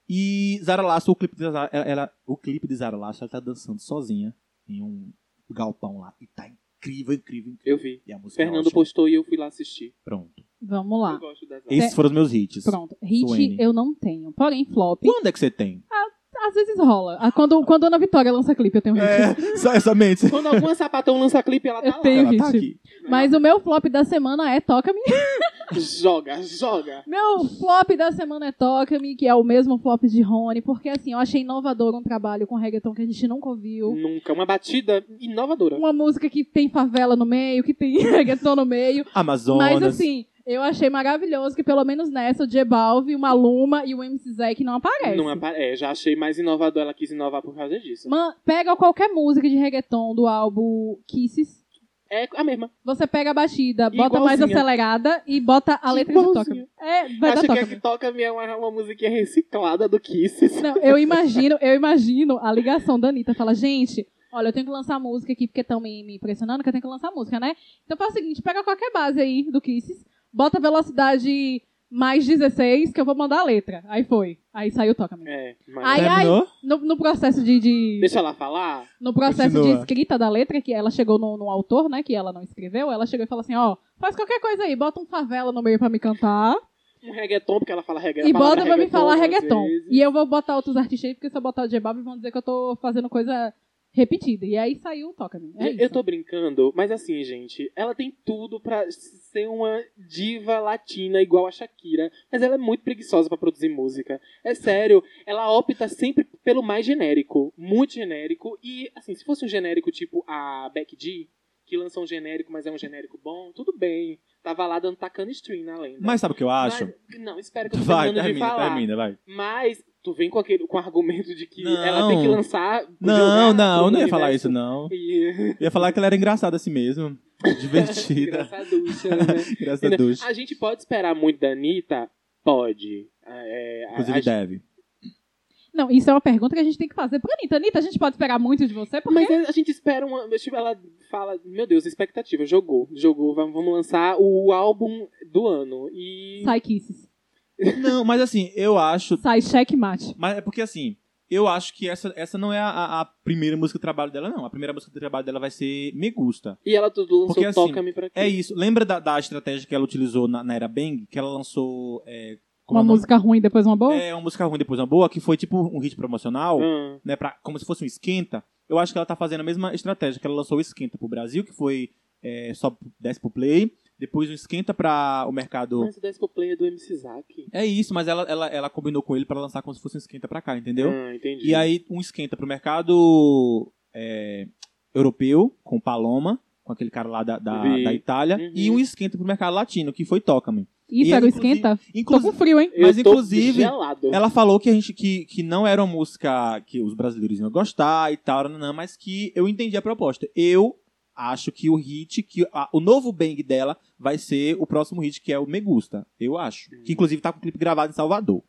S2: E Zara Lasso, o clipe de Zara, ela, ela- o clipe de Zara Lasso, ela tá dançando sozinha em um galpão lá. E tá incrível, incrível, incrível.
S4: Eu vi.
S2: E a música é
S4: Fernando
S2: ótima.
S4: postou e eu fui lá assistir.
S2: Pronto.
S3: Vamos
S4: Eu
S3: lá.
S4: gosto das artes.
S2: Esses foram os meus hits.
S3: É. Pronto. Hit
S2: Suene.
S3: eu não tenho. Porém, flop.
S2: Quando é que você tem?
S3: Às vezes rola. Ah, Quando, quando a Ana Vitória lança clipe, eu tenho hit.
S2: só essa mente.
S4: Quando alguma sapatão lança clipe, ela tá
S3: Eu
S4: lá.
S3: tenho.
S2: Ela tá
S3: hit.
S2: aqui.
S3: Mas o meu flop da semana é Toca-me.
S4: Joga, joga.
S3: Meu flop da semana é Toca-me, que é o mesmo flop de Rony, porque assim, eu achei inovador um trabalho com reggaeton que a gente nunca ouviu.
S4: Nunca. Uma batida inovadora.
S3: Uma música que tem favela no meio, que tem reggaeton no meio.
S2: Amazonas.
S3: Mas assim, eu achei maravilhoso que pelo menos nessa o J Balvin, o Maluma e o MC Zack não aparecem.
S4: Não apa- é, já achei mais inovador. Ela quis inovar por causa disso.
S3: Man, pega qualquer música de reggaeton do álbum Kisses,
S4: É a mesma.
S3: você pega a batida, bota
S4: Igualzinha.
S3: mais acelerada e bota a letra de
S4: Igualzinha.
S3: Toca-me. É, vai dar
S4: Acho que
S3: Toca-me.
S4: a que toca me é uma, uma musiquinha reciclada do Kisses.
S3: Não, eu imagino, eu imagino a ligação da Anitta. Fala, gente, olha, eu tenho que lançar música aqui porque estão me, me pressionando que eu tenho que lançar música, né? Então faz o seguinte, pega qualquer base aí do Kisses, bota velocidade mais 16 que eu vou mandar a letra. Aí foi. Aí saiu Toca Me.
S4: É, mas...
S3: Ai, ai.
S2: Terminou?
S3: No, no processo de, de-
S4: Deixa ela falar.
S3: no processo de
S2: Continua.
S3: escrita da letra, que ela chegou no, no autor, né, que ela não escreveu, ela chegou e falou assim, ó, faz qualquer coisa aí, bota um favela no meio pra me cantar
S4: Um reggaeton, porque ela fala reggaeton.
S3: e bota pra me falar reggaeton. E
S4: E
S3: eu vou botar outros artistas aí, porque se eu botar o J Balvin, vão dizer que eu tô fazendo coisa repetida. E aí saiu o Toca-me. É
S4: eu
S3: isso.
S4: tô brincando, mas assim, gente, ela tem tudo pra ser uma diva latina igual a Shakira, mas ela é muito preguiçosa pra produzir música. É sério, ela opta sempre pelo mais genérico, muito genérico, e assim, se fosse um genérico tipo a Beck G, que lançou um genérico, mas é um genérico bom, tudo bem. Tava lá dando tacando stream na lenda.
S2: Mas sabe o que eu acho?
S4: Mas- não, espera que eu tô
S2: vai,
S4: terminando de
S2: termina,
S4: falar.
S2: termina, vai.
S4: Mas tu vem com aquele com o argumento de que
S2: Não.
S4: ela tem que lançar.
S2: Não, não, eu não ia
S4: é
S2: falar isso, não.
S4: E...
S2: Eu ia falar que ela era engraçada assim mesmo. Divertida.
S4: Engraçaducha, né?
S2: engraçada
S4: A gente pode esperar muito da Anitta? Pode. É, a-
S2: Inclusive
S4: a-
S2: deve.
S3: Não, isso é uma pergunta que a gente tem que fazer pra Anitta. Anitta, a gente pode esperar muito de você, porque...
S4: Mas a gente espera uma. Tipo, ela fala, meu Deus, expectativa, jogou, jogou, vamos vamos lançar o álbum do ano. E.
S3: Sai Kisses.
S2: Não, mas assim, eu acho.
S3: Sai Checkmate.
S2: Mas é porque assim, eu acho que essa, essa não é a- a, a primeira música de trabalho dela, não. A primeira música de trabalho dela vai ser Me Gusta.
S4: E ela tudo lançou
S2: Porque, assim,
S4: Toca-me pra quê?
S2: É isso. Lembra da, da estratégia que ela utilizou na, na Era Bang? Que ela lançou é, como
S3: uma
S2: é o nome?
S3: música ruim depois uma boa?
S2: É, uma música ruim depois uma boa, que foi tipo um hit promocional,
S4: Ah,
S2: né? Pra, como se fosse um esquenta. Eu acho que ela tá fazendo a mesma estratégia que ela lançou o esquenta pro Brasil, que foi é, só 10 pro play, depois um esquenta pra o mercado.
S4: mas o Despo Play é do MC Zack.
S2: É isso, mas ela, ela, ela combinou com ele pra lançar como se fosse um esquenta pra cá, entendeu?
S4: Ah, entendi.
S2: E aí um esquenta pro mercado é, europeu, com Paloma, com aquele cara lá da, da,
S4: Vi.
S2: da Itália,
S4: Uhum.
S2: e um esquenta pro mercado latino, que foi Tocame.
S3: Isso
S2: e
S3: era o
S2: inclusive-
S3: esquenta? Tô
S2: Inclusive,
S3: com frio, hein?
S4: Eu
S2: mas
S4: tô
S2: inclusive,
S4: gelado.
S2: ela falou que a gente que, que não era uma música que os brasileiros iam gostar e tal, não, mas que eu entendi a proposta. Eu acho que o hit, que a- o novo bang dela vai ser o próximo hit, que é o Me Gusta, eu acho. Que inclusive tá com o clipe gravado em Salvador.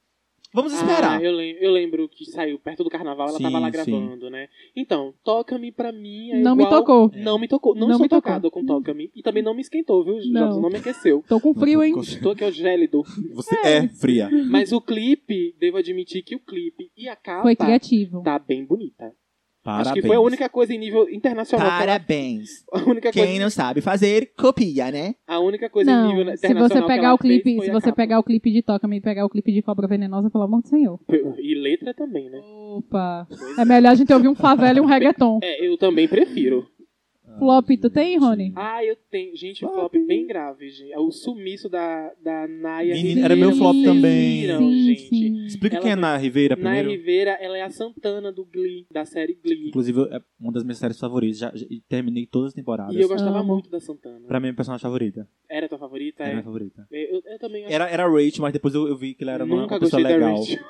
S2: Vamos esperar.
S4: Ah, eu, lem- eu lembro que saiu perto do carnaval, ela
S2: Sim,
S4: tava lá
S2: sim.
S4: gravando, né? Então, toca-me pra mim. É
S3: Não me
S4: igual-
S3: tocou.
S4: Não me tocou. Não,
S3: Não
S4: sou
S3: me tocou.
S4: tocado com toca-me. E também não me esquentou, viu,
S3: Não.
S4: Jobs? Não me aqueceu.
S3: Tô com frio, hein?
S4: Tô aqui, ó, gélido.
S2: Você é, fria.
S4: Mas o clipe, devo admitir que o clipe e a capa
S3: Foi criativo.
S4: tá bem bonita.
S2: Parabéns.
S4: Acho que foi a única coisa em nível internacional. que ela-
S2: Parabéns.
S4: A única coisa,
S2: Quem não sabe fazer, copia, né?
S4: a única coisa em nível
S3: Não, se
S4: internacional.
S3: você
S4: que
S3: pegar
S4: ela
S3: o clipe,
S4: fez foi
S3: se
S4: a
S3: você
S4: capa.
S3: pegar o clipe de Toca-me e pegar o clipe de Cobra Venenosa, pelo amor do Senhor.
S4: E letra também, né?
S3: Opa.
S4: Pois
S3: É melhor a gente ouvir um favela e um reggaeton.
S4: É, eu também prefiro.
S3: Flop, tu tem, Rony?
S4: Ah, eu tenho. Gente, o
S2: Flop.
S4: flop bem grave, gente. É o sumiço da, da Naya
S2: Menina, era meu flop
S4: Vocês
S2: também.
S4: viram,
S3: Sim,
S4: gente?
S3: sim.
S2: Explica
S4: Ela
S2: quem é
S4: foi-
S2: na Ribeira
S4: Naya
S2: primeiro.
S4: Rivera, ela é a Santana do Glee, da série Glee.
S2: Inclusive, é uma das minhas séries favoritas. Já, já- e terminei todas as temporadas.
S4: E eu gostava
S3: Amo.
S4: muito da Santana.
S2: Pra mim, é a personagem favorita.
S4: Era tua favorita?
S2: Era a
S4: É.
S2: minha favorita.
S4: Eu, eu também acho.
S2: Era, era a Rach, mas depois eu, eu vi que ela era uma-
S4: Nunca
S2: uma pessoa
S4: gostei da
S2: legal.
S4: Rachel.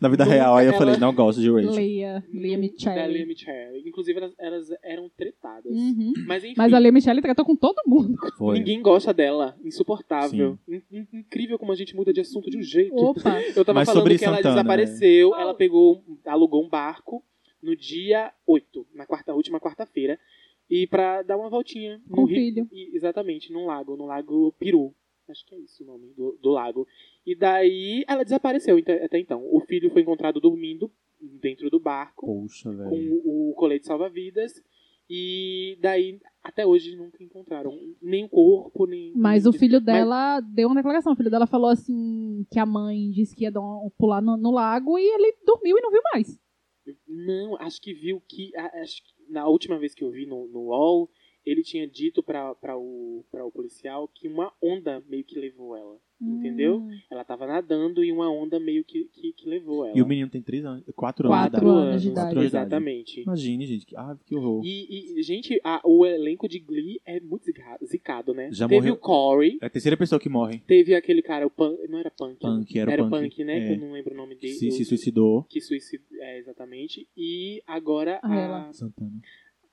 S2: Na vida
S4: Nunca
S2: real, aí eu
S4: ela-
S2: falei, não gosto de Rach.
S3: Leia, Leia
S4: Da Lea
S3: Michele.
S4: Michele. Inclusive, elas, elas eram tretadas.
S3: Uhum.
S4: Mas enfim,
S3: Mas a Leia Michele tratou com todo mundo.
S2: Foi.
S4: ninguém gosta dela. Insuportável. In- in- incrível como a gente muda de assunto de um jeito.
S3: Opa.
S4: Eu tava
S2: Mas
S4: falando
S2: sobre
S4: que ela
S2: Santana, né?
S4: desapareceu, ela pegou, alugou um barco no dia 8, na quarta, última quarta-feira, e pra dar uma voltinha
S3: Com
S4: no
S3: o
S4: rio-
S3: filho.
S4: e- exatamente, num lago, no lago Peru. Acho que é isso o nome do, do lago. E daí ela desapareceu ent- até então. O filho foi encontrado dormindo dentro do barco
S2: Poxa, velho.
S4: com o colete salva-vidas. E daí, até hoje, nunca encontraram nem o corpo, nem.
S3: Mas
S4: nem-
S3: o filho dela deu uma declaração. O filho dela falou assim que a mãe disse que ia dar um- pular no, no lago e ele dormiu e não viu mais.
S4: Não, acho que viu que. a- Acho que na última vez que eu vi no, no UOL, ele tinha dito pra, pra, o, pra o policial que uma onda meio que levou ela. Entendeu?
S3: Hum,
S4: Ela tava nadando e uma onda meio que, que, que levou ela.
S2: E o menino tem três anos, quatro anos.
S3: Quatro
S2: de idade.
S3: anos de idade.
S2: Quatro anos de idade.
S4: Exatamente.
S2: Imagine, gente. que- Ah, que horror.
S4: E, e, gente, a- o elenco de Glee é muito zica- zicado, né?
S2: Já
S4: teve
S2: morreu-
S4: o Corey,
S2: É a terceira pessoa que morre.
S4: teve aquele cara, o Punk. Não era Punk.
S2: Punk, era o
S4: era
S2: Punk,
S4: né?
S2: é.
S4: Eu não lembro o nome
S2: Que
S4: dele.
S2: se, se suicidou.
S4: Que suicid... é, exatamente. E agora
S3: Ah, ela.
S4: a,
S2: Santana.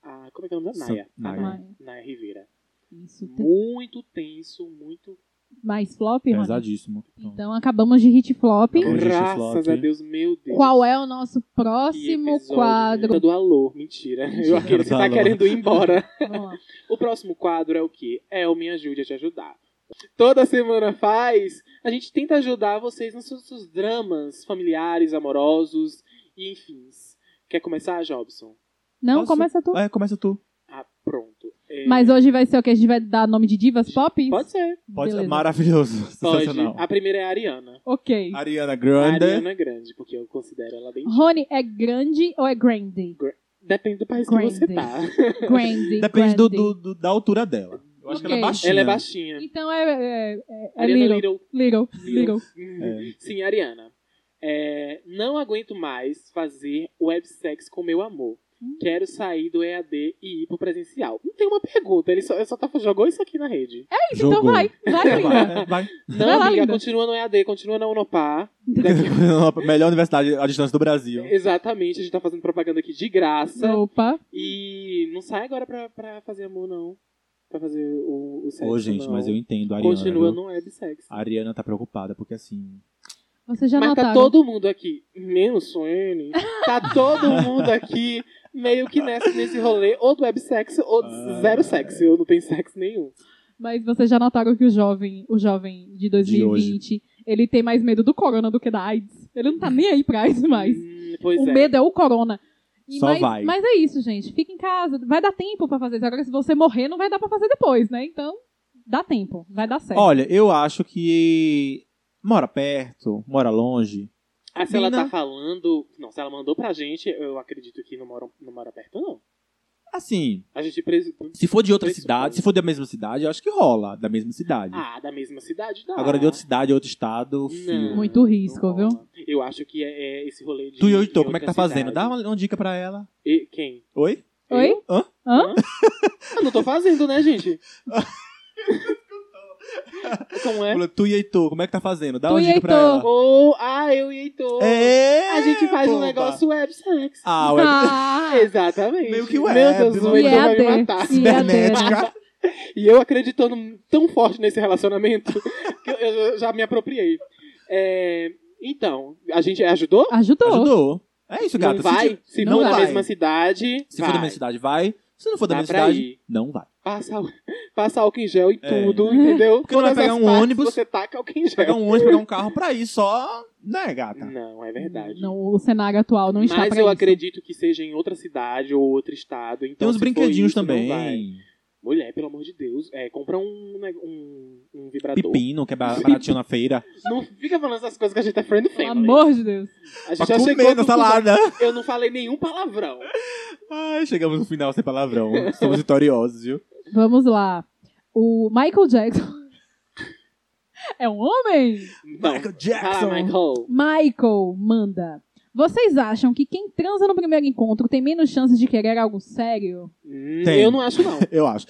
S4: a. Como é que é o nome da
S2: Sa-
S4: Naya? A
S2: Naya.
S4: Naya. Naya Rivera.
S3: Isso. Tem
S4: Muito tenso, muito.
S3: mais flop, Rony?
S2: Pesadíssimo. Então,
S3: Então acabamos de hit flop.
S2: Acabou. Hoje esse
S4: Graças
S2: flop.
S4: a Deus, meu Deus.
S3: Qual é o nosso
S4: Que
S3: próximo
S4: episódio,
S3: quadro?
S4: né? Do alô, mentira. Eu aquele que
S2: Do
S4: tá
S2: alô.
S4: querendo ir embora.
S3: Vamos lá.
S4: O próximo quadro é o quê? É o Me Ajude a Te Ajudar. Toda semana faz, a gente tenta ajudar vocês nos seus, seus dramas familiares, amorosos e enfim. Quer começar, Jobson?
S3: Não,
S2: Posso?
S3: começa tu.
S2: é, começa tu.
S4: Ah, pronto. É,
S3: Mas hoje vai ser o que? A gente vai dar nome de divas pop?
S4: Pode ser,
S2: Pode
S3: Beleza.
S2: Maravilhoso.
S4: pode.
S2: Sensacional.
S4: A primeira é a Ariana.
S3: Ok.
S2: Ariana
S4: A
S2: Grande.
S4: Ariana é Grande, porque eu considero ela bem...
S3: Rony é grande ou é grande?
S4: Depende do país
S3: Grande.
S4: que você tá.
S3: Grande.
S2: Depende do,
S3: grande.
S2: do- do- da altura dela. Eu acho que ela
S3: Ok.
S2: é baixinha.
S4: Ela é baixinha.
S3: Então é, é, é, é
S4: Ariana
S3: little,
S4: Little.
S3: little,
S4: Little.
S3: little.
S2: É.
S4: Sim, Ariana. É, não aguento mais fazer websex com meu amor.
S3: Hum.
S4: Quero sair do EAD e ir pro presencial. Não tem uma pergunta, ele só, ele só tá, jogou isso aqui na rede.
S3: Então vai, vai, linda.
S2: Vai, vai.
S4: Não,
S3: lá,
S4: amiga,
S3: linda.
S4: continua no EAD, continua na Unopar. Daqui-
S2: Melhor universidade à distância do Brasil.
S4: Exatamente, a gente tá fazendo propaganda aqui de graça.
S3: Opa.
S4: E não sai agora pra, pra fazer amor, não. Pra fazer o, o sexo,
S2: Ô, gente,
S4: não.
S2: mas eu entendo a Ariana.
S4: Continua
S2: viu?
S4: no websex.
S2: A Ariana tá preocupada, porque assim.
S3: Você já
S4: Mas tá
S3: notaram.
S4: todo mundo aqui, menos o N, tá todo mundo aqui meio que nessa, nesse rolê, ou do websex, ou
S2: Ah.
S4: zero sexo. Eu não tenho sexo nenhum.
S3: Mas vocês já notaram que o jovem, o jovem de 2020, ele tem mais medo do corona do que da AIDS. Ele não tá nem aí pra AIDS mais.
S4: Hum, pois
S3: o
S4: é.
S3: medo é o corona. E
S2: Só
S3: mas,
S2: vai.
S3: mas é isso, gente. Fica em casa. Vai dar tempo pra fazer isso. Agora, se você morrer, não vai
S4: É.
S3: dar pra fazer depois, né? Então, dá tempo. Vai dar certo.
S2: Olha, eu acho que Mora perto, mora longe.
S4: Ah, se ela
S2: Combina.
S4: tá falando. Não, se ela mandou pra gente, eu acredito que não mora, não mora perto, não.
S2: Assim,
S4: A gente preso.
S2: se for de outra
S4: Pressupõe.
S2: cidade, se for da mesma cidade, eu acho que rola, da mesma cidade.
S4: Ah, da mesma cidade, dá.
S2: Agora de outra cidade, outro tipo, estado,
S4: Não,
S2: fio.
S3: Muito
S4: não
S3: risco,
S4: rola.
S3: viu?
S4: Eu acho que é, é esse rolê de.
S2: Tu e eu,
S4: de
S2: então, como é que tá
S4: outra
S2: fazendo?
S4: cidade.
S2: Dá uma, uma dica pra ela.
S4: E, quem?
S2: Oi?
S3: Oi?
S4: Eu?
S2: Hã?
S3: Hã?
S4: Eu não tô fazendo, né, gente? como é?
S2: Fala, Tu e Heitor, como é que tá fazendo? Dá
S3: Tu
S2: uma
S3: e
S2: dica pra
S3: Heitor.
S2: ela.
S4: Ou, ah, eu e Heitor.
S2: É,
S4: a gente faz um
S2: pomba.
S4: negócio web sex.
S2: Ah, web...
S3: Ah!
S4: Exatamente.
S2: meio que
S4: Meu
S2: web, né?
S4: Deus, o
S2: mano.
S4: Heitor vai me
S3: IAD.
S4: matar.
S2: é
S3: Sim.
S2: cibernética.
S4: E eu acreditando tão forte nesse relacionamento que eu- eu já me apropriei. É, então, a gente ajudou?
S3: Ajudou.
S2: Ajudou. É isso, gata.
S4: não
S2: Se
S4: vai?
S2: ti-
S4: Se
S2: não
S4: for da
S2: vai.
S4: mesma cidade,
S2: Se
S4: vai.
S2: for da mesma cidade, vai. Se não for da
S4: Dá
S2: mesma
S4: pra
S2: cidade,
S4: ir.
S2: não vai.
S4: Passa, passa álcool em gel e
S2: É.
S4: tudo, entendeu?
S2: Porque não vai
S4: Todas
S2: pegar
S4: as
S2: um
S4: partes
S2: ônibus.
S4: Você taca álcool em
S2: Pegar
S4: gel.
S2: um ônibus, pegar um carro pra ir só, né, gata?
S4: Não, é verdade.
S3: Não, o cenário atual não está
S4: Mas
S3: pra
S4: eu
S3: isso.
S4: acredito que seja em outra cidade ou outro estado. Então
S2: Tem uns
S4: se for
S2: brinquedinhos
S4: isso, não vai.
S2: também.
S4: Mulher, pelo amor de Deus, é, compra um, né, um, um vibrador.
S2: Pepino, que é ba- baratinho na feira.
S4: Não fica falando essas coisas que a gente é friend
S3: Pelo
S4: family.
S3: amor de Deus.
S4: A
S2: Pra
S4: gente já chegou
S2: comer na
S4: no
S2: salada.
S4: Eu não falei nenhum palavrão.
S2: Ai, chegamos no final sem palavrão. Estamos vitoriosos, viu?
S3: Vamos lá. O Michael Jackson. é um homem?
S4: Não.
S2: Michael
S4: Fala,
S2: Jackson.
S4: Michael.
S3: Michael manda. Vocês acham que quem transa no primeiro encontro tem menos chances de querer algo sério?
S4: Hum,
S2: Tem.
S4: Eu não acho, não.
S2: Eu acho.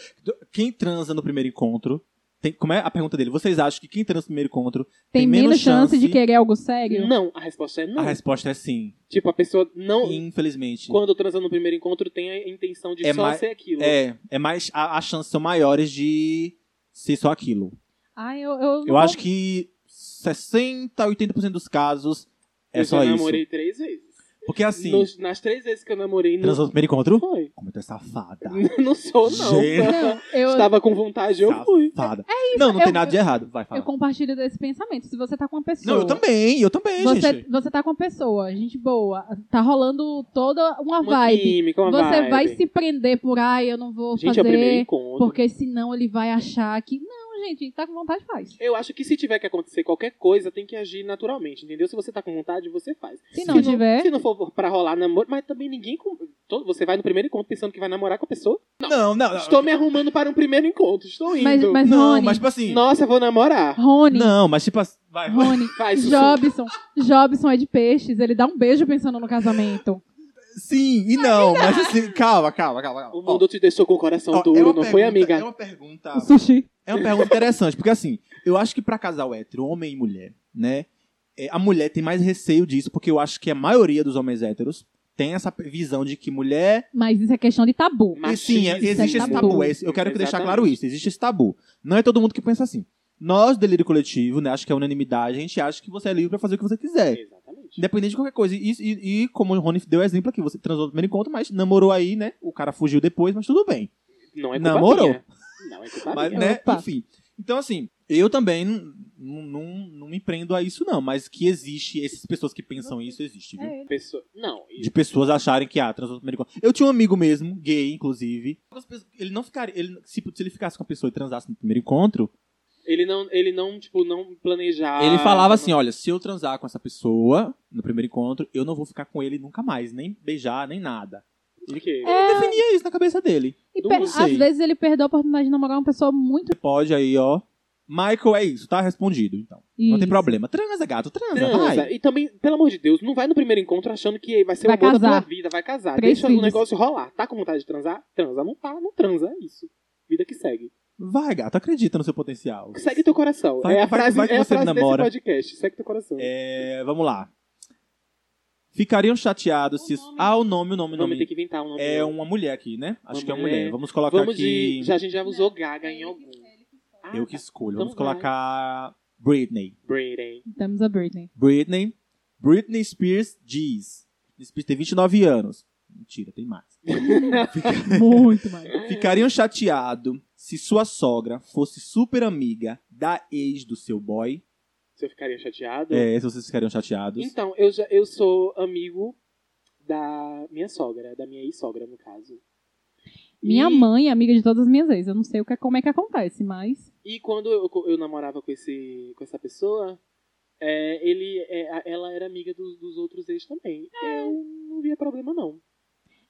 S2: Quem transa no primeiro encontro... Tem, como é a pergunta dele? Vocês acham que quem transa no primeiro encontro...
S3: Tem,
S2: Tem
S3: menos,
S2: menos
S3: chance de
S2: chance.
S3: querer algo sério?
S4: Não, a resposta é não.
S2: A resposta é sim.
S4: Tipo, a pessoa não.
S2: Infelizmente.
S4: Quando transa no primeiro encontro, tem a intenção de
S2: É
S4: só
S2: mais-
S4: ser aquilo.
S2: É, é mais... a- As chances são maiores de ser só aquilo.
S3: Ah, eu, eu,
S2: Eu acho que 60, 80% dos casos é
S4: eu
S2: só
S4: já
S2: isso.
S4: namorei três vezes.
S2: Porque assim,
S4: Nos- nas três vezes que eu namorei, não
S2: transou no primeiro encontro?
S4: foi.
S2: Como tu é safada.
S4: Não sou, não.
S2: Gente.
S3: eu,
S4: Estava com vontade, eu fui.
S2: Safada. não, não
S3: eu-
S2: tem nada de errado. Vai
S3: eu
S2: falar.
S3: compartilho desse pensamento. Se você tá com uma pessoa.
S2: Não, eu também, eu também,
S3: Você,
S2: gente.
S3: você tá com uma pessoa, gente boa. Tá rolando toda uma,
S4: Uma
S3: vibe.
S4: química, uma
S3: você
S4: vibe.
S3: vai se prender por, ai, eu não vou
S4: Gente, é o primeiro
S3: fazer,
S4: encontro.
S3: porque senão ele vai achar que. Não, gente, tá com vontade, faz.
S4: Eu acho que se tiver que acontecer qualquer coisa, tem que agir naturalmente, entendeu? Se você tá com vontade, você faz.
S3: Se não tiver.
S4: Se não for pra rolar namoro, mas também ninguém. com- todo- Você vai no primeiro encontro pensando que vai namorar com a pessoa.
S2: Não, não, não.
S4: Estou me arrumando para um primeiro encontro, estou indo.
S3: Mas, mas
S2: não,
S3: Rony,
S2: mas tipo assim.
S4: Nossa, vou namorar.
S3: Rony,
S2: Não, mas tipo assim. Vai, vai.
S3: Rony,
S4: Faz isso.
S3: Jobson, Jobson é de peixes, ele dá um beijo pensando no casamento.
S2: Sim, e não, mas assim, calma, calma, calma. calma.
S4: O mundo te deixou com o coração
S2: Ó, ó,
S4: duro,
S2: é
S4: não
S2: uma
S4: foi,
S2: pergunta-
S4: amiga?
S2: É uma pergunta.
S4: Ah.
S3: O sushi.
S2: É uma pergunta interessante, porque assim, eu acho que pra casal hétero, homem e mulher, né? é, a mulher tem mais receio disso, porque eu acho que a maioria dos homens héteros tem essa visão de que mulher.
S3: Mas isso é questão de tabu.
S2: E sim, é-
S4: Machismo.
S2: existe esse tabu. é esse- Eu quero que deixar claro isso, existe esse tabu. Não é todo mundo que pensa assim. Nós, delírio coletivo, né? Acho que é unanimidade, a gente acha que você é livre pra fazer o que você quiser.
S4: Exatamente.
S2: Independente de qualquer coisa. E, e- e como o Rony deu exemplo aqui, você transou no primeiro encontro, mas namorou aí, né? O cara fugiu depois, mas tudo bem.
S4: Não é culpa
S2: Namorou?
S4: minha. Não é culpa
S2: Mas,
S4: minha.
S2: né,
S3: Opa.
S2: enfim. Então, assim, eu também não- não não- não me prendo a isso, não. Mas que existe, essas pessoas que pensam isso, existe, viu?
S4: Pessoa... Não, isso.
S2: De pessoas acharem que, ah, transou no primeiro encontro. Eu tinha um amigo mesmo, gay, inclusive. As pessoas- Ele não ficaria. Ele, se, se ele ficasse com a pessoa e transasse no primeiro encontro,
S4: Ele não, ele não, tipo, não planejava.
S2: ele falava assim: olha, se eu transar com essa pessoa no primeiro encontro, eu não vou ficar com ele nunca mais, nem beijar, nem nada.
S4: Por quê?
S2: Ele definia isso na cabeça dele.
S3: E
S4: Não
S3: pe- às
S2: sei.
S3: vezes ele perdeu a oportunidade de namorar uma pessoa muito.
S2: Você pode aí, ó. Michael, é isso, tá respondido, então. Não tem
S3: Isso.
S2: problema. Transa, gato,
S3: É,
S2: transa, vai.
S4: Transa. E também, pelo amor de Deus, não vai no primeiro encontro achando que vai ser
S3: Vai
S4: o amor da tua
S3: casar.
S4: vida, vai casar.
S3: Três
S4: Deixa
S3: filhos.
S4: o negócio rolar. Tá com vontade de transar? Transa. Não tá, não transa. É isso. Vida que segue.
S2: Vai, gato, acredita no seu potencial.
S4: Segue teu coração.
S2: Vai-
S4: é a
S2: vai-
S4: frase,
S2: vai que
S4: é a
S2: você
S4: frase
S2: namora.
S4: desse podcast. Segue teu coração.
S2: É, vamos lá. Ficariam chateados se. Ah, o nome, o nome,
S4: o
S2: o
S4: nome tem
S2: nome.
S4: que inventar um nome.
S2: É uma mulher aqui, né? Acho
S4: Uma
S2: que é uma
S4: mulher.
S2: mulher. Vamos colocar
S4: Vamos
S2: aqui.
S4: de. Já, a gente já usou Gaga em algum. Ah,
S2: Eu que escolho. Vamos
S4: Então vai.
S2: colocar. Britney.
S4: Brady.
S3: Temos a Britney.
S2: Britney. Britney Spears diz. Britney Spears tem 29 anos. Mentira, tem mais.
S3: Muito mais.
S4: Ah.
S2: Ficariam chateados se sua sogra fosse super amiga da ex do seu boy.
S4: Você ficaria chateado?
S2: É, se vocês ficariam chateados.
S4: Então, eu, já, eu sou amigo da minha sogra, da minha ex-sogra, no caso.
S3: Minha
S4: E-
S3: mãe é amiga de todas as minhas ex. Eu não sei o que, como é que é acontece, mas.
S4: E quando eu, eu namorava com, esse, com essa pessoa, é, ele, é, a- ela era amiga dos, dos outros ex também.
S3: É.
S4: Eu não via problema, não.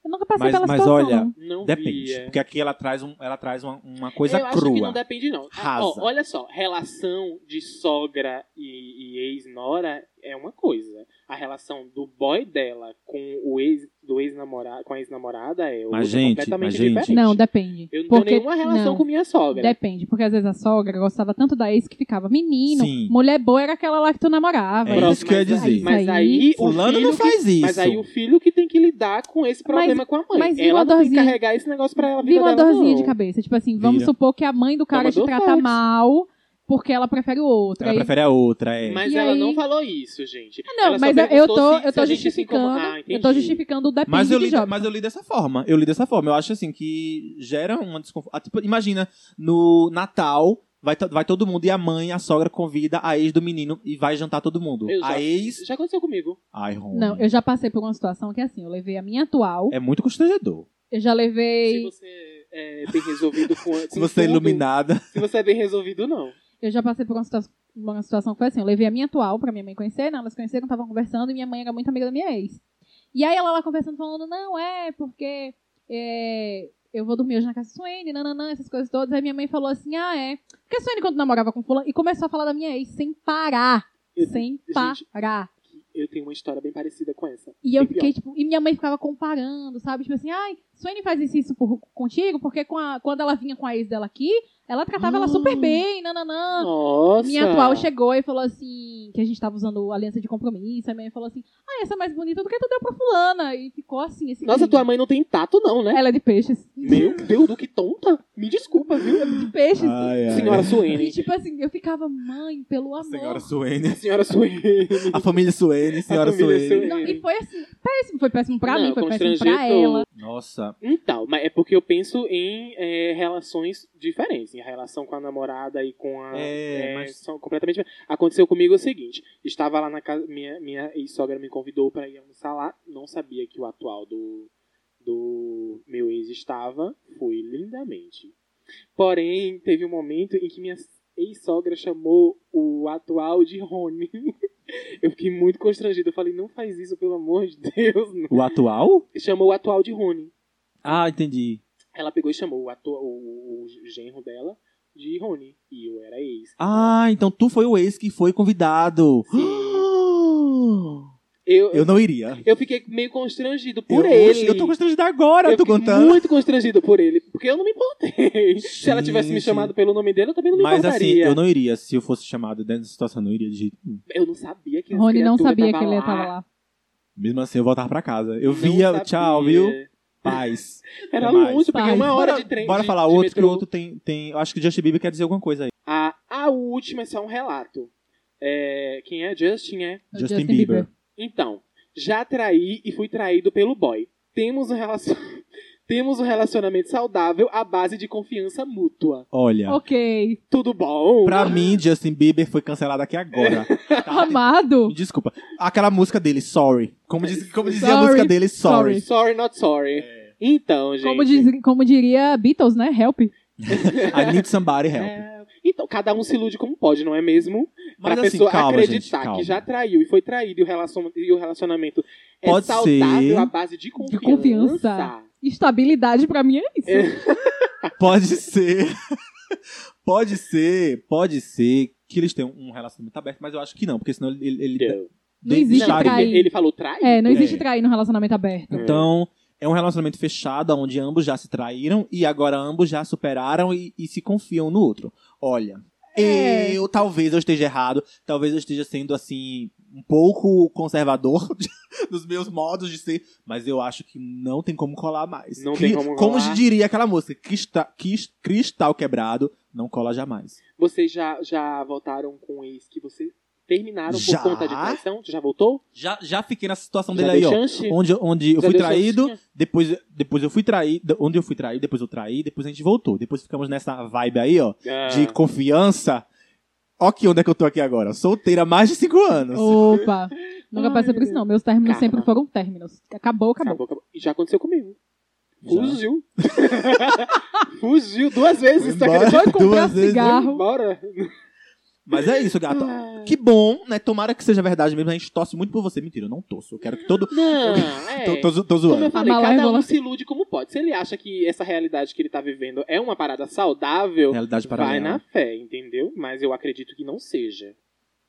S3: Eu nunca passei
S2: Mas-
S3: pela
S2: mas
S3: situação.
S2: olha,
S4: Não
S2: Depende.
S4: via.
S2: Porque aqui ela traz, um, ela traz uma, uma coisa
S4: Então, eu
S2: crua.
S4: acho que não depende, não. Ah, ó,
S2: Rasa.
S4: olha só, relação de sogra e, e ex-nora é uma coisa. A relação do boy dela com o ex do ex-namorado, com a ex-namorada é outra
S2: Mas, gente,
S4: completamente
S2: mas, gente,
S4: diferente.
S3: Não, depende.
S4: eu não
S3: porque,
S4: tenho nenhuma relação
S3: não,
S4: com né? minha sogra.
S3: Depende, porque às vezes a sogra gostava tanto da ex que ficava menino.
S2: Sim.
S3: Mulher boa era aquela lá que tu namorava.
S2: É
S3: Isso.
S2: isso que eu ia
S4: mas aí-
S2: dizer.
S4: Mas
S3: Isso
S4: aí,
S3: aí.
S4: o
S2: Fulano
S4: filho
S2: não faz isso.
S4: que, Mas aí o filho que tem que lidar com esse problema com a mãe.
S3: mas e
S4: ela
S3: uma
S4: não tem que
S3: dorzinha?
S4: carregar esse negócio pra ela a vida
S3: Vira uma
S4: dela,
S3: dorzinha
S4: não.
S3: de cabeça. Tipo assim, vamos
S2: Vira.
S3: supor que a mãe do cara
S4: Toma
S3: te trata
S4: Dorflex.
S3: mal porque ela prefere o outro.
S2: Ela
S3: Aí-
S2: prefere a outra, é.
S4: Mas
S3: E
S4: ela
S3: aí- Ah,
S4: não falou isso, gente.
S3: Não,
S4: Ela só
S3: mas eu- eu
S4: perguntou
S3: tô,
S4: se-
S3: eu
S4: se a
S3: tô
S4: gente se
S3: justificando.
S4: incomoda. Ah,
S3: eu tô
S4: entendi.
S3: justificando o depende
S2: Mas eu,
S3: de
S2: li,
S3: jogo.
S2: mas eu li dessa forma. Eu li dessa forma. Eu acho assim que gera uma desconforto. tipo, imagina, no Natal. Vai, to- vai todo mundo e a mãe, a sogra convida a ex do menino e vai jantar todo mundo.
S4: Eu
S2: A
S4: já-
S2: ex.
S4: Já aconteceu comigo.
S2: Ai, Rony.
S3: Não, eu já passei por uma situação que é assim, eu levei a minha atual,
S2: É muito constrangedor.
S3: eu já
S4: Se
S3: levei,
S4: você é bem resolvido com,
S2: Se você é
S4: tudo,
S2: iluminada.
S4: Se você é bem resolvido, não.
S3: eu já passei por uma situação, uma situação que foi assim, eu levei a minha atual pra minha mãe conhecer, não, elas conheceram, estavam conversando e minha mãe era muito amiga da minha ex. E aí ela lá conversando, falando, não, é, porque é, eu vou dormir hoje na casa de Suene, nananã, essas coisas todas. Aí minha mãe falou assim, ah, é, porque a Suene quando namorava com fulano, e começou a falar da minha ex sem parar,
S4: Eu-
S3: sem
S4: gente,
S3: parar.
S4: Eu tenho uma história bem parecida com essa.
S3: E eu
S4: Bem pior.
S3: fiquei, tipo, e minha mãe ficava comparando, sabe? Tipo assim, ai, Suene faz isso, e isso por- contigo, porque com a- quando ela vinha com a ex dela aqui, ela tratava ela
S4: Ah.
S3: super bem, nananã.
S4: Nossa!
S3: Ah, Minha atual chegou e falou assim, que a gente tava usando aliança de compromisso, aí minha mãe falou assim, ai, essa é mais bonita do que tu deu pra fulana. E ficou assim, esse
S4: Nossa,
S3: clima.
S4: tua mãe não tem tato, não, né?
S3: Ela é de peixes.
S4: Meu Deus, do que tonta! Me desculpa, viu?
S3: De peixes.
S2: Ai, ai.
S4: Senhora Suene.
S3: E tipo assim, eu ficava, mãe, pelo amor.
S2: Senhora Suene.
S4: Senhora Suene.
S2: A família Suene, senhora
S4: família
S2: Suene.
S4: Suene.
S3: Não, e foi assim, péssimo, foi péssimo pra
S4: Não,
S3: mim, foi péssimo pra
S4: constrangedor.
S3: ela.
S2: Nossa.
S4: Então, mas é porque eu penso em é, relações diferentes, em relação com a namorada e com a.
S2: É,
S4: é,
S2: mas-
S4: São completamente diferentes. Aconteceu comigo o seguinte: estava lá na casa, minha, minha ex-sogra me convidou para ir almoçar lá, não sabia que o atual do, do meu ex estava, fui lindamente. Porém, teve um momento em que minha ex-sogra chamou o atual de Rony. Eu fiquei muito constrangido. Eu falei, não faz isso, pelo amor de Deus. não.
S2: O atual?
S4: Chamou o atual de Rony
S2: Ah, entendi.
S4: ela pegou e chamou o, ator, o, o genro dela de Rony. E eu era ex.
S2: Ah, então tu foi o ex que foi convidado.
S4: Eu,
S2: Eu
S4: eu,
S2: não iria.
S4: fiquei meio constrangido por
S2: eu,
S4: ele.
S2: Eu tô constrangido agora, eu
S4: Eu
S2: tô
S4: fiquei
S2: contando.
S4: muito constrangido por ele, porque eu não me importei. Se ela tivesse me
S2: Gente.
S4: chamado pelo nome dele, eu também não me
S2: Mas assim,
S4: importaria.
S2: eu não iria. Se eu fosse chamado dentro dessa situação, eu não iria de jeito nenhum.
S4: Eu não sabia que essa
S3: Rony não
S4: criatura
S3: sabia
S4: tava
S3: que ele
S4: lá.
S3: tava lá.
S2: Mesmo assim, eu voltava pra casa. Eu
S4: Não
S2: via,
S4: sabia.
S2: tchau, viu? Paz.
S4: Era
S2: Até mais.
S4: longe, eu peguei
S3: Paz.
S4: uma hora
S2: bora,
S4: de trem.
S2: Bora
S4: de-
S2: falar
S4: de
S2: outro, que
S4: metrô.
S2: o outro tem, tem. Eu acho que o Justin Bieber quer dizer alguma coisa aí.
S4: A, a última é só um relato. É, quem é? Justin, é?
S3: O
S2: Justin, Bieber.
S4: Então, já traí e fui traído pelo boy. Temos um, relacion... Temos um relacionamento saudável à base de confiança mútua.
S2: Olha.
S3: Oh, Ok.
S4: Tudo bom?
S2: Pra mim, Justin Bieber foi cancelado aqui agora. Tá?
S3: oh. Amado.
S2: Me desculpa. Aquela música dele, sorry. Como, diz- como dizia a
S3: Sorry,
S2: música dele, sorry.
S4: Sorry, not sorry.
S2: É.
S4: Então, gente.
S3: Como, diz- como diria Beatles, né? Help.
S2: I need somebody help.
S4: É, Então, cada um se ilude como pode, não é mesmo?
S2: Mas
S4: pra
S2: assim,
S4: pessoa
S2: calma, gente,
S4: acreditar
S2: calma.
S4: que já traiu e foi traído e o, relacion- e o relacionamento é
S2: Pode
S4: saudável
S2: ser.
S4: à base de confiança.
S3: confiança. Estabilidade pra mim é isso.
S4: É.
S2: Pode ser. pode ser, pode ser que eles tenham um relacionamento aberto, mas eu acho que não, porque senão ele. ele- ele-
S4: Não,
S3: Não existe
S2: Não,
S3: trair.
S4: ele falou trair?
S3: É, não existe
S2: É.
S3: trair no relacionamento aberto.
S2: Então, é um relacionamento fechado, onde ambos já se traíram e agora ambos já superaram e, e se confiam no outro. Olha,
S3: É.
S2: eu talvez eu esteja errado, talvez eu esteja sendo assim, um pouco conservador dos meus modos de ser, mas eu acho que não tem como colar mais.
S4: Não
S2: Que-
S4: tem como colar.
S2: diria aquela música, crista- quis- cristal quebrado, não cola jamais.
S4: Vocês já, já voltaram com o ex que vocês terminaram
S2: Já?
S4: por conta de traição? Tu já voltou?
S2: Já, já fiquei nessa situação
S4: já
S2: dele aí,
S4: deu
S2: ó.
S4: chance?
S2: Onde, onde eu
S4: Já
S2: fui
S4: deu
S2: traído,
S4: chance?
S2: depois, depois eu fui traído. Onde eu fui traído, depois eu traí, depois a gente voltou. Depois ficamos nessa vibe aí, ó,
S4: Ah,
S2: de confiança. Ó que onda que eu tô aqui agora. Solteira há mais de cinco anos.
S3: Opa. Nunca
S4: Ai,
S3: passei por isso, não. Meus términos
S4: Karma.
S3: sempre foram términos. Acabou, acabou.
S4: acabou, acabou. E já aconteceu comigo.
S2: Já.
S4: Fugiu. Fugiu tá duas vezes.
S2: Foi
S4: tá
S2: embora
S4: acreditando?
S3: Foi comprar
S2: duas vezes.
S4: Foi
S3: cigarro.
S4: embora.
S2: Mas é isso, gata. Que bom, né? Tomara que seja verdade mesmo. A gente torce muito por você. Mentira, eu não torço. Eu quero que todo.
S4: Não, é.
S2: Tô, tô, zo- tô
S4: Como eu
S2: zoando.
S4: falei,
S3: A
S4: cada um
S3: malévola-
S4: se ilude como pode. Se ele acha que essa realidade que ele tá vivendo é uma parada saudável,
S2: Realidade
S4: vai né? na
S2: paralela.
S4: fé, entendeu? Mas eu acredito que não seja.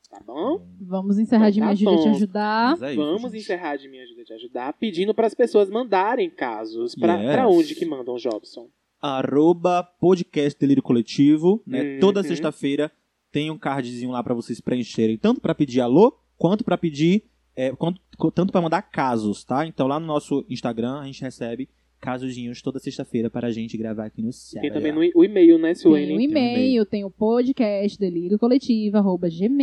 S4: Tá bom?
S3: Vamos encerrar de
S4: Então
S3: me
S4: tá
S3: ajuda a te
S4: bom.
S3: ajudar.
S2: Mas é isso,
S4: Vamos
S2: gente.
S4: encerrar de Me Ajuda a Te Ajudar, pedindo para as pessoas mandarem casos. Pra,
S2: Yes.
S4: pra onde que mandam, Jobson?
S2: Arroba podcast Delírio Coletivo. Né?
S4: Uhum.
S2: Toda sexta-feira tem um cardzinho lá pra vocês preencherem, tanto pra pedir alô, quanto pra pedir. é, quanto- co- tanto pra mandar casos, tá? Então lá no nosso Instagram a gente recebe casozinhos toda sexta-feira para a gente gravar aqui no céu.
S4: Tem também no e- o e-mail, né,
S3: Tem o
S4: Suene?
S3: e-mail, tem o podcast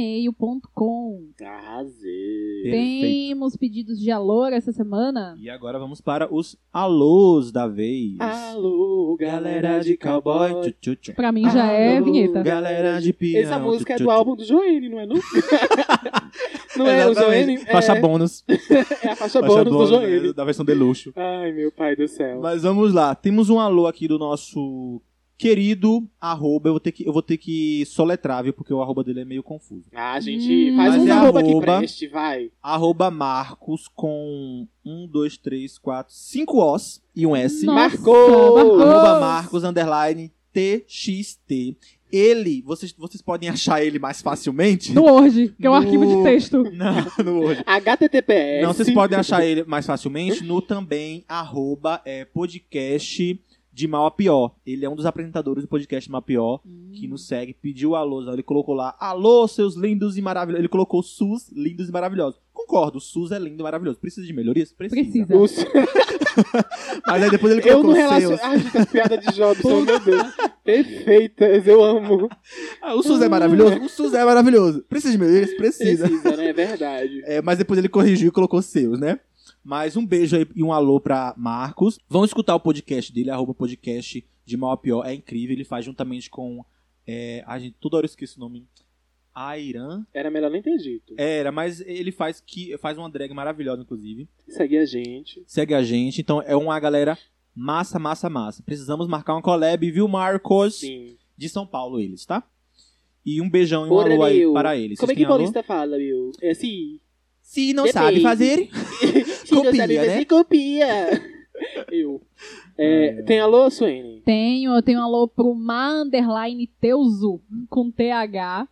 S3: deliriocoletivo.gmail.com.
S4: Arrasei.
S3: Temos pedidos de alô essa semana?
S2: E agora vamos para os alôs da vez.
S4: Alô, galera de cowboy.
S2: tchu, tchu, tchu.
S3: Pra mim já é
S4: Alô,
S3: vinheta.
S2: Galera de peão.
S4: Essa música é
S2: tchu,
S4: do
S2: tchu,
S4: álbum do Joene, não é? Não, não é o
S2: Exatamente.
S4: Joene? É,
S2: Faixa bônus.
S4: é a faixa bônus do
S2: né,
S4: Joene.
S2: da versão deluxe.
S4: Ai, meu pai do céu.
S2: Mas vamos lá. Temos um alô aqui do nosso querido arroba. Eu vou ter que, eu vou ter que soletrar, viu? Porque o arroba dele é meio confuso.
S4: Ah, gente,
S3: Hum.
S4: faz
S2: Mas
S4: um
S2: é
S4: arroba aqui
S2: arroba.
S4: preste, vai.
S2: Arroba Marcos com um, dois, três, quatro, cinco Os e um S.
S3: Nossa,
S4: Marcou!
S3: marcou!
S2: Arroba Marcos, underline, TXT. Ele, vocês, vocês podem achar ele mais facilmente?
S3: No Word, que é um
S2: No-
S3: arquivo de texto.
S2: Não, no Word.
S4: HTTPS.
S2: Não, vocês podem achar ele mais facilmente no também, arroba, é, podcast de mal a pior. Ele é um dos apresentadores do podcast de mal a pior, que
S3: Hum,
S2: nos segue, pediu alô, ele colocou lá, alô, seus lindos e maravilhosos. Ele colocou SUS, lindos e maravilhosos. Concordo, o SUS é lindo e maravilhoso. Precisa de melhorias? Precisa.
S3: Precisa.
S4: Os-
S2: Mas aí depois ele
S4: Eu
S2: colocou
S4: não relaciono.
S2: seus.
S4: Ai, gente, as piadas de Jobson, meu Deus. Perfeitas, eu amo.
S2: Ah, o SUS é maravilhoso? O SUS é maravilhoso. Precisa de melhorias? Precisa.
S4: Precisa, né? É verdade.
S2: É, mas depois ele corrigiu e colocou seus, né? Mas um beijo aí e um alô pra Marcos. Vão escutar o podcast dele, arroba podcast de mal a pior. É incrível, ele faz juntamente com. É, a gente, toda hora eu esqueço o nome. Airan.
S4: Era melhor nem ter dito.
S2: Era, mas ele faz que faz uma drag maravilhosa, inclusive.
S4: Segue a gente.
S2: Segue a gente. Então é uma galera massa, massa, massa. Precisamos marcar uma collab, viu, Marcos?
S4: Sim.
S2: De São Paulo, eles, tá? E um beijão e um
S4: Ora,
S2: alô aí
S4: meu.
S2: para eles.
S4: Como é
S2: Vocês
S4: que
S2: têm alô?
S4: paulista fala, meu? É assim.
S2: Se não
S4: Depende.
S2: sabe fazer,
S4: Se não
S2: Copia,
S4: sabe
S2: né?
S4: fazer, é assim, copia. Eu.
S2: Ah,
S4: É, tem alô, Suene?
S3: Tenho, eu tenho um alô pro Ma Underline Teuzu, com TH.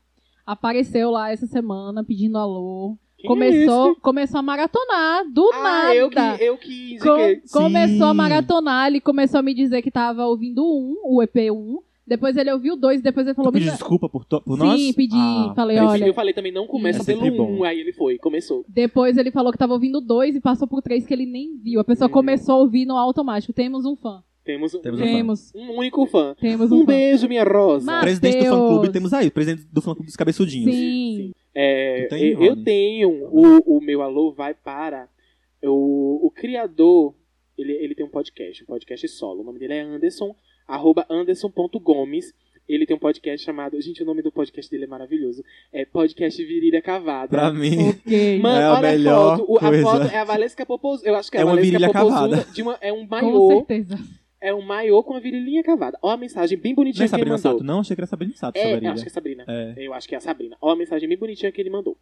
S3: Apareceu lá essa semana pedindo alô.
S4: Quem
S3: começou,
S4: é esse?
S3: começou a maratonar, do
S4: Ah,
S3: nada.
S4: eu que, eu que é.
S3: Co-
S4: indiquei.
S3: começou a
S2: Sim.
S3: maratonar, ele começou a me dizer que tava ouvindo um, o EP1. Depois ele ouviu dois, depois ele falou...
S2: Tu pediu
S3: "Menina,
S2: desculpa por, to- por
S3: Sim,
S2: nós?
S3: pedi, falei,
S2: perfeito.
S3: olha-
S4: Eu falei também, não começa
S2: É
S4: pelo
S2: sempre bom.
S4: um, aí ele foi, começou.
S3: Depois ele falou que tava ouvindo dois e passou pro três que ele nem viu. A pessoa
S4: Hum.
S3: começou a ouvir no automático. Temos um fã.
S4: Temos um,
S2: Temos um fã.
S3: Temos.
S4: um único fã.
S3: Temos um,
S4: Um
S3: fã.
S4: beijo, minha rosa.
S3: Mas-
S2: Presidente do
S3: Mateus.
S2: fã-clube temos aí, o presidente do fã-clube dos cabeçudinhos.
S3: Sim.
S4: É,
S2: Tu tem,
S4: eu, eu
S2: Rony?
S4: tenho. O, o meu alô vai para o, o criador. Ele, ele tem um podcast, um podcast solo. O nome dele é Anderson, arroba anderson.gomes. Ele tem um podcast chamado. Gente, o nome do podcast dele é maravilhoso. É Podcast Virilha Cavada.
S2: Pra mim,
S3: Ok.
S4: Mano,
S2: É a
S4: olha
S2: melhor
S4: a foto. O-
S2: coisa.
S4: A foto é a Valesca Popozuda. Eu acho que é,
S2: É
S4: a
S2: uma
S4: Valesca
S2: virilha
S4: Popozuda
S2: cavada.
S4: de uma- é
S3: Com
S4: um maiô.
S3: certeza.
S4: É um maiô com a virilhinha cavada. Ó, a mensagem bem
S2: não
S4: bonitinha
S2: é
S4: que ele
S2: Sabrina
S4: mandou.
S2: Sato, não? Achei que era Sabrina Sato,
S4: É, eu
S2: Sabrina.
S4: acho que é Sabrina.
S2: É.
S4: Eu acho que é a Sabrina. Olha a mensagem bem bonitinha que ele mandou.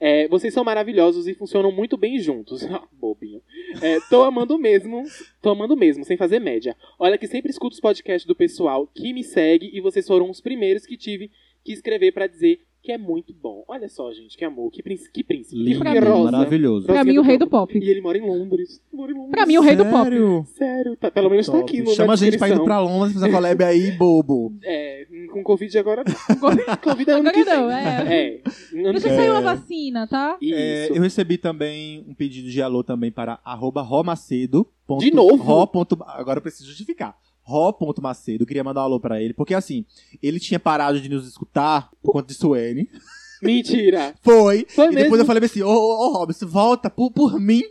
S4: É, vocês são maravilhosos e funcionam muito bem juntos. Ah, Bobinho. É, tô amando mesmo. Tô amando mesmo, sem fazer média. Olha que sempre escuto os podcasts do pessoal que me segue e vocês foram os primeiros que tive que escrever pra dizer que é muito bom. Olha só, gente, que amor, que príncipe, que príncipe, que
S2: Lindo,
S3: pra mim,
S4: é rosa.
S2: maravilhoso.
S3: Pra mim, o rei do pop.
S4: E ele mora em Londres. Mora em Londres.
S3: Pra mim, o rei do pop.
S2: Sério?
S4: Sério, tá- pelo menos tá
S2: Top.
S4: aqui no na
S2: Chama a gente pra ir
S4: descrição.
S2: pra Londres fazer collab aí, bobo.
S4: É, com Covid agora não. Covid é ano
S3: Agora
S4: que vem.
S3: não, é.
S4: É, ano
S3: Deixa
S4: que
S3: eu
S4: vem.
S3: sair uma vacina, tá?
S2: É,
S4: Isso.
S2: eu recebi também um pedido de alô também para arroba romacedo.
S4: De novo?
S2: Ro ponto- agora eu preciso justificar. Ro.macedo, queria mandar um alô pra ele, porque assim, ele tinha parado de nos escutar por conta de Suene.
S4: Mentira.
S2: Foi.
S4: Foi
S2: e
S4: É mesmo.
S2: depois eu falei assim: Ô, ô, ô, Robson, volta por, por mim.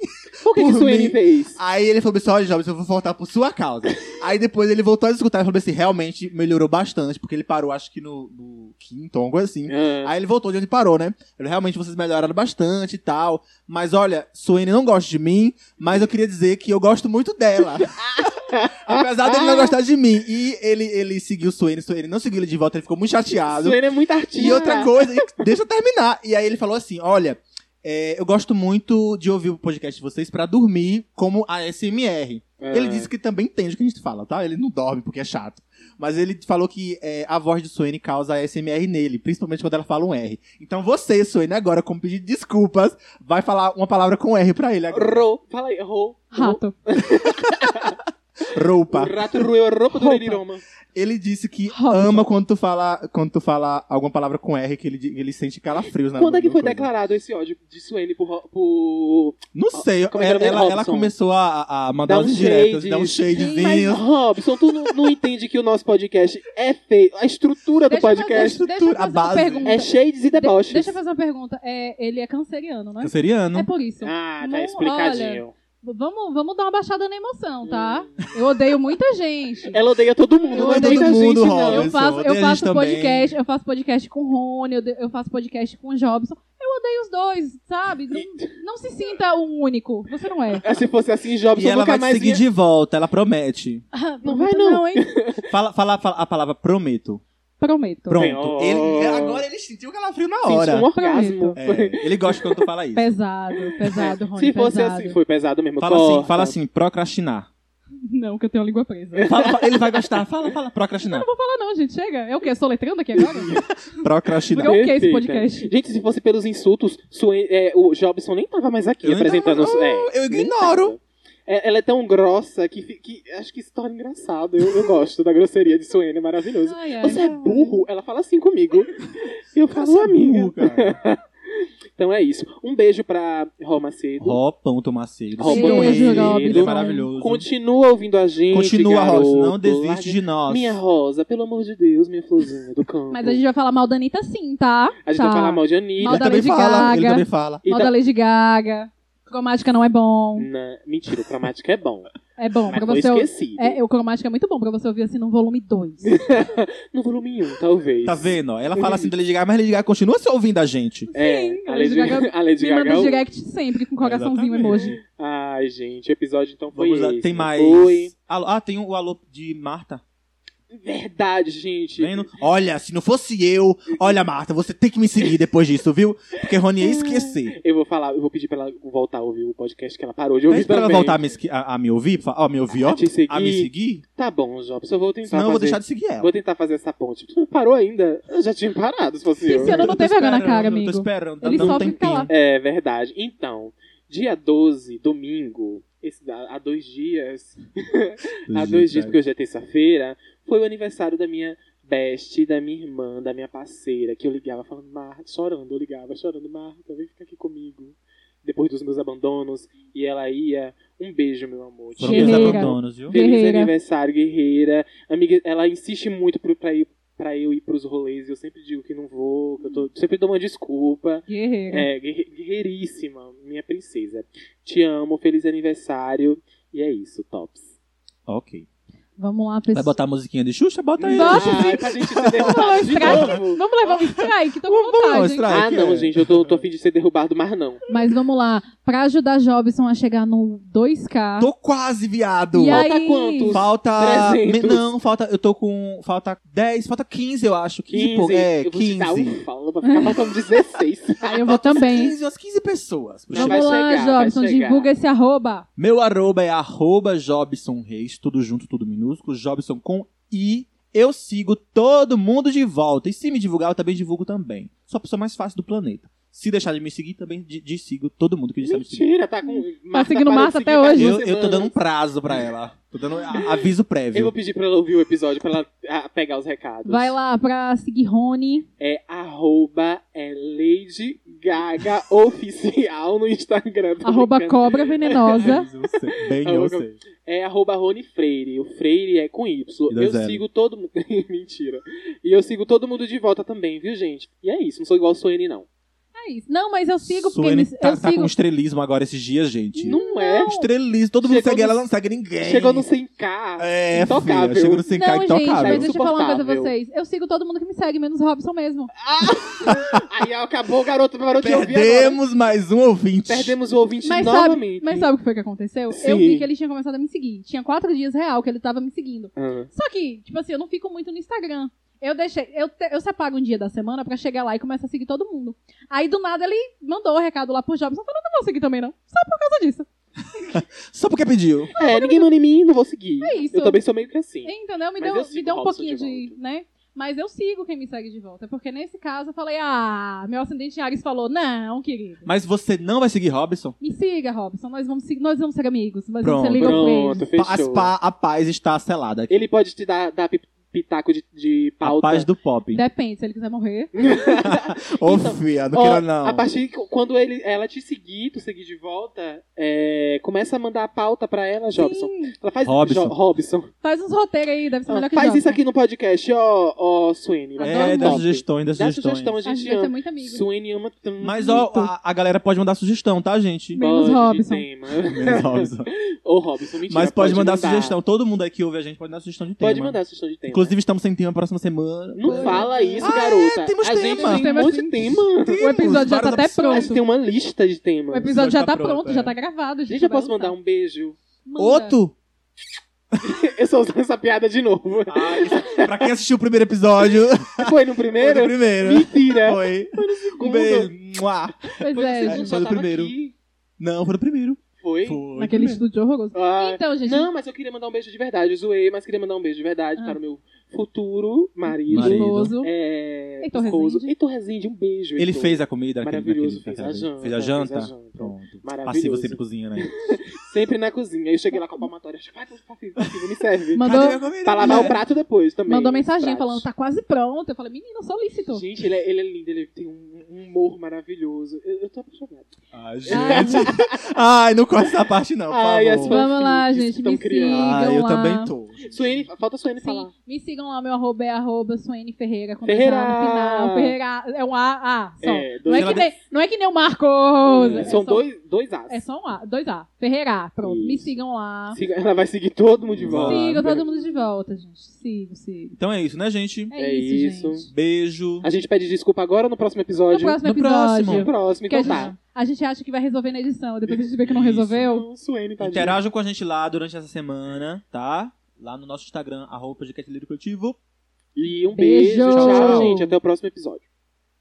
S4: Por que, que
S2: Por
S4: Suene
S2: mim.
S4: fez?
S2: Aí ele falou assim: olha, Jobs, eu vou voltar por sua causa. Aí depois ele voltou a escutar e falou assim: realmente melhorou bastante, porque ele parou, acho que no, no quinto, algo assim.
S4: Ah,
S2: Aí ele voltou de onde parou, né? Ele, realmente vocês melhoraram bastante e tal. Mas olha, Suene não gosta de mim, mas eu queria dizer que eu gosto muito dela. Apesar dele não gostar de mim. E ele, ele seguiu o Suene, Suene não seguiu ele de volta, ele ficou muito chateado.
S4: Suene é muito artista.
S2: E outra coisa, e deixa eu terminar. E aí ele falou assim: olha, é, eu gosto muito de ouvir o podcast de vocês pra dormir como a SMR.
S4: É.
S2: Ele disse que também entende o que a gente fala, tá? Ele não dorme porque é chato. Mas ele falou que é, a voz de Suene causa ASMR nele, principalmente quando ela fala um R. Então você, Suene, agora, como pedido de desculpas, vai falar uma palavra com R pra ele agora.
S4: Ro, fala aí, ro. ro.
S3: Rato.
S2: Roupa.
S4: O rato roeu a roupa do
S3: Roupa.
S4: Neriroma.
S2: Ele disse que
S3: Roupa.
S2: ama quando tu fala, quando tu fala alguma palavra com R que ele, di- ele sente calafrios na
S4: Quando é que
S2: alguma
S4: foi
S2: coisa.
S4: declarado esse ódio de Suene por, ro- por
S2: Não sei,
S4: Como é que era
S2: ela,
S4: o nome?
S2: ela, ela
S4: Robson.
S2: começou a, a mandar
S4: Dá
S2: uns
S4: uns
S2: diretos,
S4: shades.
S2: dar um
S4: Sim, mas,
S2: shadezinho.
S4: Robson, tu não, não entende que o nosso podcast é feio. A estrutura do
S3: Deixa eu
S4: podcast
S3: fazer- deixa eu
S2: estrutura, a
S3: fazer uma
S2: base.
S3: pergunta.
S4: é shades e deboches.
S3: De- Deixa eu fazer uma pergunta. É, ele é canceriano,
S2: Tá
S3: né?
S2: Canceriano.
S3: É por isso.
S4: Ah, tá
S3: Não,
S4: explicadinho.
S3: V- Vamos, vamos dar uma baixada na emoção, tá?
S4: Hum.
S3: Eu odeio muita gente.
S4: Ela odeia todo mundo,
S2: Eu
S4: não é
S2: odeio
S4: muita
S2: todo
S4: gente,
S2: mundo,
S4: não.
S2: Robson.
S3: Eu faço,
S2: odeio
S3: eu
S2: a
S3: faço
S2: gente
S3: podcast, eu faço podcast com o Rony, eu, de- eu faço podcast com o Jobson. Eu odeio os dois, sabe? Não, não se sinta um único. Você não é.
S4: É, Se fosse assim, Jobson
S2: E ela
S4: nunca
S2: vai te
S4: mais
S2: seguir
S4: ia...
S2: de volta, ela promete.
S4: Ah, Não vai,
S3: Prometo
S4: não.
S3: é, hein?
S2: Fala, fala, fala a palavra prometo.
S3: Prometo.
S2: Pronto.
S4: Senhor.
S2: Ele, agora ele sentiu calafrio na
S4: Sentiu um
S2: hora.
S4: orgasmo.
S2: É, ele gosta quando tu fala isso.
S3: Pesado, pesado, Rony.
S4: Se fosse
S3: pesado.
S4: assim, foi pesado mesmo.
S2: Fala
S4: corta.
S2: assim, fala assim, procrastinar.
S3: Não, que eu tenho a língua presa.
S2: Fala- fala- ele vai gostar. Fala, fala, procrastinar.
S3: Fala não, gente, chega. É o quê? Sou letrando aqui agora?
S2: Procrastinar.
S3: Virou o que esse
S4: Perfeita.
S3: podcast?
S4: Gente, se fosse pelos insultos, Sue- é, o Jobson nem tava mais aqui
S2: Eu nem
S4: apresentando.
S2: tava, não,
S4: é,
S2: eu
S4: nem
S2: ignoro.
S4: tava. É, ela é tão grossa que, fi- que acho que se torna engraçado. Eu, eu gosto da grosseria de Suene, é maravilhoso.
S3: Ai, ai.
S4: Você é burro? Ela fala assim comigo. E eu falo,
S2: Essa
S4: amiga.
S2: é burra, cara.
S4: Então é isso. Um beijo pra Rô Macedo.
S2: Ró, ponto Macedo.
S4: Ró,
S2: Sigam
S4: ponto
S2: ele,
S4: Macedo.
S2: ele é maravilhoso.
S4: Continua ouvindo a gente.
S2: Continua,
S4: garoto.
S2: Rosa. Não desiste
S4: Larga-
S2: de nós.
S4: Minha Rosa, pelo amor de Deus, minha florzinha do campo.
S3: Mas a gente vai falar mal da Anitta sim, tá?
S4: é A gente
S3: tá.
S4: vai falar mal de Anitta.
S3: Mal
S2: Ele
S3: da
S2: também
S3: Lady
S2: fala, ele
S3: Gaga.
S2: também fala.
S4: e
S3: Mal
S4: da-
S3: da Lady Gaga. Cromática não é bom.
S4: Na- Mentira, o cromática é bom.
S3: É bom
S4: Mas
S3: pra
S4: foi
S3: você...
S4: esquecido.
S3: É, é, o cromática é muito bom pra você ouvir assim no volume 2.
S4: No volume 1, talvez.
S2: Tá vendo? ó? Ela fala assim da Lady Gaga, mas Lady Gaga continua se ouvindo a gente.
S4: É,
S3: Sim,
S4: a Lady Gaga. A Lady
S3: Me manda
S4: Gaga.
S3: um
S4: é o-
S3: direct sempre com coraçãozinho
S2: Exatamente.
S3: emoji.
S4: Ai, gente, o episódio então foi
S2: Vamos lá,
S4: esse,
S2: tem
S4: não
S2: mais.
S4: Foi.
S2: Alô- ah, tem o alô de Marta.
S4: Verdade, gente.
S2: Vendo? Olha, se não fosse eu, olha, Marta, você tem que me seguir depois disso, viu? Porque Rony ia esquecer.
S4: Eu vou falar, eu vou pedir pra ela voltar a ouvir o podcast que ela parou de ouvir
S2: Pede pra ela
S4: também.
S2: voltar a me, esqui- a, a me ouvir, fa- ó, me ouvir, ó,
S4: A te seguir.
S2: a me seguir,
S4: Tá bom, Jobs, eu vou tentar
S2: senão eu vou
S4: fazer.
S2: deixar de seguir ela.
S4: Vou tentar fazer essa ponte. Tu não parou ainda? Eu já tinha parado, se fosse eu.
S3: Esse ano não
S2: Eu tô
S3: tem vergonha na
S2: esperando,
S3: cara,
S2: Eu
S3: amigo.
S2: tô esperando,
S3: Ele
S2: dá um
S3: só fica
S2: tempinho.
S3: lá.
S4: É verdade. Então, dia 12, domingo, esse, há há dois dias, há dois dias, porque hoje é terça-feira, foi o aniversário da minha best, da minha irmã, da minha parceira, que eu ligava falando, Marta, chorando, eu ligava, chorando, Marta, vem ficar aqui comigo. Depois dos meus abandonos, e ela ia, um beijo, meu amor. te
S2: Foram meus
S3: Guerreira.
S2: abandonos, viu?
S4: Feliz
S3: Guerreira.
S4: aniversário, guerreira. Amiga, ela insiste muito pro- pra, ir, pra eu ir pros rolês. e Eu sempre digo que não vou, que eu tô, sempre dou uma desculpa.
S3: Guerreira.
S4: É, guerre- guerreiríssima, minha princesa. Te amo, feliz aniversário. E é isso, tops.
S2: Ok.
S3: Vamos lá,
S2: Vai
S3: pessoal.
S2: botar a musiquinha de Xuxa? Bota aí.
S3: Bota,
S2: Xuxa.
S4: Ai, pra gente se
S3: Vamos
S4: derrubar de
S3: estragar.
S4: novo.
S3: Vamos levar um strike, tô com
S2: Vamos- vamos lá,
S3: vontade. hein?
S2: strike.
S4: Ah, não, gente, eu tô, tô a fim de ser derrubado, mas não.
S3: Mas vamos lá, pra ajudar Jobson a chegar no 2K.
S2: Tô quase, viado.
S3: E
S4: Falta
S3: aí,
S4: quantos?
S2: Falta.
S4: 300.
S2: Me- Não, falta. Eu tô com. Falta 10, falta 15, eu acho. 15,
S4: 15,
S2: pouco. É,
S4: eu vou citar
S2: 15.
S4: um fala pra ficar faltando 16.
S3: Aí Ah, eu vou também.
S2: 15, umas 15 pessoas.
S4: Não,
S2: Puxa.
S4: vai
S3: Vamos lá,
S4: chegar, vai
S3: Jobson,
S4: chegar.
S3: divulga esse arroba.
S2: Meu arroba é arroba Jobson Reis, tudo junto, tudo minúsculo. Jobson com I. Eu sigo todo mundo de volta. E se me divulgar, eu também divulgo também. Sou a pessoa mais fácil do planeta. Se deixar de me seguir, também de, de sigo todo mundo que já me seguir.
S4: Mentira, tá com. Marta
S3: seguindo
S4: parou de
S3: Marta
S4: seguir
S3: até
S4: faz
S3: hoje.
S2: Eu,
S4: duas
S2: eu tô dando um
S4: semanas.
S2: prazo pra ela. Tô dando a- aviso
S4: Eu vou
S2: prévio.
S4: pedir pra ela ouvir o episódio pra ela ah, pegar os recados.
S3: Vai lá pra seguir Rony.
S4: É arroba é Lady Gaga Oficial no Instagram. Tô
S3: Arroba
S4: brincando.
S3: cobra venenosa.
S2: Eu sei, Bem, eu sei.
S4: É arroba Rony Freire. O Freire é com Y.
S2: E dois
S4: Eu
S2: L.
S4: sigo todo mundo. Mentira. E eu sigo todo mundo de volta também, viu, gente? E é isso. Não sou igual a Suene, não.
S3: É isso. Não, mas eu sigo porque
S2: Suene
S3: me-
S2: tá,
S3: eu
S2: tá
S3: sigo.
S2: com estrelismo agora esses dias, gente.
S4: Não é.
S2: Estrelismo. Todo mundo
S4: Chegou
S2: segue
S4: no-
S2: ela, ela não segue ninguém.
S4: Chegou no 100k.
S2: É,
S4: Intocável.
S2: filha, chegou no 100
S3: Não, gente,
S2: intocável.
S3: mas deixa eu falar uma coisa pra
S4: Insuportável.
S3: vocês. Eu sigo todo mundo que me segue, menos Robson mesmo.
S4: Aí acabou o garoto, parou de ouvir agora.
S2: Perdemos mais um ouvinte.
S4: Perdemos o ouvinte
S3: Mas sabe,
S4: novamente.
S3: mas sabe o que foi que aconteceu?
S4: Sim.
S3: Eu vi que ele tinha começado a me seguir. Tinha quatro dias real que ele tava me seguindo.
S4: Ah,
S3: Só que, tipo assim, eu não fico muito no Instagram. Eu deixei, eu, te- eu separo um dia da semana pra chegar lá e começar a seguir todo mundo. Aí do nada ele mandou o recado lá pro Jobson falando, não vou seguir também, não. Só por causa disso.
S2: Só porque pediu.
S4: É, ninguém manda em mim, não vou seguir.
S3: É isso.
S4: Eu também sou meio que assim.
S3: Entendeu? Me
S4: Mas
S3: deu,
S4: eu sigo
S3: me deu um
S4: Robson
S3: pouquinho
S4: de
S3: de, né? Mas eu sigo quem me segue de volta. Porque nesse caso eu falei, ah, meu ascendente em Ares falou, não, querido.
S2: Mas você não vai seguir Robson?
S3: Me siga, Robson. Nós vamos, se- nós vamos ser amigos. Nós
S2: Pronto.
S3: vamos ser League of
S4: Pronto,
S3: Legends.
S2: Pa- as
S4: fechou.
S2: pa- a paz está selada.
S4: Ele pode te dar, dar pi- pitaco de, de
S2: A
S4: pauta.
S2: paz do pop.
S3: Depende, se ele quiser morrer.
S2: Ô,
S4: Então,
S2: fia, não
S4: Ó,
S2: queira não.
S4: A partir de quando ele, ela te seguir, tu seguir de volta, é, começa a mandar a pauta pra ela, Jobson.
S3: Sim,
S4: Ela faz
S2: Robson.
S4: Jo- Robson.
S3: faz uns roteiros aí, deve ser melhor que
S4: Ah, faz
S3: Jobson.
S4: isso aqui no podcast, ó, ó, Suene. Vai dar
S2: É,
S4: um
S2: dá
S4: top.
S2: sugestões, dá
S4: Dá
S2: sugestões.
S4: sugestão, a
S3: A gente
S4: gente
S3: vai ser
S4: ama.
S3: muito amigo.
S4: Suene ama tanto.
S2: Mas ó, a, a galera pode mandar sugestão, tá, gente?
S3: Menos
S4: Pode,
S3: Robson.
S4: tema.
S2: Menos Robson.
S4: Ô, Robson, mentira.
S2: Mas pode, mandar, sugestão. Todo mundo aqui ouve a gente pode mandar sugestão de tema.
S4: Pode mandar né? sugestão de tema.
S2: Inclusive, estamos sem tema próxima semana.
S4: Não
S2: Pode.
S4: fala isso,
S2: Ah, é,
S4: garota.
S2: temos
S4: a gente
S2: tema.
S4: tem um
S3: Temos
S4: monte de
S3: sim.
S4: tema.
S2: Temos
S3: O episódio já tá
S2: várias
S3: até
S2: opções.
S4: A
S3: pronto.
S4: gente tem uma lista de
S3: O
S4: temas.
S3: episódio já
S2: tá
S3: tá
S2: pronto,
S3: pronto,
S2: é.
S3: já tá gravado.
S4: Gente, eu posso mandar um beijo?
S2: Outro?
S4: Eu só usando essa piada de novo.
S2: Ah, pra quem assistiu o primeiro episódio,
S4: Foi no
S2: foi do
S4: primeiro?
S2: primeiro.
S4: Mentira.
S2: Foi.
S4: segundo.
S2: Um beijo. Mua.
S3: Pois
S4: Foi no
S3: é,
S4: segundo,
S2: gente.
S4: já
S2: Foi no
S4: tava
S2: primeiro.
S4: aqui.
S2: Não, foi do primeiro.
S4: Foi?
S2: Foi.
S3: naquele estúdio horroroso.
S4: Ah,
S3: Então, gente,
S4: não, mas eu queria mandar um beijo de verdade. Eu zoei, mas queria mandar um beijo de verdade
S3: Ah.
S4: para o meu futuro marido.
S2: Marido.
S3: nervoso.
S4: É,
S3: Heitor
S4: esposo.
S3: Rezende.
S4: Heitor Rezende, um beijo.
S2: Ele
S4: Heitor.
S2: fez a comida? aquele-
S4: Maravilhoso,
S2: naquele-
S4: fez a janta.
S2: Fez a janta?
S4: Fez a janta.
S2: Pronto.
S4: Maravilhoso.
S2: Passivo né? sempre cozinhando aí.
S4: Sempre na cozinha. Aí eu cheguei lá com a palmatória. Vai, passivo, passivo, me serve. tá
S2: Cadê a
S3: mandou,
S2: comida?
S4: Pra lavar
S2: É.
S4: o prato depois também.
S3: mandou
S4: os
S3: mensagem
S4: pratos.
S3: falando, tá quase pronto. Eu falei, menino, solícito.
S4: Gente, ele é, ele é lindo, ele tem um um humor maravilhoso. Eu, eu tô apaixonado.
S2: Ai, Ah,
S3: Ah,
S2: gente. Ai, não corta essa parte não, por
S4: Ai, as
S2: favor.
S4: fan-
S3: Vamos lá,
S4: fanfics que
S3: gente,
S4: tão
S3: me
S4: criando. Ah,
S3: sigam
S2: Ai, eu
S3: lá.
S2: também tô.
S4: Suene, falta a Suene falar.
S3: Sim, me sigam lá, meu arroba é arroba Suene Ferreira. Com
S4: Ferreira!
S3: dois A no final. Ferreira. É um A, A só.
S4: É,
S3: não,
S4: dois
S3: é
S2: Ela
S3: que nem, não é que nem o Marcos. É
S4: São
S3: só-
S4: dois, dois as.
S3: É só um A, dois A. Ferreira, pronto. Me
S4: Isso.
S3: sigam lá.
S4: Siga- Ela vai seguir todo mundo de volta.
S3: Sigam todo mundo de volta, gente. Sigo, sigo.
S2: Então é isso, né, gente?
S3: É,
S4: É
S3: isso,
S4: isso.
S3: gente.
S2: Beijo.
S4: A gente pede desculpa agora ou no próximo
S3: No
S4: episódio?
S3: próximo
S2: No
S3: episódio.
S2: próximo.
S4: No próximo,
S3: Porque a
S4: então
S3: gente,
S4: tá.
S3: a gente acha que vai resolver na edição, depois a gente vê que não
S2: Isso.
S3: resolveu.
S4: Então, Suene, tá
S2: Interajam com a gente lá durante essa semana, tá? Lá no nosso Instagram, arroba de Coletivo.
S4: E um beijo.
S3: Beijo.
S4: Tchau, gente. Até o próximo episódio.